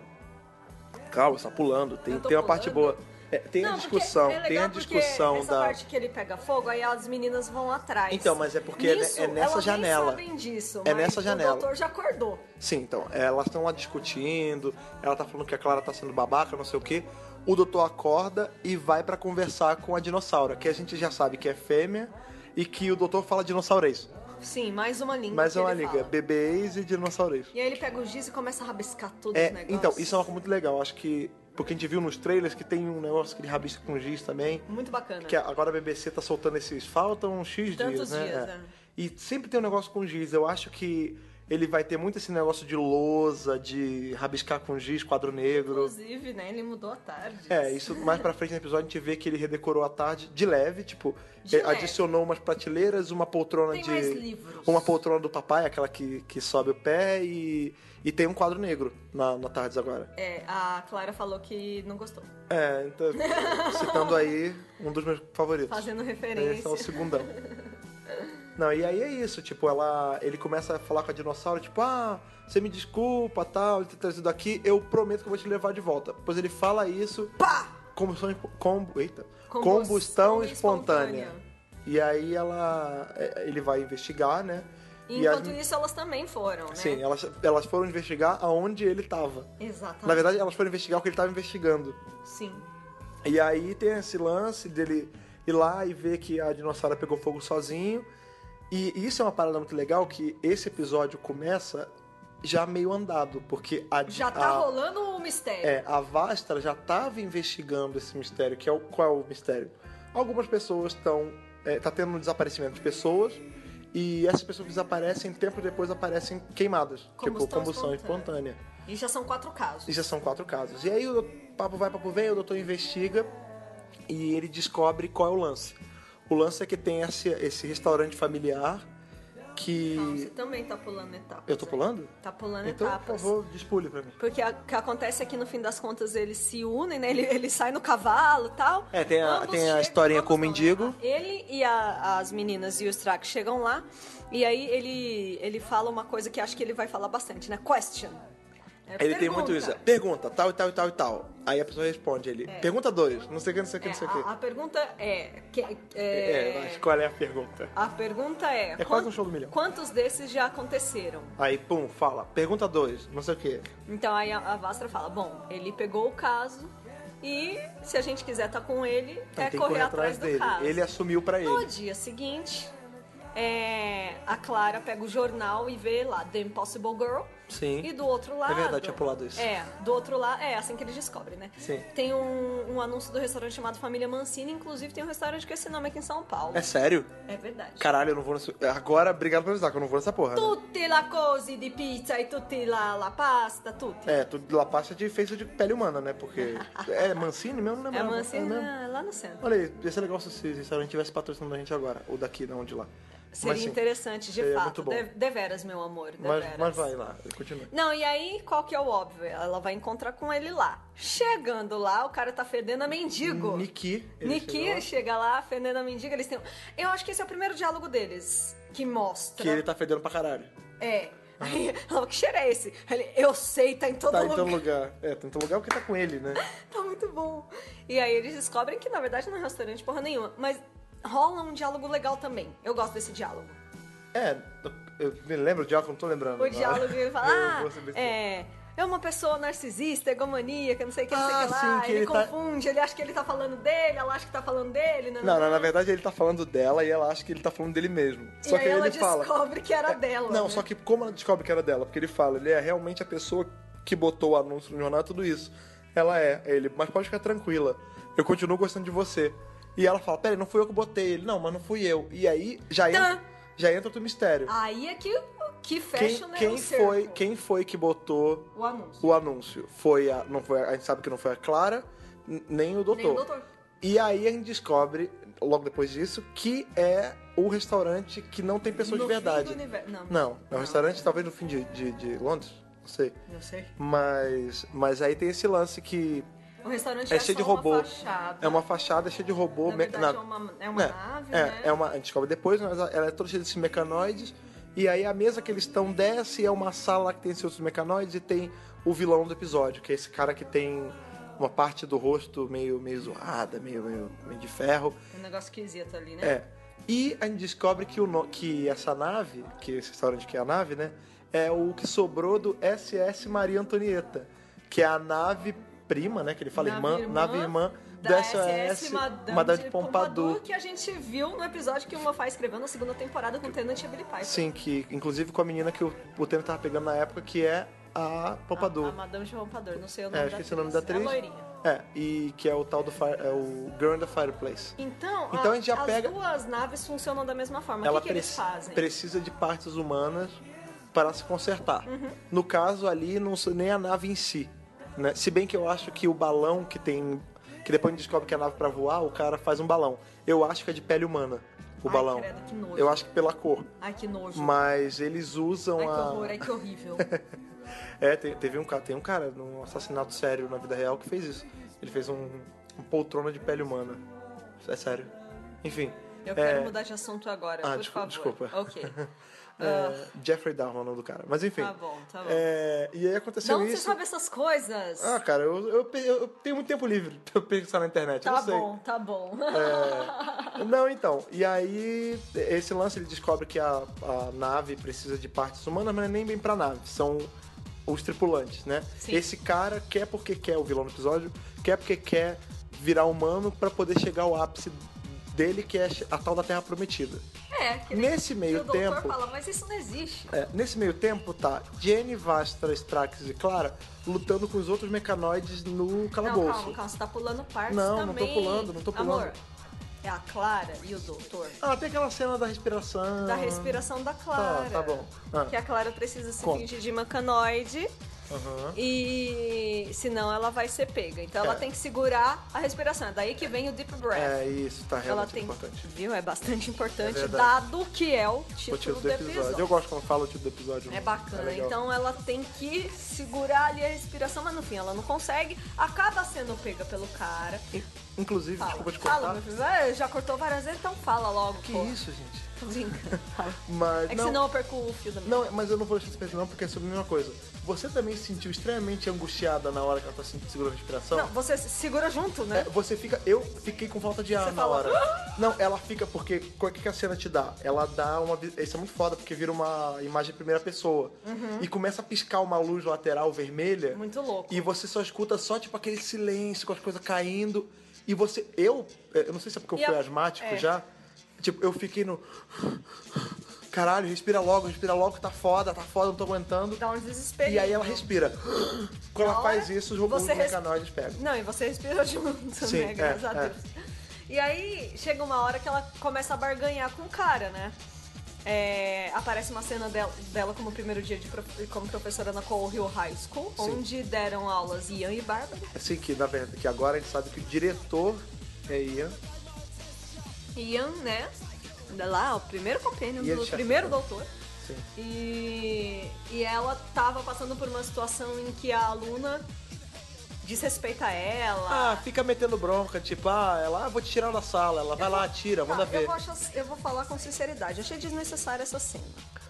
Speaker 1: Calma, você tá pulando. Tem,
Speaker 2: É. Eu tô
Speaker 1: tem uma parte
Speaker 2: pulando.
Speaker 1: boa. É, tem a
Speaker 2: Não, porque
Speaker 1: discussão,
Speaker 2: é legal
Speaker 1: tem a
Speaker 2: porque
Speaker 1: discussão
Speaker 2: nessa
Speaker 1: da.
Speaker 2: parte que ele pega fogo, aí as meninas vão atrás.
Speaker 1: Então, mas é porque é-
Speaker 2: Nisso,
Speaker 1: é nessa
Speaker 2: elas nem
Speaker 1: janela.
Speaker 2: sabem disso,
Speaker 1: É
Speaker 2: mas
Speaker 1: nessa janela.
Speaker 2: O doutor já acordou.
Speaker 1: Sim, então, elas estão lá discutindo, ela tá falando que a Clara tá sendo babaca, não sei o quê. O doutor acorda e vai pra conversar com a dinossauro, que a gente já sabe que é fêmea e que o doutor fala dinossaureis.
Speaker 2: Sim, mais uma língua.
Speaker 1: Mas
Speaker 2: Hum, que
Speaker 1: é uma
Speaker 2: ele
Speaker 1: liga,
Speaker 2: fala.
Speaker 1: bebês e dinossaureis.
Speaker 2: E aí ele pega o giz e começa a rabiscar todos os
Speaker 1: É,
Speaker 2: negócios.
Speaker 1: então, isso é uma coisa muito legal. Acho que. Porque a gente viu nos trailers que tem um negócio que ele rabisca com giz também.
Speaker 2: Muito bacana.
Speaker 1: Que agora a BBC tá soltando esses. Faltam X
Speaker 2: É. Tantos
Speaker 1: dias, né?
Speaker 2: dias,
Speaker 1: É.
Speaker 2: é.
Speaker 1: E sempre tem um negócio com giz. Eu acho que ele vai ter muito esse negócio de lousa, de rabiscar com giz, quadro negro.
Speaker 2: Inclusive, né, ele mudou a tarde.
Speaker 1: É, isso mais pra frente no episódio a gente vê que ele redecorou a tarde de leve, tipo,
Speaker 2: De
Speaker 1: eh,
Speaker 2: leve.
Speaker 1: adicionou umas prateleiras, uma poltrona
Speaker 2: Tem
Speaker 1: é de.
Speaker 2: mais livros.
Speaker 1: Uma poltrona do papai, aquela que, que sobe o pé, e, e tem um quadro negro na, na tardes agora.
Speaker 2: É, a Clara falou que não gostou.
Speaker 1: É, então, citando aí um dos meus favoritos.
Speaker 2: Fazendo
Speaker 1: Esse
Speaker 2: referência.
Speaker 1: é o segundão. Não, e aí é isso, tipo, ela, ele começa a falar com a dinossauro, tipo, ah, você me desculpa, tal, ele ter trazido aqui, eu prometo que eu vou te levar de volta. Pois ele fala isso,
Speaker 2: Pá!
Speaker 1: combustão, espo- com, eita,
Speaker 2: Combustão
Speaker 1: combustão,
Speaker 2: espontânea.
Speaker 1: espontânea. E aí ela, é, ele vai investigar, né?
Speaker 2: E
Speaker 1: e as-
Speaker 2: enquanto isso, elas também foram, né?
Speaker 1: sim, elas, elas foram investigar aonde ele tava.
Speaker 2: Exatamente.
Speaker 1: Na verdade, elas foram investigar o que ele tava investigando.
Speaker 2: Sim.
Speaker 1: E aí tem esse lance dele ir lá e ver que a dinossauro pegou fogo sozinho. E isso é uma parada muito legal que esse episódio começa já meio andado, porque a
Speaker 2: Já tá
Speaker 1: a,
Speaker 2: rolando o mistério.
Speaker 1: é, a Vastra já estava investigando esse mistério, que é o qual é o mistério? Algumas pessoas estão é, tá tendo um desaparecimento de pessoas e essas pessoas que desaparecem tempo depois aparecem queimadas, tipo
Speaker 2: Combustão
Speaker 1: combustão
Speaker 2: espontânea.
Speaker 1: espontânea.
Speaker 2: E já são quatro casos.
Speaker 1: E já são quatro casos. E aí o papo vai, papo vem, o doutor investiga e ele descobre qual é o lance. O lance é que tem esse, esse restaurante familiar que.
Speaker 2: Então, você também tá pulando etapas.
Speaker 1: Eu tô
Speaker 2: aí.
Speaker 1: pulando?
Speaker 2: Tá pulando
Speaker 1: Então, por
Speaker 2: etapas.
Speaker 1: favor, despulhe pra mim.
Speaker 2: Porque a- o que acontece é que no fim das contas eles se unem, né? Ele, ele sai no cavalo e tal.
Speaker 1: É, tem a-
Speaker 2: Ambos
Speaker 1: tem a
Speaker 2: chegam-
Speaker 1: historinha
Speaker 2: ambos
Speaker 1: com o
Speaker 2: não, né?
Speaker 1: mendigo.
Speaker 2: Ele e a- as meninas e os Strack chegam lá. E aí ele, ele fala uma coisa que acho que ele vai falar bastante, né? Question. É,
Speaker 1: Ele tem
Speaker 2: pergunta.
Speaker 1: muito isso. é, Pergunta, tal e tal e tal e tal. Aí a pessoa responde ele. Pergunta dois. Não sei o que, não sei o que,
Speaker 2: É,
Speaker 1: não sei o
Speaker 2: a,
Speaker 1: que.
Speaker 2: a pergunta é... que-
Speaker 1: É,
Speaker 2: é,
Speaker 1: mas qual é a pergunta?
Speaker 2: a pergunta é...
Speaker 1: quase
Speaker 2: quant-
Speaker 1: um show do milhão.
Speaker 2: Quantos desses já aconteceram?
Speaker 1: Aí, pum, fala. Pergunta dois, não sei o que.
Speaker 2: Então aí a, a Vastra fala, bom, ele pegou o caso e se a gente quiser estar com ele, é
Speaker 1: Então, tem que
Speaker 2: correr, atrás, do
Speaker 1: dele.
Speaker 2: caso.
Speaker 1: Ele assumiu pra ele.
Speaker 2: No dia seguinte, é, a Clara pega o jornal e vê lá The Impossible Girl.
Speaker 1: Sim. É
Speaker 2: E do outro lado.
Speaker 1: verdade, tinha pulado isso.
Speaker 2: É, do outro lado. É, assim que eles descobrem, né?
Speaker 1: Sim.
Speaker 2: Tem um, um anúncio do restaurante chamado Família Mancini, inclusive tem um restaurante com esse nome aqui em São Paulo.
Speaker 1: É sério?
Speaker 2: É verdade.
Speaker 1: Caralho, eu não vou nessa. Agora, obrigado por avisar que eu não vou nessa porra. né?
Speaker 2: Tutti la cosi di pizza e tutti la, la pasta, tutti.
Speaker 1: É, tudo de La Pasta de feito de pele humana, né? Porque. É Mancini mesmo, né?
Speaker 2: É a
Speaker 1: mano?
Speaker 2: Mancini
Speaker 1: mesmo.
Speaker 2: é lá no centro.
Speaker 1: Olha aí, ia ser legal se esse restaurante tivesse patrocinando a gente agora, ou daqui, não, de lá.
Speaker 2: Seria
Speaker 1: mas, sim,
Speaker 2: interessante, de
Speaker 1: seria
Speaker 2: fato.
Speaker 1: muito bom.
Speaker 2: De- Deveras, meu amor. Deveras.
Speaker 1: Mas, mas vai lá, continua.
Speaker 2: Não, e aí, qual que é o óbvio? Ela vai encontrar com ele lá. Chegando lá, o cara tá fedendo a mendigo.
Speaker 1: Niki. ele chegou
Speaker 2: Niki é
Speaker 1: lá,
Speaker 2: chega lá, fedendo a mendigo, eles têm... Eu acho que esse é o primeiro diálogo deles, que mostra...
Speaker 1: Que ele tá fedendo pra caralho.
Speaker 2: É. Aí, ela fala, que cheiro é esse? Ele, eu sei, tá em todo
Speaker 1: Tá em
Speaker 2: lugar.
Speaker 1: todo lugar. É, tá em todo lugar porque tá com ele, né?
Speaker 2: Tá muito bom. E aí eles descobrem que, na verdade, não é restaurante porra nenhuma. Mas rola um diálogo legal também. Eu gosto desse diálogo.
Speaker 1: É, eu me lembro o diálogo, não tô lembrando.
Speaker 2: O
Speaker 1: agora.
Speaker 2: diálogo ele fala,
Speaker 1: Eu
Speaker 2: ah,
Speaker 1: vou saber se-
Speaker 2: é, é uma pessoa narcisista, egomaníaca, não sei o que, não sei o
Speaker 1: Ah,
Speaker 2: que lá.
Speaker 1: sim, que
Speaker 2: ele,
Speaker 1: ele tá-
Speaker 2: confunde, ele acha que ele tá falando dele, ela acha que tá falando dele. Não,
Speaker 1: Não, não, na verdade ele tá falando dela e ela acha que ele tá falando dele mesmo. Só
Speaker 2: e
Speaker 1: que
Speaker 2: aí
Speaker 1: aí
Speaker 2: ela
Speaker 1: ele fala.
Speaker 2: descobre que era
Speaker 1: É,
Speaker 2: dela.
Speaker 1: Não,
Speaker 2: né?
Speaker 1: só que como ela descobre que era dela? Porque ele fala, ele é realmente a pessoa que botou o anúncio no jornal e tudo isso. Ela é, ele, mas pode ficar tranquila. Eu continuo gostando de você. E ela fala, peraí, não fui eu que botei ele. Não, mas não fui eu. E aí já
Speaker 2: Tã.
Speaker 1: entra, já entra outro mistério.
Speaker 2: Aí é que, que fecha
Speaker 1: quem,
Speaker 2: né,
Speaker 1: quem
Speaker 2: o cerco,
Speaker 1: foi, quem foi que botou
Speaker 2: O anúncio.
Speaker 1: o anúncio? Foi a, não foi a, a gente sabe que não foi a Clara, n- nem o doutor.
Speaker 2: Nem o doutor.
Speaker 1: E aí a gente descobre, logo depois disso, que é o restaurante que não tem pessoas
Speaker 2: No
Speaker 1: de verdade.
Speaker 2: fim do universo. Não,
Speaker 1: Não, é um restaurante talvez no fim de, de, de Londres, não sei.
Speaker 2: não sei.
Speaker 1: Mas, mas aí tem esse lance que
Speaker 2: O restaurante
Speaker 1: é,
Speaker 2: é,
Speaker 1: cheio
Speaker 2: só
Speaker 1: de robô.
Speaker 2: uma fachada. um
Speaker 1: É uma fachada cheia de robô.
Speaker 2: Na
Speaker 1: me-
Speaker 2: verdade, é uma- é uma nave,
Speaker 1: É,
Speaker 2: né?
Speaker 1: é uma, a gente descobre depois, mas ela é toda cheia desses mecanoides. E aí a mesa que eles estão desce é uma sala que tem seus mecanoides e tem o vilão do episódio, que é esse cara que tem uma parte do rosto meio, meio zoada, meio, meio, meio de ferro.
Speaker 2: Um negócio quesito ali, né?
Speaker 1: É. E a gente descobre que, o, no- que essa nave, que esse restaurante que é a nave, né? É o que sobrou do SS Maria Antonieta, que é a nave prima, né? Que ele fala irmã, nave irmã do
Speaker 2: da
Speaker 1: SS
Speaker 2: Madame,
Speaker 1: Madame
Speaker 2: de
Speaker 1: de Pompadour.
Speaker 2: que a gente viu no episódio que o Moffat escreveu na segunda temporada com Tenant e a Billy Piper.
Speaker 1: Sim, que inclusive com a menina que o, o Tênis tava pegando na época, que é a Pompadour.
Speaker 2: A, a Madame de Pompador, não sei o nome
Speaker 1: É,
Speaker 2: da
Speaker 1: esqueci o nome da atriz.
Speaker 2: É loirinha.
Speaker 1: É, e que é o tal do fire, é o Girl in the Fireplace.
Speaker 2: Então,
Speaker 1: Então
Speaker 2: a-
Speaker 1: a gente já
Speaker 2: as
Speaker 1: pega-
Speaker 2: duas naves funcionam da mesma forma.
Speaker 1: Ela
Speaker 2: o que, que eles
Speaker 1: preci-
Speaker 2: fazem?
Speaker 1: precisa de partes humanas para se consertar.
Speaker 2: Uhum.
Speaker 1: No caso ali, não sou nem a nave em si. Né? Se bem que eu acho que o balão que tem. Que depois a gente descobre que a nave para voar, o cara faz um balão. Eu acho que é de pele humana o
Speaker 2: Ai,
Speaker 1: balão.
Speaker 2: credo, que nojo.
Speaker 1: eu acho que pela cor.
Speaker 2: Ai, que nojo.
Speaker 1: Mas eles usam
Speaker 2: Ai, que
Speaker 1: a.
Speaker 2: horror, ai, que horrível.
Speaker 1: É, te- teve um cara, tem um cara num assassinato sério na vida real que fez isso. Ele fez um, um poltrona de pele humana. É sério. Enfim.
Speaker 2: Eu
Speaker 1: é,
Speaker 2: quero mudar de assunto agora,
Speaker 1: Ah,
Speaker 2: por
Speaker 1: desculpa, desculpa.
Speaker 2: favor. Ok.
Speaker 1: é, Jeffrey Dahmer é o nome do cara. Mas enfim.
Speaker 2: Ah. Tá bom, tá bom.
Speaker 1: É, e aí aconteceu
Speaker 2: Não, você
Speaker 1: isso.
Speaker 2: sabe essas coisas.
Speaker 1: Ah, cara, eu, eu, pe- eu tenho muito tempo livre pra eu pensar na internet. eu
Speaker 2: tá
Speaker 1: não sei.
Speaker 2: bom, tá bom.
Speaker 1: É, Não, então. E aí, esse lance ele descobre que a, a nave precisa de partes humanas, mas não é nem bem pra nave. São os tripulantes, né?
Speaker 2: Sim.
Speaker 1: Esse cara quer porque quer o vilão do episódio, quer porque quer virar humano pra poder chegar ao ápice dele, que é a tal da Terra Prometida.
Speaker 2: É, que nem
Speaker 1: Nesse
Speaker 2: que
Speaker 1: meio
Speaker 2: o doutor
Speaker 1: tempo.
Speaker 2: fala, mas isso não existe.
Speaker 1: É, nesse meio tempo, tá Jenny, Vastra, Strax e Clara lutando com os outros mecanoides no
Speaker 2: Não,
Speaker 1: calabouço.
Speaker 2: calma, calma, você tá pulando partes
Speaker 1: Não, não tô
Speaker 2: também.
Speaker 1: pulando, não tô pulando.
Speaker 2: Amor, é a Clara e o doutor.
Speaker 1: Ah, tem aquela cena da respiração.
Speaker 2: Da respiração da Clara.
Speaker 1: Ah. tá bom. Ah.
Speaker 2: Que a Clara precisa se
Speaker 1: Conta.
Speaker 2: fingir de macanoide
Speaker 1: Aham.
Speaker 2: e senão ela vai ser pega. Então ela
Speaker 1: É.
Speaker 2: tem que segurar a respiração. É daí que vem o deep breath.
Speaker 1: É, isso tá
Speaker 2: ela
Speaker 1: realmente
Speaker 2: tem,
Speaker 1: importante.
Speaker 2: viu? É bastante importante,
Speaker 1: É verdade.
Speaker 2: dado que é o
Speaker 1: O
Speaker 2: título,
Speaker 1: título
Speaker 2: do
Speaker 1: do episódio. Eu gosto quando fala o título do episódio. né?
Speaker 2: É bacana.
Speaker 1: legal.
Speaker 2: então ela tem que segurar ali a respiração, mas no fim ela não consegue. Acaba sendo pega pelo cara.
Speaker 1: Inclusive,
Speaker 2: Fala,
Speaker 1: desculpa te cortar.
Speaker 2: fala meu filho. Ah, Já cortou várias vezes, então fala logo.
Speaker 1: que
Speaker 2: pô.
Speaker 1: isso, gente?
Speaker 2: Tô brincando. Fala.
Speaker 1: Mas,
Speaker 2: É que
Speaker 1: não,
Speaker 2: senão eu perco o fio da minha.
Speaker 1: não, mas eu não vou deixar de pensar, não, porque é sobre a mesma coisa. Você também se sentiu extremamente angustiada na hora que ela tá sentindo segurando a respiração?
Speaker 2: Não, você se- segura junto, né?
Speaker 1: É, você fica. Eu fiquei com falta de ar
Speaker 2: Você
Speaker 1: na
Speaker 2: fala, "Ah!"
Speaker 1: hora. Não, ela fica porque. O que, que a cena te dá? Ela dá uma. vi- Isso é muito foda, porque vira uma imagem em primeira pessoa. E começa a piscar uma luz lateral vermelha.
Speaker 2: Uhum. Muito louco.
Speaker 1: E você só escuta só, tipo, aquele silêncio com as coisas caindo. E você. Eu. Eu não sei se é porque eu
Speaker 2: E
Speaker 1: fui
Speaker 2: a-
Speaker 1: asmático
Speaker 2: é.
Speaker 1: já. Tipo, eu fiquei no. Caralho, respira logo, respira logo, tá foda, tá foda, não tô aguentando.
Speaker 2: Dá um desespero.
Speaker 1: E aí ela respira. Quando
Speaker 2: Na
Speaker 1: ela faz
Speaker 2: hora,
Speaker 1: isso, os robôs
Speaker 2: você res-
Speaker 1: mecanoides pegam.
Speaker 2: Não, e você respira junto,
Speaker 1: Sim,
Speaker 2: né? Graças
Speaker 1: é,
Speaker 2: a
Speaker 1: é.
Speaker 2: Deus. E aí chega uma hora que ela começa a barganhar com o cara, né? É, aparece uma cena dela, dela como primeiro dia de prof- como professora na Coal Hill High School, onde deram aulas Ian e Bárbara.
Speaker 1: Assim que, na verdade, que agora a gente sabe que o diretor é Ian.
Speaker 2: Ian, né? Lá, o primeiro companion,
Speaker 1: Ian
Speaker 2: o
Speaker 1: Sheffield.
Speaker 2: primeiro doutor.
Speaker 1: Sim.
Speaker 2: E, e ela tava passando por uma situação em que a aluna desrespeita ela.
Speaker 1: Ah, fica metendo bronca, tipo, ah, ela, ah, vou te tirar da sala. Ela vai lá, atira,
Speaker 2: Tá,
Speaker 1: manda
Speaker 2: Eu
Speaker 1: ver.
Speaker 2: vou, achar- eu vou falar com sinceridade. Achei desnecessária essa cena.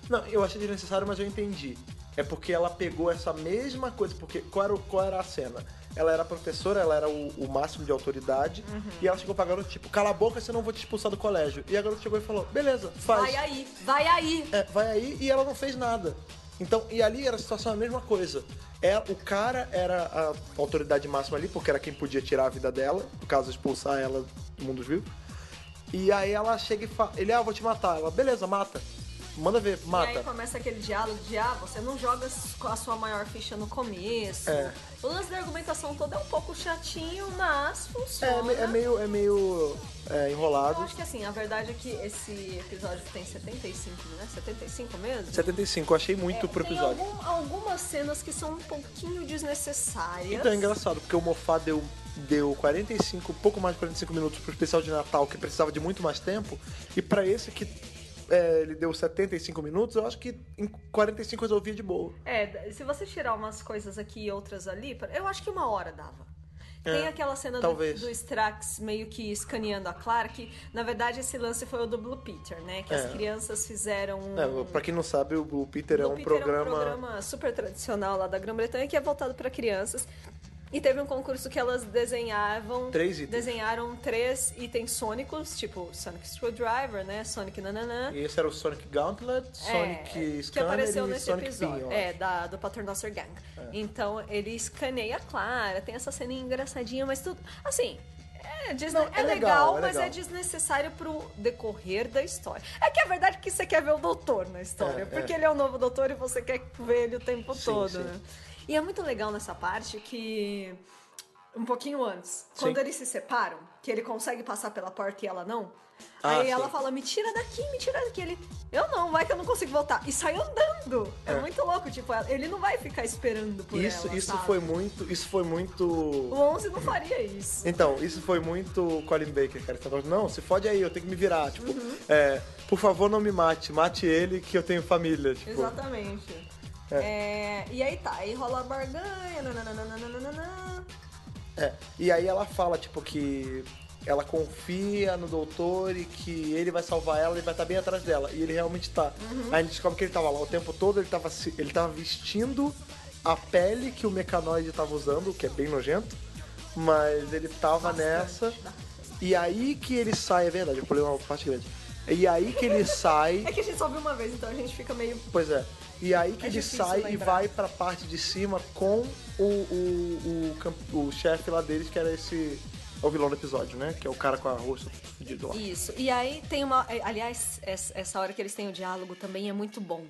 Speaker 1: Não, eu achei desnecessário, mas eu entendi. É porque ela pegou essa mesma coisa, porque qual era, o- qual era a cena? Ela era professora, ela era o, o máximo de autoridade, e ela chegou pra garota, tipo, cala a boca, senão eu vou te expulsar do colégio. E a garota chegou e falou, beleza, faz.
Speaker 2: Vai aí, vai aí.
Speaker 1: É, vai aí e ela não fez nada. Então, e ali era a situação a mesma coisa. É, o cara era a autoridade máxima ali, porque era quem podia tirar a vida dela, no caso, expulsar ela do mundo vivo. E aí ela chega e fala, ele, ah, vou te matar. Ela, beleza, mata. Manda ver,
Speaker 2: E aí
Speaker 1: mata.
Speaker 2: começa aquele diálogo de ah, você não joga s- a sua maior ficha no começo.
Speaker 1: É.
Speaker 2: O lance da argumentação toda é um pouco chatinho, mas
Speaker 1: É,
Speaker 2: funciona.
Speaker 1: me- é meio, é meio é,
Speaker 2: Eu
Speaker 1: enrolado.
Speaker 2: acho que assim, a verdade é que esse episódio tem 75, né? 75 mesmo?
Speaker 1: 75, eu achei muito
Speaker 2: É,
Speaker 1: pro
Speaker 2: tem
Speaker 1: episódio.
Speaker 2: algum- algumas cenas que são um pouquinho desnecessárias.
Speaker 1: Então é engraçado, porque o Mofá deu, deu 45, pouco mais de 45 minutos pro especial de Natal, que precisava de muito mais tempo, e pra esse que é, ele deu 75 minutos, eu acho que em 45 resolvia de boa.
Speaker 2: É, se você tirar umas coisas aqui e outras ali, eu acho que uma hora dava. Tem
Speaker 1: É,
Speaker 2: aquela cena do,
Speaker 1: talvez.
Speaker 2: do Strax meio que escaneando a Clara, que na verdade esse lance foi o do Blue Peter, né? Que
Speaker 1: É.
Speaker 2: as crianças fizeram. um-
Speaker 1: É, pra quem não sabe, o Blue Peter,
Speaker 2: Blue
Speaker 1: é, um
Speaker 2: Peter
Speaker 1: programa,
Speaker 2: é um programa super tradicional lá da Grã-Bretanha que é voltado pra crianças. E teve um concurso que elas desenhavam.
Speaker 1: Três itens.
Speaker 2: Desenharam três itens sônicos, tipo Sonic Screwdriver, né? Sonic nananã.
Speaker 1: E esse era o Sonic Gauntlet, Sonic
Speaker 2: é, que
Speaker 1: Scanner
Speaker 2: apareceu
Speaker 1: e
Speaker 2: nesse
Speaker 1: Sonic
Speaker 2: episódio.
Speaker 1: Pin, eu
Speaker 2: é,
Speaker 1: acho. É.
Speaker 2: da, do Paternoster Gang. Então ele escaneia a Clara, tem essa cena engraçadinha, mas tudo. Assim. É, desne-
Speaker 1: Não,
Speaker 2: é
Speaker 1: é legal,
Speaker 2: legal,
Speaker 1: é
Speaker 2: mas
Speaker 1: legal.
Speaker 2: é desnecessário pro decorrer da história. É que a verdade é que você quer ver o doutor na história,
Speaker 1: É, é.
Speaker 2: porque ele é o novo doutor e você quer ver ele o tempo
Speaker 1: Sim,
Speaker 2: todo,
Speaker 1: sim.
Speaker 2: né? E é muito legal nessa parte que. Um pouquinho antes,
Speaker 1: Sim.
Speaker 2: quando eles se separam, que ele consegue passar pela porta e ela não.
Speaker 1: Ah,
Speaker 2: aí
Speaker 1: sim.
Speaker 2: ela fala: me tira daqui, me tira daqui. Ele, eu não, vai que eu não consigo voltar. E sai andando. É,
Speaker 1: É.
Speaker 2: muito louco, tipo, ela- ele não vai ficar esperando por
Speaker 1: Isso,
Speaker 2: ela. tá.
Speaker 1: isso
Speaker 2: sabe?
Speaker 1: foi muito. Isso foi muito.
Speaker 2: O 11 não faria isso.
Speaker 1: Então, isso foi muito Colin Baker, cara. Esse negócio, não, se fode aí, eu tenho que me virar. Tipo,
Speaker 2: Uhum.
Speaker 1: é, por favor, não me mate. Mate ele que eu tenho família. Tipo,
Speaker 2: Exatamente. É, e aí tá, aí rola a barganha, nananana.
Speaker 1: É. E aí ela fala, tipo, que ela confia no doutor e que ele vai salvar ela e vai estar bem atrás dela. E ele realmente tá. Aí a gente descobre que ele tava lá o tempo todo, ele tava, se- ele tava vestindo a pele que o mecanoide tava usando, o que é bem nojento. Mas ele tava nessa. E aí que ele sai, é verdade, eu pulei uma parte grande. E aí que ele sai.
Speaker 2: É que a gente só viu uma vez, então a gente fica meio.
Speaker 1: Pois é. E aí que
Speaker 2: É
Speaker 1: ele
Speaker 2: difícil
Speaker 1: sai e
Speaker 2: lembrar.
Speaker 1: vai pra parte de cima com o, o, o, camp- o chefe lá deles, que era esse. É o vilão do episódio, né? Que é o cara com a rosto fudido lá.
Speaker 2: Isso. E aí tem uma. é, Aliás, essa essa hora que eles têm o diálogo também é muito bom.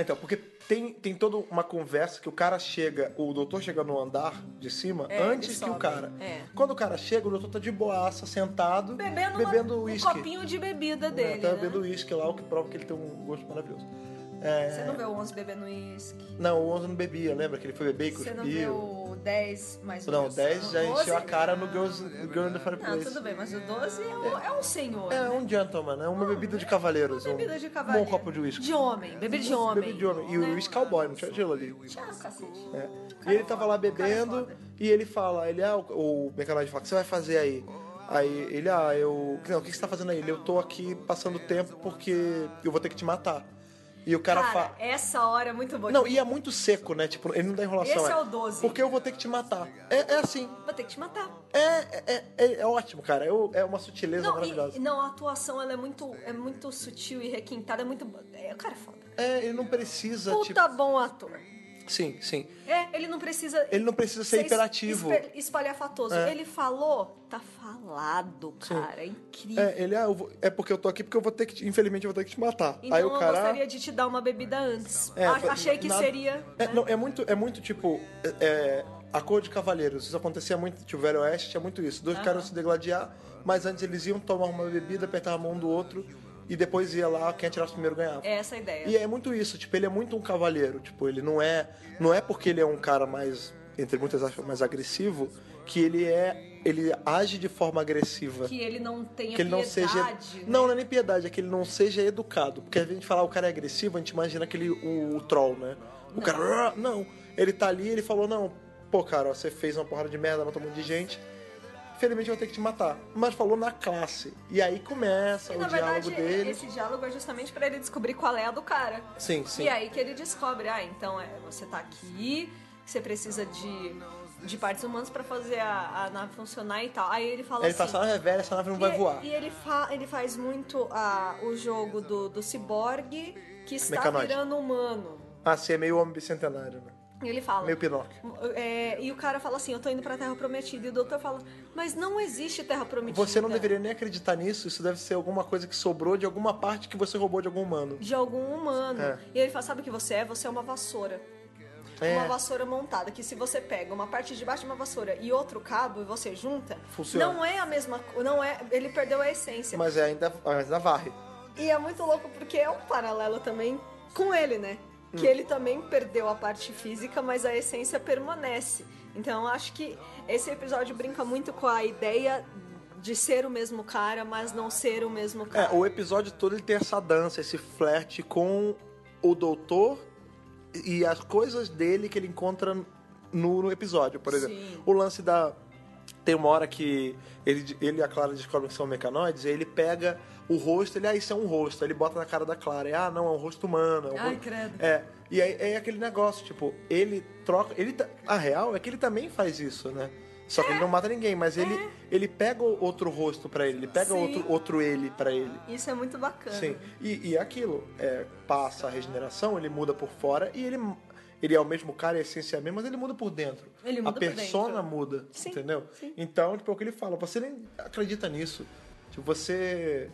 Speaker 1: Então, porque tem, tem toda uma conversa que o cara chega, o doutor chega no andar de cima
Speaker 2: É,
Speaker 1: antes
Speaker 2: ele
Speaker 1: que o
Speaker 2: sobe.
Speaker 1: cara.
Speaker 2: É.
Speaker 1: Quando o cara chega, o doutor tá de boaça, sentado,
Speaker 2: Bebendo, uma-
Speaker 1: bebendo
Speaker 2: um
Speaker 1: uísque.
Speaker 2: copinho de bebida
Speaker 1: É,
Speaker 2: dele.
Speaker 1: tá
Speaker 2: né?
Speaker 1: bebendo uísque lá, o que prova que ele tem um gosto maravilhoso. É,
Speaker 2: Você não vê o 11 bebendo uísque.
Speaker 1: Não, o Onze não bebia, lembra? Que ele foi beber e
Speaker 2: Você
Speaker 1: cuspiu.
Speaker 2: não vê o 10 mais o
Speaker 1: Não,
Speaker 2: 12?
Speaker 1: 10 já encheu a
Speaker 2: 12?
Speaker 1: cara no Girls, Girl in the
Speaker 2: Ah, Não,
Speaker 1: Fireplace.
Speaker 2: tudo bem, mas o 12 é um, é um senhor.
Speaker 1: É
Speaker 2: né?
Speaker 1: um gentleman, é uma bebida de cavaleiros. um
Speaker 2: Bebida de cavalo.
Speaker 1: Bom copo de uísque.
Speaker 2: De homem, bebida de homem. né?
Speaker 1: Bebida de homem. E o uísque cowboy, não tinha gelo ali.
Speaker 2: Ah, cacete.
Speaker 1: É. E ele tava lá
Speaker 2: Cara é
Speaker 1: bebendo
Speaker 2: foda.
Speaker 1: e ele fala, ele, ah, o, o mecanoide fala, o que você vai fazer aí? Aí ele, ah, eu. Não, o que você tá fazendo aí? Ele, eu tô aqui passando tempo porque eu vou ter que te matar. E o cara,
Speaker 2: Cara,
Speaker 1: fala.
Speaker 2: essa hora é muito boa.
Speaker 1: Não, e é muito seco, né? Tipo, ele não dá enrolação.
Speaker 2: Esse é
Speaker 1: né?
Speaker 2: o 12.
Speaker 1: Porque eu vou ter que te matar. É, é assim.
Speaker 2: Tipo, Vou ter que te matar.
Speaker 1: É, é, é, é ótimo, cara. Eu- É uma sutileza
Speaker 2: Não,
Speaker 1: maravilhosa.
Speaker 2: e, não, a atuação ela é muito, é muito sutil e requintada, é muito. bo- É, o cara é foda.
Speaker 1: É, ele não precisa,
Speaker 2: Puta bom ator.
Speaker 1: tipo. Sim, sim.
Speaker 2: É, ele não precisa.
Speaker 1: Ele não precisa ser
Speaker 2: es-
Speaker 1: hiperativo.
Speaker 2: espe- Espalhafatoso.
Speaker 1: É.
Speaker 2: Ele falou, tá falado, cara. É incrível.
Speaker 1: É, ele, ah, eu vou- é porque eu tô aqui porque eu vou ter que. te- Infelizmente eu vou ter que te matar.
Speaker 2: Então
Speaker 1: Aí o cara.
Speaker 2: eu gostaria de te dar uma bebida antes.
Speaker 1: É,
Speaker 2: A-
Speaker 1: foi-
Speaker 2: Achei que
Speaker 1: nada-
Speaker 2: seria. né?
Speaker 1: É, não, é muito, é muito tipo. é, É, a cor de cavaleiros. Isso acontecia muito. Tipo, o Velho Oeste tinha muito isso. Dois caras iam se degladiar, mas antes eles iam tomar uma bebida, apertar a mão um do outro e depois ia lá, quem atirasse primeiro ganhava.
Speaker 2: É essa a ideia.
Speaker 1: E é muito isso, tipo, ele é muito um cavaleiro, tipo, ele não é, não é porque ele é um cara mais, entre muitas aspas, mais agressivo, que ele é, ele age de forma agressiva.
Speaker 2: Que ele não tenha
Speaker 1: é- que ele não
Speaker 2: piedade.
Speaker 1: seja.
Speaker 2: né?
Speaker 1: Não, não é nem piedade, é que ele não seja educado. Porque a gente fala o cara é agressivo, a gente imagina aquele o, o troll, né? O cara. "Ah", Não. Ele tá ali ele falou, não, pô, cara, ó, você fez uma porrada de merda, matou um monte de gente. Infelizmente eu vou ter que te matar. Mas falou na classe. E aí começa
Speaker 2: E,
Speaker 1: o
Speaker 2: na
Speaker 1: diálogo
Speaker 2: verdade,
Speaker 1: dele.
Speaker 2: esse diálogo é justamente pra ele descobrir qual é a do cara.
Speaker 1: Sim, sim.
Speaker 2: E aí que ele descobre, ah, então é, você tá aqui, você precisa de, de partes humanas pra fazer a, a nave funcionar e tal. Aí ele fala
Speaker 1: Ele
Speaker 2: assim...
Speaker 1: fala assim, ah, é velho, essa nave não vai
Speaker 2: e,
Speaker 1: voar.
Speaker 2: E ele, fa ele faz muito ah, o jogo do, do ciborgue
Speaker 1: é
Speaker 2: que está
Speaker 1: Mecanoide.
Speaker 2: virando humano.
Speaker 1: Ah, você é meio homem bicentenário, né?
Speaker 2: E ele fala...
Speaker 1: Meio Pinóquio.
Speaker 2: é, e o cara fala assim, eu tô indo pra Terra Prometida. E o doutor fala, mas não existe Terra Prometida.
Speaker 1: Você não deveria nem acreditar nisso, isso deve ser alguma coisa que sobrou de alguma parte que você roubou de algum humano.
Speaker 2: de algum humano.
Speaker 1: É.
Speaker 2: E ele fala: sabe o que você é? Você é uma vassoura.
Speaker 1: É.
Speaker 2: Uma vassoura montada, que se você pega uma parte de baixo de uma vassoura e outro cabo e você junta,
Speaker 1: Funciona.
Speaker 2: não é a mesma co- não é Ele perdeu a essência.
Speaker 1: Mas é ainda, ainda varre.
Speaker 2: E é muito louco porque é um paralelo também com ele, né? Que
Speaker 1: Hum.
Speaker 2: ele também perdeu a parte física, mas a essência permanece. Então eu acho que esse episódio brinca muito com a ideia de ser o mesmo cara, mas não ser o mesmo cara.
Speaker 1: É, o episódio todo ele tem essa dança, esse flerte com o doutor e as coisas dele que ele encontra no, no episódio, por exemplo.
Speaker 2: Sim.
Speaker 1: O lance da. Tem uma hora que ele, ele e a Clara descobrem que são mecanoides, e aí ele pega o rosto, ele, ah, isso é um rosto, aí ele bota na cara da Clara, e, ah, não, é um rosto humano. É um
Speaker 2: Ai,
Speaker 1: rosto...
Speaker 2: credo.
Speaker 1: É. E aí é aquele negócio, tipo, ele troca. Ele tá- a real é que ele também faz isso, né? Só que ele não mata ninguém, mas ele, ele pega o outro rosto pra ele, ele pega
Speaker 2: Sim.
Speaker 1: outro, outro ele pra ele.
Speaker 2: Isso é muito bacana.
Speaker 1: Sim. E, e aquilo, é, passa a regeneração, ele muda por fora e ele, ele é o mesmo cara, a essência é a mesma, mas ele muda por dentro.
Speaker 2: Ele
Speaker 1: a
Speaker 2: muda por
Speaker 1: persona
Speaker 2: dentro.
Speaker 1: muda,
Speaker 2: Sim,
Speaker 1: entendeu?
Speaker 2: sim.
Speaker 1: Então, tipo, é o que ele fala, você nem acredita nisso. Tipo, você.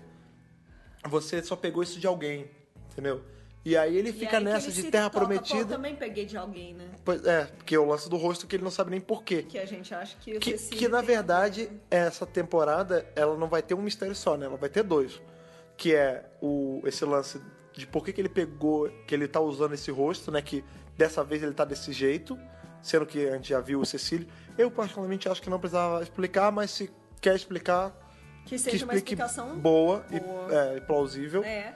Speaker 1: Você só pegou isso de alguém, entendeu? E aí ele
Speaker 2: E
Speaker 1: fica
Speaker 2: aí que
Speaker 1: nessa
Speaker 2: ele
Speaker 1: de
Speaker 2: se
Speaker 1: terra
Speaker 2: toca, Pô, eu
Speaker 1: prometida.
Speaker 2: também peguei de alguém, né?
Speaker 1: Pois é, porque é o lance do rosto que ele não sabe nem porquê.
Speaker 2: Que a gente acha que... o
Speaker 1: Que,
Speaker 2: Cecília
Speaker 1: que na
Speaker 2: tem-
Speaker 1: verdade, essa temporada, ela não vai ter um mistério só, né? Ela vai ter dois. Que é o, esse lance de por que, que ele pegou, que ele tá usando esse rosto, né? Que dessa vez ele tá desse jeito, sendo que a gente já viu o Cecílio. Eu, particularmente, acho que não precisava explicar, mas se quer explicar,
Speaker 2: Que
Speaker 1: que
Speaker 2: seja uma
Speaker 1: explique
Speaker 2: explicação
Speaker 1: boa,
Speaker 2: boa.
Speaker 1: E, é, e plausível.
Speaker 2: é,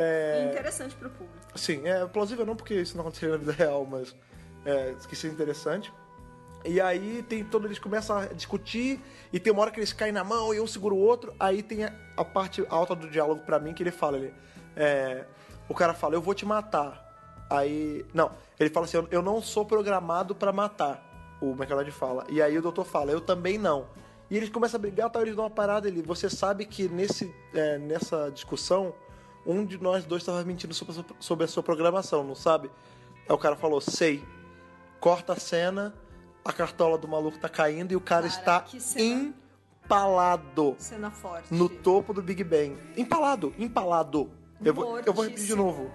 Speaker 1: É,
Speaker 2: e interessante pro público.
Speaker 1: Sim, é plausível não porque isso não aconteceria na vida real, mas é, que seria interessante. E aí tem todo, eles começam a discutir e tem uma hora que eles caem na mão e um segura o outro. Aí tem a, a parte alta do diálogo pra mim que ele fala, ele, é, o cara fala, eu vou te matar. Aí, não, ele fala assim, eu, eu não sou programado pra matar. O McLeod fala. E aí o doutor fala, eu também não. E eles começam a brigar, tal, eles dão uma parada ele, você sabe que nesse, é, nessa discussão um de nós dois estava mentindo sobre, a sua- sobre a sua programação, não sabe? Aí o cara falou, sei. Corta a cena, a cartola do maluco tá caindo e o cara,
Speaker 2: Cara,
Speaker 1: está
Speaker 2: que cena.
Speaker 1: empalado
Speaker 2: Cena forte.
Speaker 1: no topo do Big Bang. Empalado, empalado. Eu vou, eu vou repetir de
Speaker 2: Mortíssimo.
Speaker 1: novo.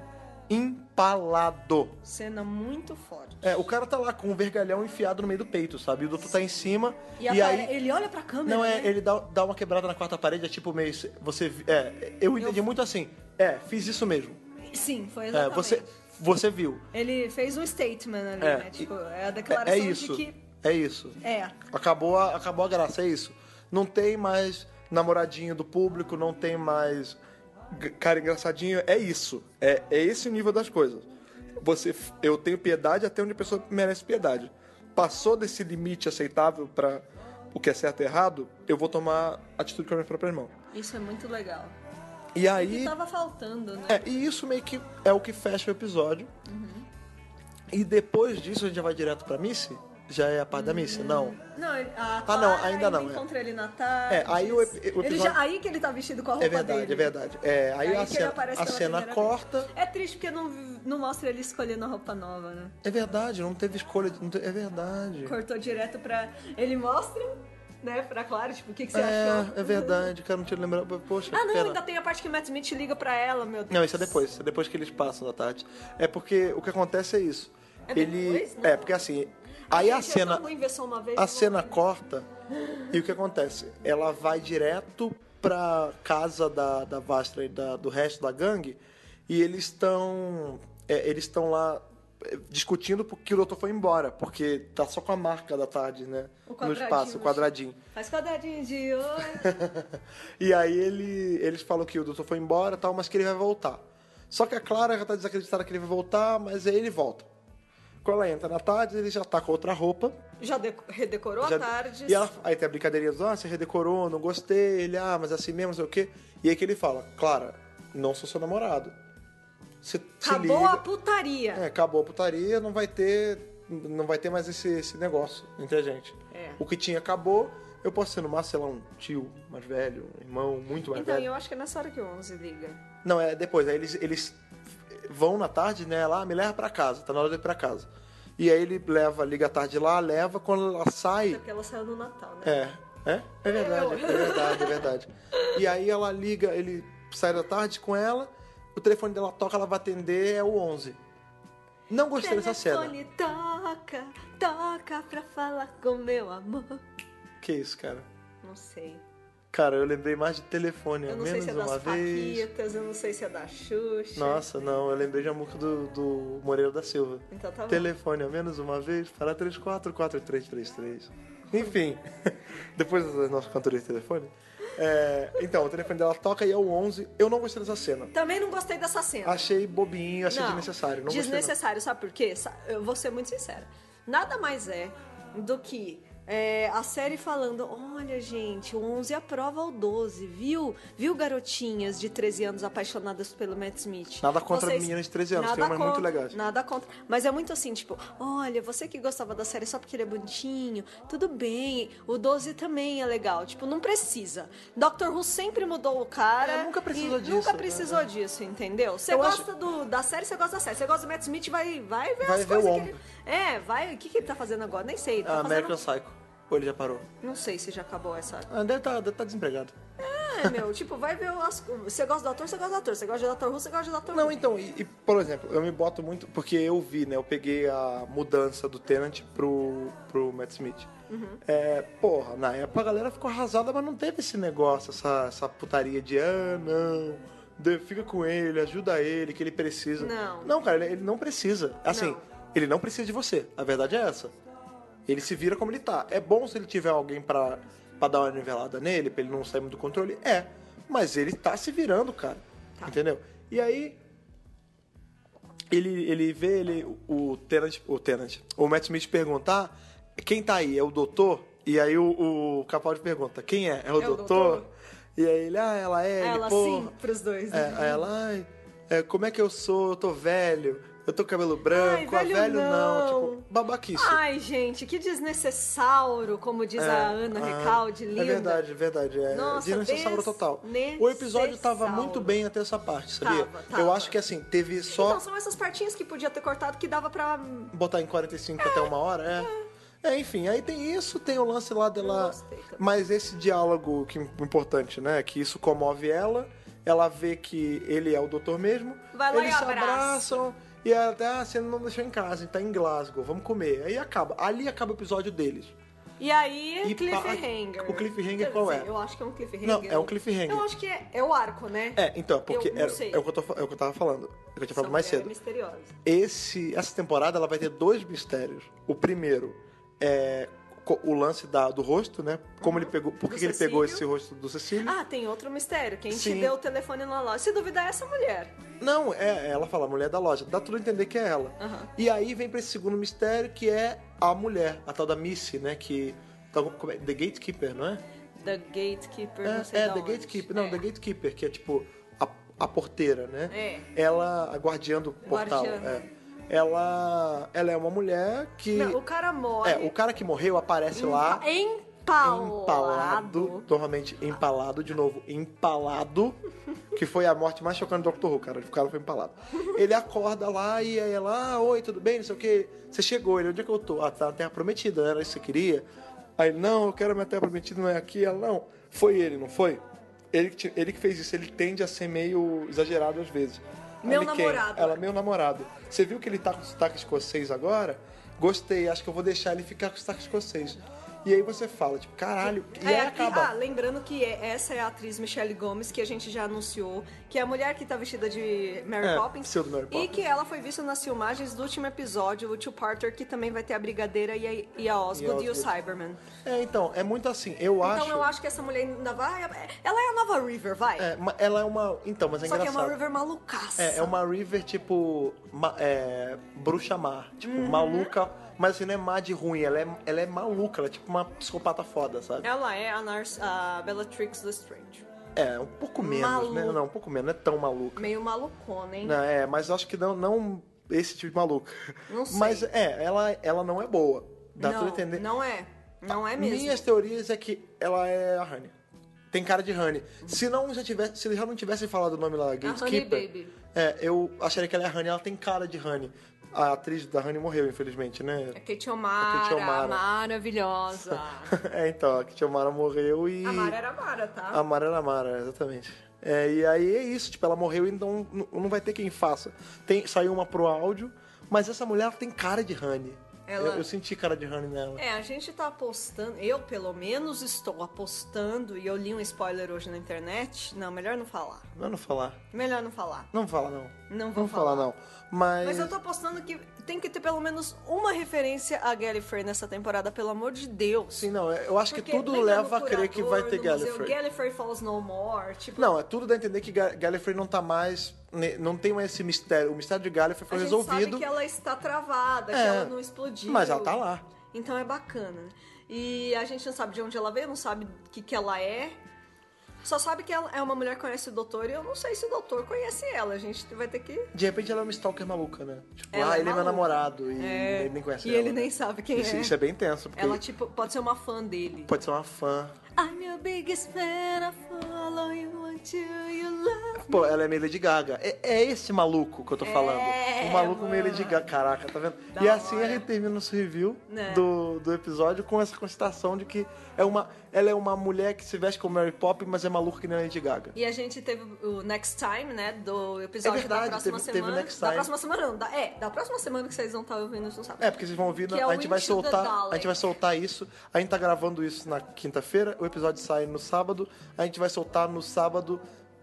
Speaker 1: Empalado.
Speaker 2: Cena muito forte.
Speaker 1: É, o cara tá lá com o vergalhão enfiado no meio do peito, sabe? E o doutor tá em cima.
Speaker 2: E, a
Speaker 1: e
Speaker 2: cara-
Speaker 1: aí.
Speaker 2: ele olha pra câmera,
Speaker 1: Não, é,
Speaker 2: né?
Speaker 1: ele dá, dá uma quebrada na quarta parede, é tipo meio. Você. É, eu entendi muito assim. É, fiz isso mesmo.
Speaker 2: Sim, foi
Speaker 1: É,
Speaker 2: exatamente.
Speaker 1: você, você viu.
Speaker 2: Ele fez um statement ali,
Speaker 1: É,
Speaker 2: né?
Speaker 1: e-
Speaker 2: Tipo, é a
Speaker 1: É,
Speaker 2: declaração
Speaker 1: é isso.
Speaker 2: de que...
Speaker 1: É isso.
Speaker 2: É,
Speaker 1: Acabou a, acabou a graça, é isso. Não tem mais namoradinho do público, não tem mais g- cara engraçadinho. É isso. É, é esse o nível das coisas. Você, f- eu tenho piedade até onde a pessoa merece piedade. Passou desse limite aceitável pra o que é certo e errado, eu vou tomar atitude com a minha própria mão.
Speaker 2: isso é muito legal.
Speaker 1: E
Speaker 2: O que
Speaker 1: aí.
Speaker 2: tava faltando, né?
Speaker 1: É, e isso meio que é o que fecha o episódio.
Speaker 2: Uhum.
Speaker 1: E depois disso a gente já vai direto pra Missy? Já é a parte da
Speaker 2: Hum.
Speaker 1: Missy? Não.
Speaker 2: Não, ele- tá, a
Speaker 1: Ah, não,
Speaker 2: Clara
Speaker 1: ainda não, é.
Speaker 2: encontra ele na tarde.
Speaker 1: É, aí o epi- o
Speaker 2: Ele
Speaker 1: episódio-
Speaker 2: já, aí que ele tá vestido com a roupa
Speaker 1: É verdade,
Speaker 2: dele.
Speaker 1: é verdade. É, aí,
Speaker 2: Aí
Speaker 1: a
Speaker 2: que ele
Speaker 1: cena,
Speaker 2: aparece
Speaker 1: a
Speaker 2: pela
Speaker 1: cena
Speaker 2: primeira
Speaker 1: corta.
Speaker 2: É triste porque não, não mostra ele escolhendo a roupa nova, né?
Speaker 1: É verdade, não teve escolha. de- não te- é verdade.
Speaker 2: Cortou direto pra... Ele mostra, né, pra Clara, tipo, o que, que você achou?
Speaker 1: É, é verdade, cara, não tinha lembrado. Poxa,
Speaker 2: Ah, não,
Speaker 1: pena.
Speaker 2: ainda tem a parte que Matt Smith liga pra ela, meu Deus.
Speaker 1: Não, isso é depois, isso é depois que eles passam da tarde. É porque o que acontece é isso.
Speaker 2: É
Speaker 1: Ele.
Speaker 2: depois? Não.
Speaker 1: É, porque assim. Aí a
Speaker 2: Gente,
Speaker 1: cena.
Speaker 2: Eu só vou inversão uma vez,
Speaker 1: A
Speaker 2: eu vou-
Speaker 1: cena corta e o que acontece? Ela vai direto pra casa da, da Vastra e da- do resto da gangue e eles estão é, eles estão lá é, discutindo porque o doutor foi embora, porque tá só com a marca da tarde, né?
Speaker 2: O
Speaker 1: No
Speaker 2: quadradinho no
Speaker 1: espaço,
Speaker 2: chão.
Speaker 1: o quadradinho.
Speaker 2: Faz quadradinho de oi.
Speaker 1: E aí ele, eles falam que o doutor foi embora e tal, mas que ele vai voltar. Só que a Clara já tá desacreditada que ele vai voltar, mas aí ele volta. Quando ela entra na tarde, ele já tá com outra roupa,
Speaker 2: Já de- redecorou
Speaker 1: Já-
Speaker 2: a tarde.
Speaker 1: E ela, aí tem a brincadeirinha do, ah, você redecorou, não gostei, ele, ah, mas assim mesmo, não sei o quê. E aí que ele fala, Clara, não sou seu namorado. Se, se
Speaker 2: Acabou
Speaker 1: liga.
Speaker 2: a putaria.
Speaker 1: É, acabou a putaria, não vai ter, não vai ter mais esse, esse negócio entre a gente.
Speaker 2: É.
Speaker 1: O que tinha acabou, eu posso ser no máximo, sei lá, um tio mais velho, um irmão muito mais
Speaker 2: Então,
Speaker 1: velho.
Speaker 2: eu acho que é nessa hora que o 11 liga.
Speaker 1: Não, é depois. Aí eles, eles vão na tarde, né? Lá, me leva pra casa, tá na hora de ir pra casa. E aí ele leva, liga a tarde lá, leva, quando ela sai.
Speaker 2: Até É porque ela saiu no Natal, né?
Speaker 1: É, é, é verdade, é verdade, é verdade. E aí ela liga, ele sai da tarde com ela, o telefone dela toca, ela vai atender, é o 11. Não gostei dessa cena.
Speaker 2: Telefone toca, toca pra falar com meu amor.
Speaker 1: Que isso, cara?
Speaker 2: Não sei.
Speaker 1: Cara, eu lembrei mais de telefone,
Speaker 2: Eu
Speaker 1: ao
Speaker 2: não sei
Speaker 1: menos
Speaker 2: se é das
Speaker 1: uma vez.
Speaker 2: Paquitas, eu não sei se é da Xuxa.
Speaker 1: Nossa, não, eu lembrei de uma música do, do Moreira da Silva.
Speaker 2: Então tá bom.
Speaker 1: Telefone, ao menos uma vez, para 344333. Enfim, depois das nossas cantorias de telefone. É, então, o telefone dela toca e é o 11. Eu não gostei dessa cena.
Speaker 2: Também não gostei dessa cena.
Speaker 1: Achei bobinho, achei
Speaker 2: Não,
Speaker 1: desnecessário. Não gostei, não.
Speaker 2: desnecessário, sabe por quê? Sa- Eu vou ser muito sincera. Nada mais é do que é, a série falando: olha, gente, o 11 aprova o 12, viu? Viu garotinhas de 13 anos apaixonadas pelo Matt Smith?
Speaker 1: Nada contra meninas de 13 anos, tem umas muito legais.
Speaker 2: Nada contra. Mas é muito assim, tipo, olha, você que gostava da série só porque ele é bonitinho, tudo bem. O 12 também é legal. Tipo, não precisa. Doctor Who sempre mudou o cara.
Speaker 1: É, nunca precisou
Speaker 2: e
Speaker 1: disso,
Speaker 2: Nunca
Speaker 1: né?
Speaker 2: precisou disso, entendeu? Você
Speaker 1: Eu
Speaker 2: gosta do, da série, você gosta da série. Você gosta do Matt Smith, vai, vai ver
Speaker 1: Vai ver
Speaker 2: as
Speaker 1: o
Speaker 2: coisas que
Speaker 1: Wong.
Speaker 2: ele... É, vai. O que, que ele tá fazendo agora? Nem sei. Ele tá
Speaker 1: Ah,
Speaker 2: fazendo
Speaker 1: American Psycho. Ou ele já parou?
Speaker 2: não sei se já acabou essa.
Speaker 1: Ah, deve estar deve tá desempregado.
Speaker 2: É, meu, tipo, vai ver as. Você gosta do ator, você gosta do ator. Você gosta de Dr. Who, você gosta de Dr. Who.
Speaker 1: Não, então, e, e, por exemplo, eu me boto muito. Porque eu vi, né? Eu peguei a mudança do Tenant pro, pro Matt Smith.
Speaker 2: Uhum.
Speaker 1: É, porra, na época a galera ficou arrasada, mas não teve esse negócio, essa, essa putaria de ah, não. de- Fica com ele, ajuda ele, que ele precisa.
Speaker 2: Não.
Speaker 1: Não, cara, ele, ele não precisa. Assim,
Speaker 2: Não.
Speaker 1: ele não precisa de você. A verdade é essa. Ele se vira como ele tá. É bom se ele tiver alguém pra, pra dar uma nivelada nele, pra ele não sair muito do controle. É. Mas ele tá se virando, cara.
Speaker 2: Tá.
Speaker 1: Entendeu? E aí, ele, ele vê ele, o, o Tenant, o Tenant, o Matt Smith perguntar quem tá aí, é o doutor? E aí o, o Capaldi pergunta, quem é? É o,
Speaker 2: É o
Speaker 1: doutor?
Speaker 2: doutor?
Speaker 1: E aí ele, ah, ela é, ele,
Speaker 2: Ela sim,
Speaker 1: porra.
Speaker 2: pros dois.
Speaker 1: É,
Speaker 2: né?
Speaker 1: aí ela, ai, é, como é que eu sou? Eu tô velho, eu tô com cabelo branco,
Speaker 2: Ai, velho
Speaker 1: a velho não.
Speaker 2: não. Ah,
Speaker 1: Tipo, babaquice.
Speaker 2: Ai, gente, que desnecessauro, como diz
Speaker 1: É,
Speaker 2: a Ana
Speaker 1: ah,
Speaker 2: Recalde, linda.
Speaker 1: É verdade, é verdade. É
Speaker 2: Nossa,
Speaker 1: desnecessauro total. O episódio tava
Speaker 2: desnecessauro.
Speaker 1: muito bem até essa parte, sabia?
Speaker 2: Tava, tava.
Speaker 1: Eu acho que assim, teve só.
Speaker 2: Então, são essas partinhas que podia ter cortado que dava pra.
Speaker 1: botar em 45 até uma hora, é. É, enfim, aí tem isso, tem o lance lá
Speaker 2: Eu
Speaker 1: dela.
Speaker 2: gostei também.
Speaker 1: Mas esse diálogo que é importante, né? Que isso comove ela, ela vê que ele é o doutor mesmo.
Speaker 2: Vai lá e
Speaker 1: eles se
Speaker 2: abraça.
Speaker 1: abraçam e ela até, ah, você não deixou em casa, tá em Glasgow, vamos comer. Aí acaba. Ali acaba o episódio deles.
Speaker 2: E aí,
Speaker 1: E
Speaker 2: cliffhanger.
Speaker 1: pa- o cliffhanger
Speaker 2: Quer
Speaker 1: qual
Speaker 2: dizer,
Speaker 1: é?
Speaker 2: Eu acho que é um cliffhanger.
Speaker 1: Não, é um cliffhanger.
Speaker 2: Eu acho que é, é o arco, né?
Speaker 1: É, então, porque
Speaker 2: Eu não
Speaker 1: era-
Speaker 2: sei.
Speaker 1: é, o que eu tô fa- é o que eu tava falando. É o que eu tinha
Speaker 2: Essa
Speaker 1: falado mais
Speaker 2: mulher é
Speaker 1: cedo.
Speaker 2: misteriosa.
Speaker 1: Esse, essa temporada ela vai ter dois mistérios. O primeiro é co- o lance da- do rosto, né? Como ele pegou, por
Speaker 2: Uhum. Do
Speaker 1: que que ele pegou
Speaker 2: Cecílio.
Speaker 1: esse rosto do Cecílio?
Speaker 2: Ah, tem outro mistério. Quem te
Speaker 1: Sim.
Speaker 2: deu o telefone na loja? Se duvidar, é essa mulher.
Speaker 1: Não, é ela fala, a mulher da loja. Dá tudo a entender que é ela.
Speaker 2: Aham.
Speaker 1: E aí vem pra esse segundo mistério que é a mulher, a tal da Missy, né? Que tá- como é? The Gatekeeper, não é?
Speaker 2: The Gatekeeper, não sei
Speaker 1: É, é
Speaker 2: da
Speaker 1: The
Speaker 2: onde.
Speaker 1: Gatekeeper. Não,
Speaker 2: é.
Speaker 1: The Gatekeeper, que é tipo a, a porteira, né?
Speaker 2: É.
Speaker 1: Ela, a guardiã do portal.
Speaker 2: Guardiã.
Speaker 1: é. Ela, ela é uma mulher que...
Speaker 2: Não, o cara morre.
Speaker 1: É, o cara que morreu aparece lá
Speaker 2: Empalado.
Speaker 1: empalado, normalmente empalado, de novo, empalado, que foi a morte mais chocante do Dr. Who, cara, o cara foi empalado. Ele acorda lá e aí ela, ah, oi, tudo bem, não sei o que, você chegou, ele, onde é que eu tô? Ah, tá na Terra Prometida, era isso que você queria? Aí, ele, não, eu quero minha Terra Prometida, não é aqui, ela, não, foi ele, não foi? Ele, que te- ele que fez isso, ele tende a ser meio exagerado às vezes. Aí
Speaker 2: Meu
Speaker 1: ele, "Quem?"
Speaker 2: namorado.
Speaker 1: Ela, meu namorado. Você viu que ele tá com sotaque escocês agora? Gostei, acho que eu vou deixar ele ficar com sotaque escocês. E aí você fala, tipo, caralho, e
Speaker 2: É,
Speaker 1: aí
Speaker 2: aqui-
Speaker 1: acaba.
Speaker 2: Ah, lembrando que é- essa é a atriz Michelle Gomes, que a gente já anunciou, que é a mulher que tá vestida de Mary
Speaker 1: É,
Speaker 2: Poppins.
Speaker 1: pseudo Mary
Speaker 2: E
Speaker 1: Poppins.
Speaker 2: que ela foi vista nas filmagens do último episódio, o Two-Parter, que também vai ter a Brigadeira e a, e a Osgood e, o
Speaker 1: Osgood.
Speaker 2: Cyberman.
Speaker 1: É, então, é muito assim. Eu acho.
Speaker 2: Então eu acho que essa mulher ainda vai. Ela é a nova River, vai.
Speaker 1: é, ma- ela é uma. Então, mas é
Speaker 2: Só que é
Speaker 1: engraçado.
Speaker 2: uma River malucaça.
Speaker 1: É, é uma River, tipo. ma- é, bruxa má. Tipo,
Speaker 2: Uhum.
Speaker 1: maluca. Mas assim, não é má de ruim, ela é, ela é maluca, ela é tipo uma psicopata foda, sabe?
Speaker 2: Ela é a, Nars, a Bellatrix Lestrange.
Speaker 1: É, um pouco menos, né?
Speaker 2: Maluca.
Speaker 1: Não, um pouco menos, não é tão maluca.
Speaker 2: Meio malucona, hein?
Speaker 1: Não, é, mas eu acho que não, não esse tipo de maluca.
Speaker 2: Não sei.
Speaker 1: Mas é, ela, ela não é boa. Dá
Speaker 2: não,
Speaker 1: tudo a entender.
Speaker 2: Não é. Não é mesmo.
Speaker 1: Minhas teorias é que ela é a Honey. Tem cara de Honey. Se não já tivesse, se eles já não tivessem falado o nome lá, Gatekeeper.
Speaker 2: Baby.
Speaker 1: É, eu acharia que ela é a Honey, ela tem cara de Honey. A atriz da Honey morreu, infelizmente, né?
Speaker 2: É A Kate O'Mara,
Speaker 1: A Kate O'Mara.
Speaker 2: maravilhosa.
Speaker 1: é, então, a Kitty O'Mara morreu e
Speaker 2: A Mara era Mara, tá?
Speaker 1: A Mara era Mara, exatamente. É, e aí é isso, tipo, ela morreu, então n- não vai ter quem faça. Tem, saiu uma pro áudio, mas essa mulher ela tem cara de Honey.
Speaker 2: Ela-
Speaker 1: Eu, eu senti cara de Honey nela.
Speaker 2: É, a gente tá apostando, eu pelo menos estou apostando, e eu li um spoiler hoje na internet. Não, melhor não falar.
Speaker 1: Não não falar.
Speaker 2: Melhor não falar.
Speaker 1: Não fala, não.
Speaker 2: Não vou
Speaker 1: Não fala, não. Mas.
Speaker 2: Mas eu tô apostando que tem que ter pelo menos uma referência a Gallifrey nessa temporada, pelo amor de Deus.
Speaker 1: Sim, não, é, eu acho
Speaker 2: Porque
Speaker 1: que tudo
Speaker 2: lembra
Speaker 1: leva
Speaker 2: no
Speaker 1: a crer que vai
Speaker 2: curador,
Speaker 1: ter
Speaker 2: no museu,
Speaker 1: Gallifrey.
Speaker 2: Gallifrey Falls No More, tipo...
Speaker 1: Não, é tudo dá a entender que Ga- Gallifrey não tá mais. ne- Não tem mais esse mistério. O mistério de Gallifrey foi
Speaker 2: a gente
Speaker 1: resolvido.
Speaker 2: sabe que ela está travada, que
Speaker 1: É,
Speaker 2: ela não explodiu.
Speaker 1: mas ela tá lá.
Speaker 2: Então é bacana. né? E a gente não sabe de onde ela veio, não sabe o que, que ela é. Só sabe que ela é uma mulher que conhece o doutor e eu não sei se o doutor conhece ela. A gente vai ter que.
Speaker 1: De repente ela é uma stalker maluca, né? Tipo,
Speaker 2: Ela
Speaker 1: ah,
Speaker 2: é
Speaker 1: ele é meu
Speaker 2: maluca.
Speaker 1: namorado e
Speaker 2: É,
Speaker 1: ele nem conhece
Speaker 2: E
Speaker 1: ela. né?
Speaker 2: ele nem sabe quem
Speaker 1: isso,
Speaker 2: é.
Speaker 1: isso é bem tenso, porque
Speaker 2: Ela, tipo, pode ser uma fã dele.
Speaker 1: pode ser uma fã.
Speaker 2: I'm your biggest fan, I follow you until you love.
Speaker 1: Pô, ela é meio Lady Gaga. É, é esse maluco que eu tô falando.
Speaker 2: É,
Speaker 1: o maluco meio
Speaker 2: mano.
Speaker 1: Lady Gaga. Caraca, tá vendo?
Speaker 2: Da
Speaker 1: e assim
Speaker 2: hora.
Speaker 1: a gente termina o nosso review
Speaker 2: Né.
Speaker 1: do, do episódio com essa constatação de que é uma, ela é uma mulher que se veste como Mary Poppins, mas é maluca que nem a Lady Gaga.
Speaker 2: E a gente teve o Next Time, né? Do episódio
Speaker 1: É verdade,
Speaker 2: da próxima
Speaker 1: teve- teve
Speaker 2: semana.
Speaker 1: Next
Speaker 2: Da
Speaker 1: Time.
Speaker 2: próxima semana, não. Da, é, da próxima semana que vocês vão estar ouvindo, a gente não sabe.
Speaker 1: É, porque vocês vão ouvir,
Speaker 2: Que
Speaker 1: na-
Speaker 2: é o
Speaker 1: a gente vai
Speaker 2: Into the
Speaker 1: soltar,
Speaker 2: Dalek.
Speaker 1: a gente vai soltar isso. A gente tá gravando isso na quinta-feira, o episódio sai no sábado, a gente vai soltar no sábado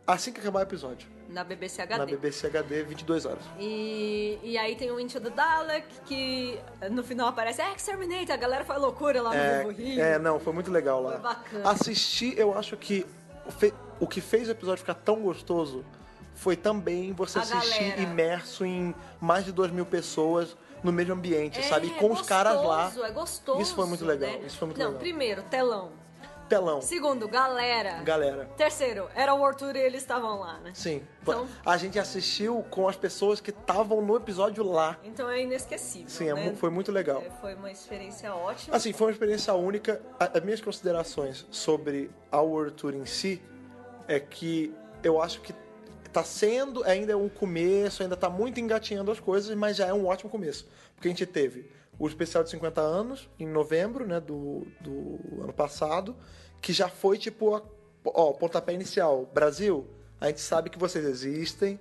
Speaker 1: assim que acabar o episódio,
Speaker 2: Na BBC
Speaker 1: na
Speaker 2: HD.
Speaker 1: BBC HD 22 horas.
Speaker 2: E, e aí tem o Into the Dalek, que no final aparece "Ah, Exterminate, a galera foi loucura lá no
Speaker 1: É,
Speaker 2: Vivo Rio.
Speaker 1: é, não, foi muito legal lá.
Speaker 2: Foi bacana.
Speaker 1: Assistir, eu acho que fe- o que fez o episódio ficar tão gostoso foi também você
Speaker 2: A
Speaker 1: assistir
Speaker 2: galera.
Speaker 1: imerso em mais de duas mil pessoas no mesmo ambiente,
Speaker 2: É,
Speaker 1: sabe? E com os
Speaker 2: gostoso,
Speaker 1: caras lá.
Speaker 2: É gostoso.
Speaker 1: Isso foi muito legal,
Speaker 2: né?
Speaker 1: isso foi muito
Speaker 2: Não,
Speaker 1: legal.
Speaker 2: primeiro, telão.
Speaker 1: Telão,
Speaker 2: Segundo, galera.
Speaker 1: galera.
Speaker 2: Terceiro, era o Arthur e eles estavam lá, né?
Speaker 1: Sim.
Speaker 2: Então-
Speaker 1: A gente assistiu com as pessoas que estavam no episódio lá.
Speaker 2: Então é inesquecível.
Speaker 1: Sim, é
Speaker 2: né?
Speaker 1: mu- foi muito legal.
Speaker 2: É, Foi uma experiência ótima.
Speaker 1: Assim, foi uma experiência única. A- As minhas considerações sobre a World Tour em si é que eu acho que tá sendo, ainda é um começo, ainda tá muito engatinhando as coisas, mas já é um ótimo começo. Porque a gente teve o especial de 50 anos, em novembro, né, do, do ano passado, que já foi tipo, a, ó, o pontapé inicial. Brasil, a gente sabe que vocês existem,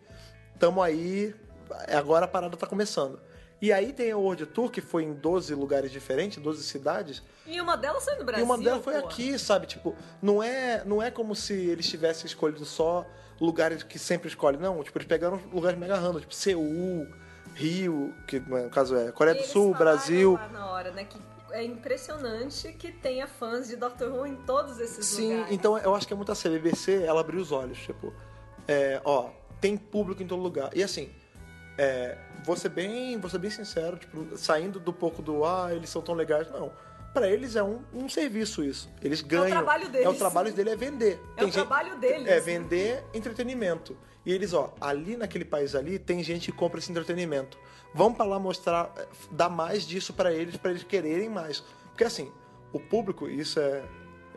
Speaker 1: tamo aí, agora a parada tá começando. E aí tem a World Tour, que foi em 12 lugares diferentes, 12 cidades,
Speaker 2: E uma delas foi no Brasil.
Speaker 1: e uma delas foi
Speaker 2: pô.
Speaker 1: aqui, sabe? Tipo, não é, não é como se eles tivessem escolhido só lugares que sempre escolhem. Não, tipo, eles pegaram lugares mega random, tipo Seul, Rio, que né, no caso é
Speaker 2: E
Speaker 1: Coreia do
Speaker 2: eles
Speaker 1: Sul,
Speaker 2: falaram
Speaker 1: Brasil.
Speaker 2: lá na hora, né? Que é impressionante que tenha fãs de Doctor Who em todos esses
Speaker 1: Sim,
Speaker 2: lugares.
Speaker 1: então eu acho que é muito assim. A BBC, ela abriu os olhos, tipo, é, ó, tem público em todo lugar. E assim, é, vou ser bem, vou ser bem sincero, tipo, saindo do pouco do, ah, eles são tão legais, não. Pra eles é um, um serviço isso. Eles ganham.
Speaker 2: trabalho deles.
Speaker 1: É o trabalho dele é vender.
Speaker 2: É o trabalho deles.
Speaker 1: É vender entretenimento. E eles, ó, ali naquele país ali tem gente que compra esse entretenimento. Vamos pra lá mostrar, eh, dar mais disso pra eles, pra eles quererem mais. Porque assim, o público, isso é.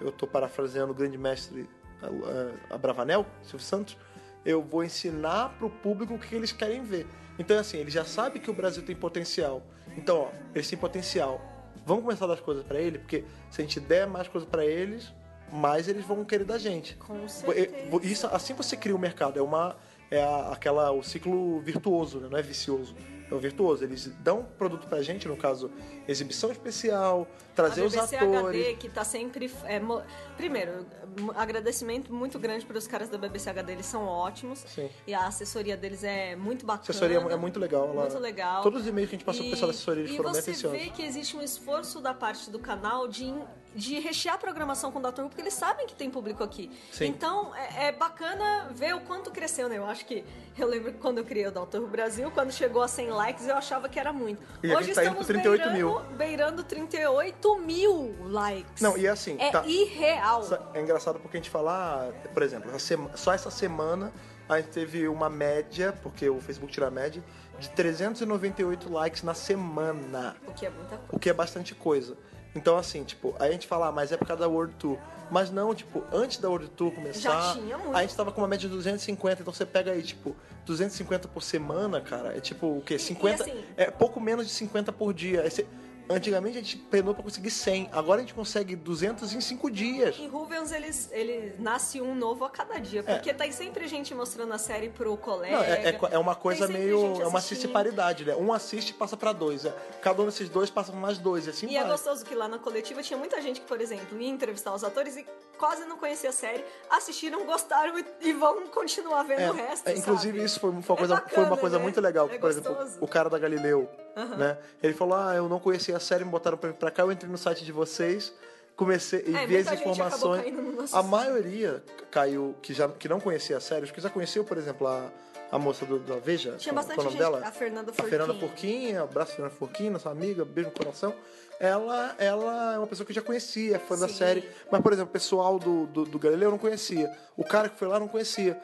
Speaker 1: Eu tô parafraseando o grande mestre eh, Abravanel, Silvio Santos. Eu vou ensinar pro público o que eles querem ver. Então, assim, ele já sabe que o Brasil tem potencial. Então, ó, eles têm potencial. Vamos começar a dar as coisas pra ele, porque se a gente der mais coisas pra eles, mais eles vão querer da gente.
Speaker 2: Com
Speaker 1: Vo-
Speaker 2: certeza.
Speaker 1: e- Isso, assim você cria o mercado, é uma é a- aquela o ciclo virtuoso, né? não é vicioso. É o virtuoso, eles dão produto pra gente, no caso, exibição especial, trazer
Speaker 2: a
Speaker 1: os
Speaker 2: BBC
Speaker 1: atores.
Speaker 2: HD, que tá sempre. é, mo- Primeiro, m- agradecimento muito grande para os caras da BBC HD, eles são ótimos.
Speaker 1: Sim.
Speaker 2: E a assessoria deles é muito bacana.
Speaker 1: Assessoria é muito legal, ela-
Speaker 2: Muito legal.
Speaker 1: Todos os e-mails que a gente passou pro pessoal da assessoria, eles
Speaker 2: e
Speaker 1: foram bem
Speaker 2: você
Speaker 1: atenciosos.
Speaker 2: vê que existe um esforço da parte do canal de, in- de rechear a programação com o Dr. Who, porque eles sabem que tem público aqui.
Speaker 1: Sim.
Speaker 2: Então, é, é bacana ver o quanto cresceu, né? Eu acho que... Eu lembro que quando eu criei o Dr. Who Brasil, quando chegou a 100 likes, eu achava que era muito.
Speaker 1: E a
Speaker 2: Hoje
Speaker 1: gente tá indo
Speaker 2: estamos
Speaker 1: pra 38 mil.
Speaker 2: beirando, beirando 38 mil likes.
Speaker 1: Não, e assim,
Speaker 2: É
Speaker 1: tá-
Speaker 2: irreal.
Speaker 1: Sa- É engraçado porque a gente fala, ah, por exemplo, essa sema- só essa semana a gente teve uma média, porque o Facebook tira a média, de 398 likes na semana.
Speaker 2: O que é muita coisa.
Speaker 1: o que é bastante coisa. Então, assim, tipo, aí a gente fala, ah, mas é por causa da World Tour. Mas não, tipo, antes da World Tour começar,
Speaker 2: Já tinha muito.
Speaker 1: a gente tava com uma média de 250. Então você pega aí, tipo, 250 por semana, cara, é tipo o quê? 50.
Speaker 2: e assim-
Speaker 1: É pouco menos de 50 por dia. Aí você- antigamente a gente penou pra conseguir 100. Agora a gente consegue 200 em 5 dias.
Speaker 2: Em Rubens, eles, ele nasce um novo a cada dia. Porque tem sempre gente mostrando a série pro
Speaker 1: É.
Speaker 2: colega.
Speaker 1: Não, é, é co- é uma coisa
Speaker 2: tem sempre
Speaker 1: meio.
Speaker 2: gente
Speaker 1: É uma
Speaker 2: assistindo.
Speaker 1: assistiparidade, né? Um assiste e passa pra dois. é. Cada um desses dois passa pra mais dois. E assim
Speaker 2: E
Speaker 1: vai.
Speaker 2: é gostoso que lá na coletiva tinha muita gente que, por exemplo, ia entrevistar os atores e quase não conhecia a série, assistiram, gostaram e, e vão continuar vendo
Speaker 1: É,
Speaker 2: o resto.
Speaker 1: é, inclusive,
Speaker 2: sabe?
Speaker 1: isso foi, uma- foi uma
Speaker 2: É
Speaker 1: coisa, foi uma
Speaker 2: bacana,
Speaker 1: coisa
Speaker 2: né?
Speaker 1: muito legal.
Speaker 2: É
Speaker 1: que, por exemplo,
Speaker 2: gostoso.
Speaker 1: o cara da Galileu, né? Ele falou: Ah, eu não conhecia a série, me botaram pra, pra cá, eu entrei no site de vocês, comecei e
Speaker 2: É,
Speaker 1: vi as
Speaker 2: muita gente acabou
Speaker 1: informações.
Speaker 2: caindo no nosso
Speaker 1: a
Speaker 2: site.
Speaker 1: maioria caiu que, já, que não conhecia a série, os que já conheciam, por exemplo, a, a moça do, da Veja.
Speaker 2: Tinha
Speaker 1: qual-
Speaker 2: bastante
Speaker 1: qual é o nome
Speaker 2: gente.
Speaker 1: dela?
Speaker 2: A Fernanda
Speaker 1: A Fernanda
Speaker 2: Forquim.
Speaker 1: Forquim, abraço Fernanda Forquim, nossa amiga, beijo no coração. Ela, ela é uma pessoa que eu já conhecia, é fã da
Speaker 2: Sim.
Speaker 1: série. Mas, por exemplo, o pessoal do, do, do Galileu eu não conhecia. O cara que foi lá eu não conhecia.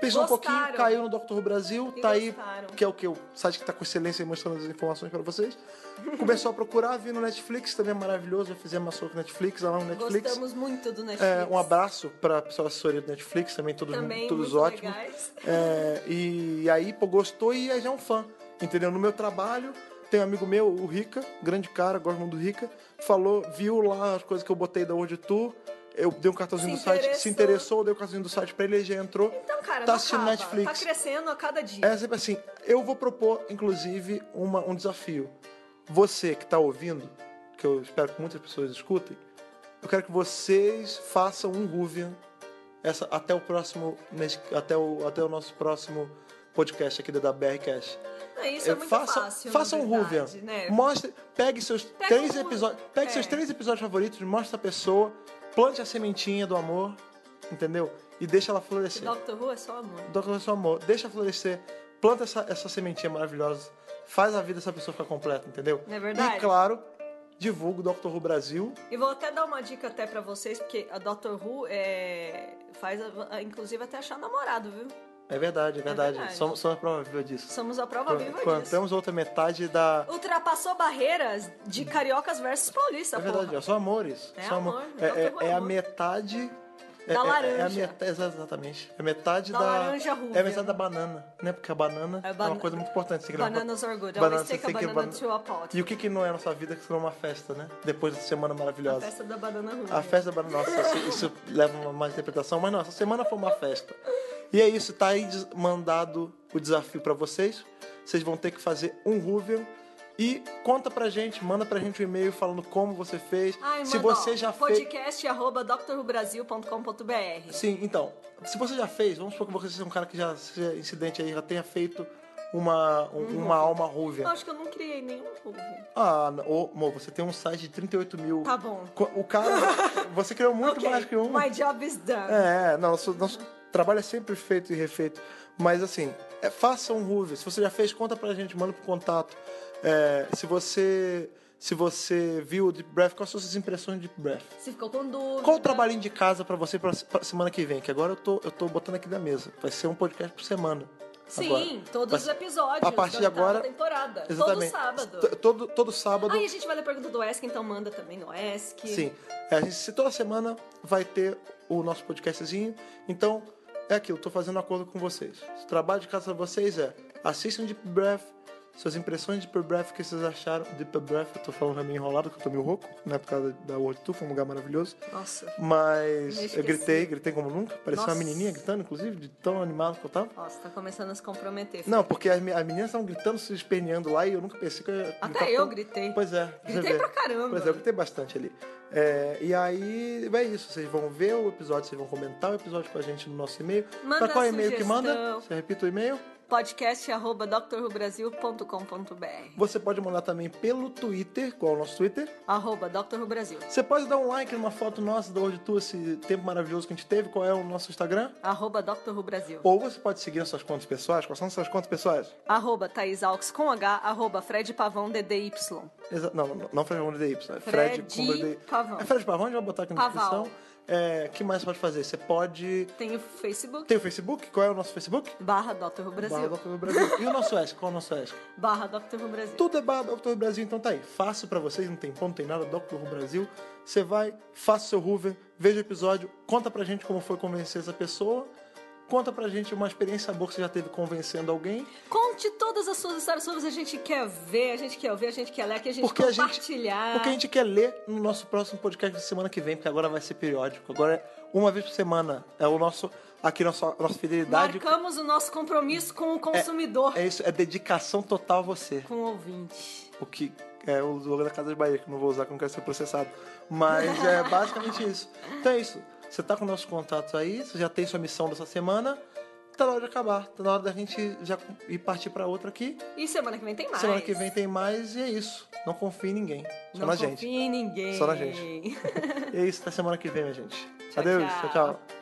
Speaker 1: Pensou um
Speaker 2: Gostaram.
Speaker 1: pouquinho, caiu no Dr. Brasil,
Speaker 2: E
Speaker 1: tá aí,
Speaker 2: gostaram.
Speaker 1: que é o que? O site que tá com excelência e mostrando as informações pra vocês. Começou a procurar, vi no Netflix, também é maravilhoso. Já fizemos uma com Netflix, lá no Netflix.
Speaker 2: Gostamos muito do Netflix.
Speaker 1: É, um abraço pra pessoal da assessoria do Netflix, também todos,
Speaker 2: Também
Speaker 1: todos
Speaker 2: muito
Speaker 1: ótimos.
Speaker 2: legais.
Speaker 1: É, e aí, pô, gostou e aí já é um fã. Entendeu? No meu trabalho, tem um amigo meu, o Rica, grande cara, gosto muito do Rica, falou, viu lá as coisas que eu botei da World Tour, eu dei um cartãozinho
Speaker 2: Se
Speaker 1: do site, se
Speaker 2: interessou.
Speaker 1: interessou, dei o cartãozinho do site pra ele, ele já entrou.
Speaker 2: Então, cara,
Speaker 1: tá
Speaker 2: não
Speaker 1: assistindo
Speaker 2: acaba.
Speaker 1: Netflix.
Speaker 2: Tá crescendo a cada dia.
Speaker 1: É sempre assim. Eu vou propor, inclusive, uma- um desafio. Você que está ouvindo, que eu espero que muitas pessoas escutem, eu quero que vocês façam um Guvian essa, até o próximo mês- até o, até o nosso próximo podcast aqui da WBR Cash.
Speaker 2: Não, Isso é
Speaker 1: Eu
Speaker 2: muito
Speaker 1: faça,
Speaker 2: fácil.
Speaker 1: faça
Speaker 2: na
Speaker 1: um Ruvian.
Speaker 2: verdade, Né?
Speaker 1: Mostre, pegue seus
Speaker 2: Pega
Speaker 1: três
Speaker 2: um-
Speaker 1: episódios, pegue
Speaker 2: é.
Speaker 1: seus três episódios favoritos, mostre a pessoa, plante a sementinha do amor, entendeu? E deixa ela florescer.
Speaker 2: Doctor Who é só amor.
Speaker 1: Dr. Wilson Amor, deixa florescer, planta essa, essa sementinha maravilhosa, faz a vida dessa pessoa ficar completa, entendeu?
Speaker 2: Não é verdade?
Speaker 1: E claro, divulga o Dr. Who Brasil.
Speaker 2: E vou até dar uma dica até pra vocês, porque a Doctor Who é, faz, a- a- inclusive, até achar namorado, viu?
Speaker 1: É verdade, é verdade.
Speaker 2: verdade.
Speaker 1: Somos, somos a prova viva disso.
Speaker 2: Somos a prova viva disso.
Speaker 1: Plantamos a outra metade da.
Speaker 2: Ultrapassou barreiras de cariocas versus paulista,
Speaker 1: Hum. É verdade,
Speaker 2: porra.
Speaker 1: ó, são amores.
Speaker 2: É
Speaker 1: são
Speaker 2: amor,
Speaker 1: É, é-
Speaker 2: Dr. Who é
Speaker 1: é a
Speaker 2: amor.
Speaker 1: metade. é-
Speaker 2: Da
Speaker 1: é- É, a
Speaker 2: laranja.
Speaker 1: metade, exatamente. É a metade da.
Speaker 2: Da laranja rubia.
Speaker 1: É a metade da banana, né? Porque a banana é,
Speaker 2: É ban-
Speaker 1: uma coisa muito importante. Você tem que levar-
Speaker 2: Bananas are good.
Speaker 1: Banana,
Speaker 2: Always
Speaker 1: você
Speaker 2: take a
Speaker 1: tem que-
Speaker 2: banana
Speaker 1: ban-
Speaker 2: to a pot.
Speaker 1: E o que, que não é a nossa vida que se não é uma festa, né? Depois dessa semana
Speaker 2: A
Speaker 1: maravilhosa.
Speaker 2: festa da banana ruim.
Speaker 1: A festa da Nossa, isso, isso leva uma má interpretação, mas não, essa semana foi uma festa. E é isso, tá aí des- mandado o desafio pra vocês. Vocês vão ter que fazer um Ruvel. E conta pra gente, manda pra gente um e-mail falando como você fez.
Speaker 2: Ai,
Speaker 1: se
Speaker 2: manda, ó,
Speaker 1: você já fez.
Speaker 2: podcast arroba drrubrasil.com.br.
Speaker 1: Sim, então, se você já fez, vamos supor que você seja um cara que já seja incidente aí, já tenha feito uma, um- uma alma Ruvel.
Speaker 2: Eu acho que eu não criei nenhum ruve.
Speaker 1: Ah, ô, amor, você tem um site de 38 mil.
Speaker 2: Tá bom.
Speaker 1: Co- O cara. Você criou muito
Speaker 2: Ok,
Speaker 1: mais que um.
Speaker 2: My job is done.
Speaker 1: É, não, nosso, nosso trabalho é sempre feito e refeito. Mas assim, é, faça um Ruve. Se você já fez, conta pra gente, manda pro contato. É, se você. Se você viu o Deep Breath, quais são as suas impressões de Deep Breath?
Speaker 2: Se ficou com dúvida.
Speaker 1: Qual o trabalhinho de casa pra você pra, pra semana que vem? Que agora eu tô, eu tô botando aqui da mesa. Vai ser um podcast por semana.
Speaker 2: Sim,
Speaker 1: agora.
Speaker 2: todos
Speaker 1: Vai
Speaker 2: os
Speaker 1: ser-
Speaker 2: episódios
Speaker 1: a partir
Speaker 2: da
Speaker 1: de
Speaker 2: oitava
Speaker 1: agora-
Speaker 2: temporada.
Speaker 1: Exatamente.
Speaker 2: Todo sábado.
Speaker 1: T- Todo, todo sábado.
Speaker 2: Aí a gente vai dar pergunta do ESC, então manda também no ESC.
Speaker 1: Sim. É, a gente, se toda semana vai ter o nosso podcastzinho. Então, é aquilo, tô fazendo um acordo com vocês. O trabalho de casa de vocês é assistam Deep Breath, suas impressões de Deep Breath, o que vocês acharam. Deep Breath, eu tô falando meio enrolado, porque eu tô meio rouco, né? Por causa da World Tour, foi um lugar maravilhoso.
Speaker 2: Nossa. Me
Speaker 1: Mas
Speaker 2: esqueci.
Speaker 1: eu gritei, gritei como nunca. Parecia uma
Speaker 2: Nossa.
Speaker 1: menininha gritando, inclusive, de tão animado que eu tava.
Speaker 2: Nossa, tá começando a se comprometer. filho.
Speaker 1: Não, porque as, me- as meninas estavam gritando, se esperneando lá e eu nunca pensei que eu ia gritar
Speaker 2: Até eu
Speaker 1: tanto.
Speaker 2: gritei.
Speaker 1: Pois é. pra
Speaker 2: Gritei
Speaker 1: você ver.
Speaker 2: pra caramba.
Speaker 1: Pois é, eu gritei bastante ali. É, e aí, é isso. Vocês vão ver o episódio, vocês vão comentar o episódio com a gente no nosso e-mail.
Speaker 2: Manda
Speaker 1: pra qual é e-mail que
Speaker 2: sugestão.
Speaker 1: manda? Você repita o e-mail?
Speaker 2: Podcast arroba drrubrasil.com.br
Speaker 1: Você pode mandar também pelo Twitter, qual é o nosso Twitter?
Speaker 2: Arroba drrubrasil.
Speaker 1: Você pode dar um like numa foto nossa da World Tour, esse tempo maravilhoso que a gente teve, qual é o nosso Instagram?
Speaker 2: Arroba drrubrasil.
Speaker 1: Ou você pode seguir as suas contas pessoais, quais são as suas contas pessoais?
Speaker 2: Arroba Thaís Alves com H, arroba Fred Pavão DDY.
Speaker 1: Exa não, não, não Fred Pavão DDY. É
Speaker 2: Fred
Speaker 1: Fred com DDY.
Speaker 2: Pavão.
Speaker 1: É Fred Pavão, a gente vai botar aqui na
Speaker 2: Pavão.
Speaker 1: descrição. É, que mais pode fazer? Você pode.
Speaker 2: Tem o Facebook,
Speaker 1: Tem o Facebook? Qual é o nosso Facebook?
Speaker 2: barra Dr. Who Brasil,
Speaker 1: Barra Dr. Who Brasil. E o nosso ESC? Qual é o nosso ESC?
Speaker 2: barra Dr. Who Brasil.
Speaker 1: Tudo é barra Dr. Who Brasil, então tá aí. Fácil pra vocês, não tem ponto, não tem nada. Dr. Who Brasil. Você vai, faça o seu Hoover, veja o episódio, conta pra gente como foi convencer essa pessoa. Conta pra gente uma experiência boa que você já teve convencendo alguém.
Speaker 2: Conte todas as suas histórias sobre a gente quer ver, a gente quer ouvir, a gente quer ler, que a gente
Speaker 1: Porque a gente-
Speaker 2: compartilhar.
Speaker 1: Porque a gente quer ler no nosso próximo podcast da semana que vem, porque agora vai ser periódico. Agora é uma vez por semana. É o nosso. Aqui, nossa, nossa fidelidade.
Speaker 2: Marcamos o nosso compromisso com o consumidor,
Speaker 1: É isso, é dedicação total a você.
Speaker 2: com o ouvinte.
Speaker 1: O que é o slogan da Casa de Bahia, que eu não vou usar, que eu não quero ser processado. Mas é basicamente isso. Então é isso. Você tá com nossos contatos aí, você já tem sua missão dessa semana. Tá na hora de acabar, tá na hora da gente já ir partir pra outra aqui.
Speaker 2: E semana que vem tem mais.
Speaker 1: Semana que vem tem mais e é isso. Não confie em ninguém. Só
Speaker 2: Não
Speaker 1: na
Speaker 2: confia
Speaker 1: gente.
Speaker 2: em ninguém.
Speaker 1: Só na gente. E é isso, até semana que vem, minha gente.
Speaker 2: Tchau,
Speaker 1: Adeus,
Speaker 2: tchau.
Speaker 1: tchau. tchau.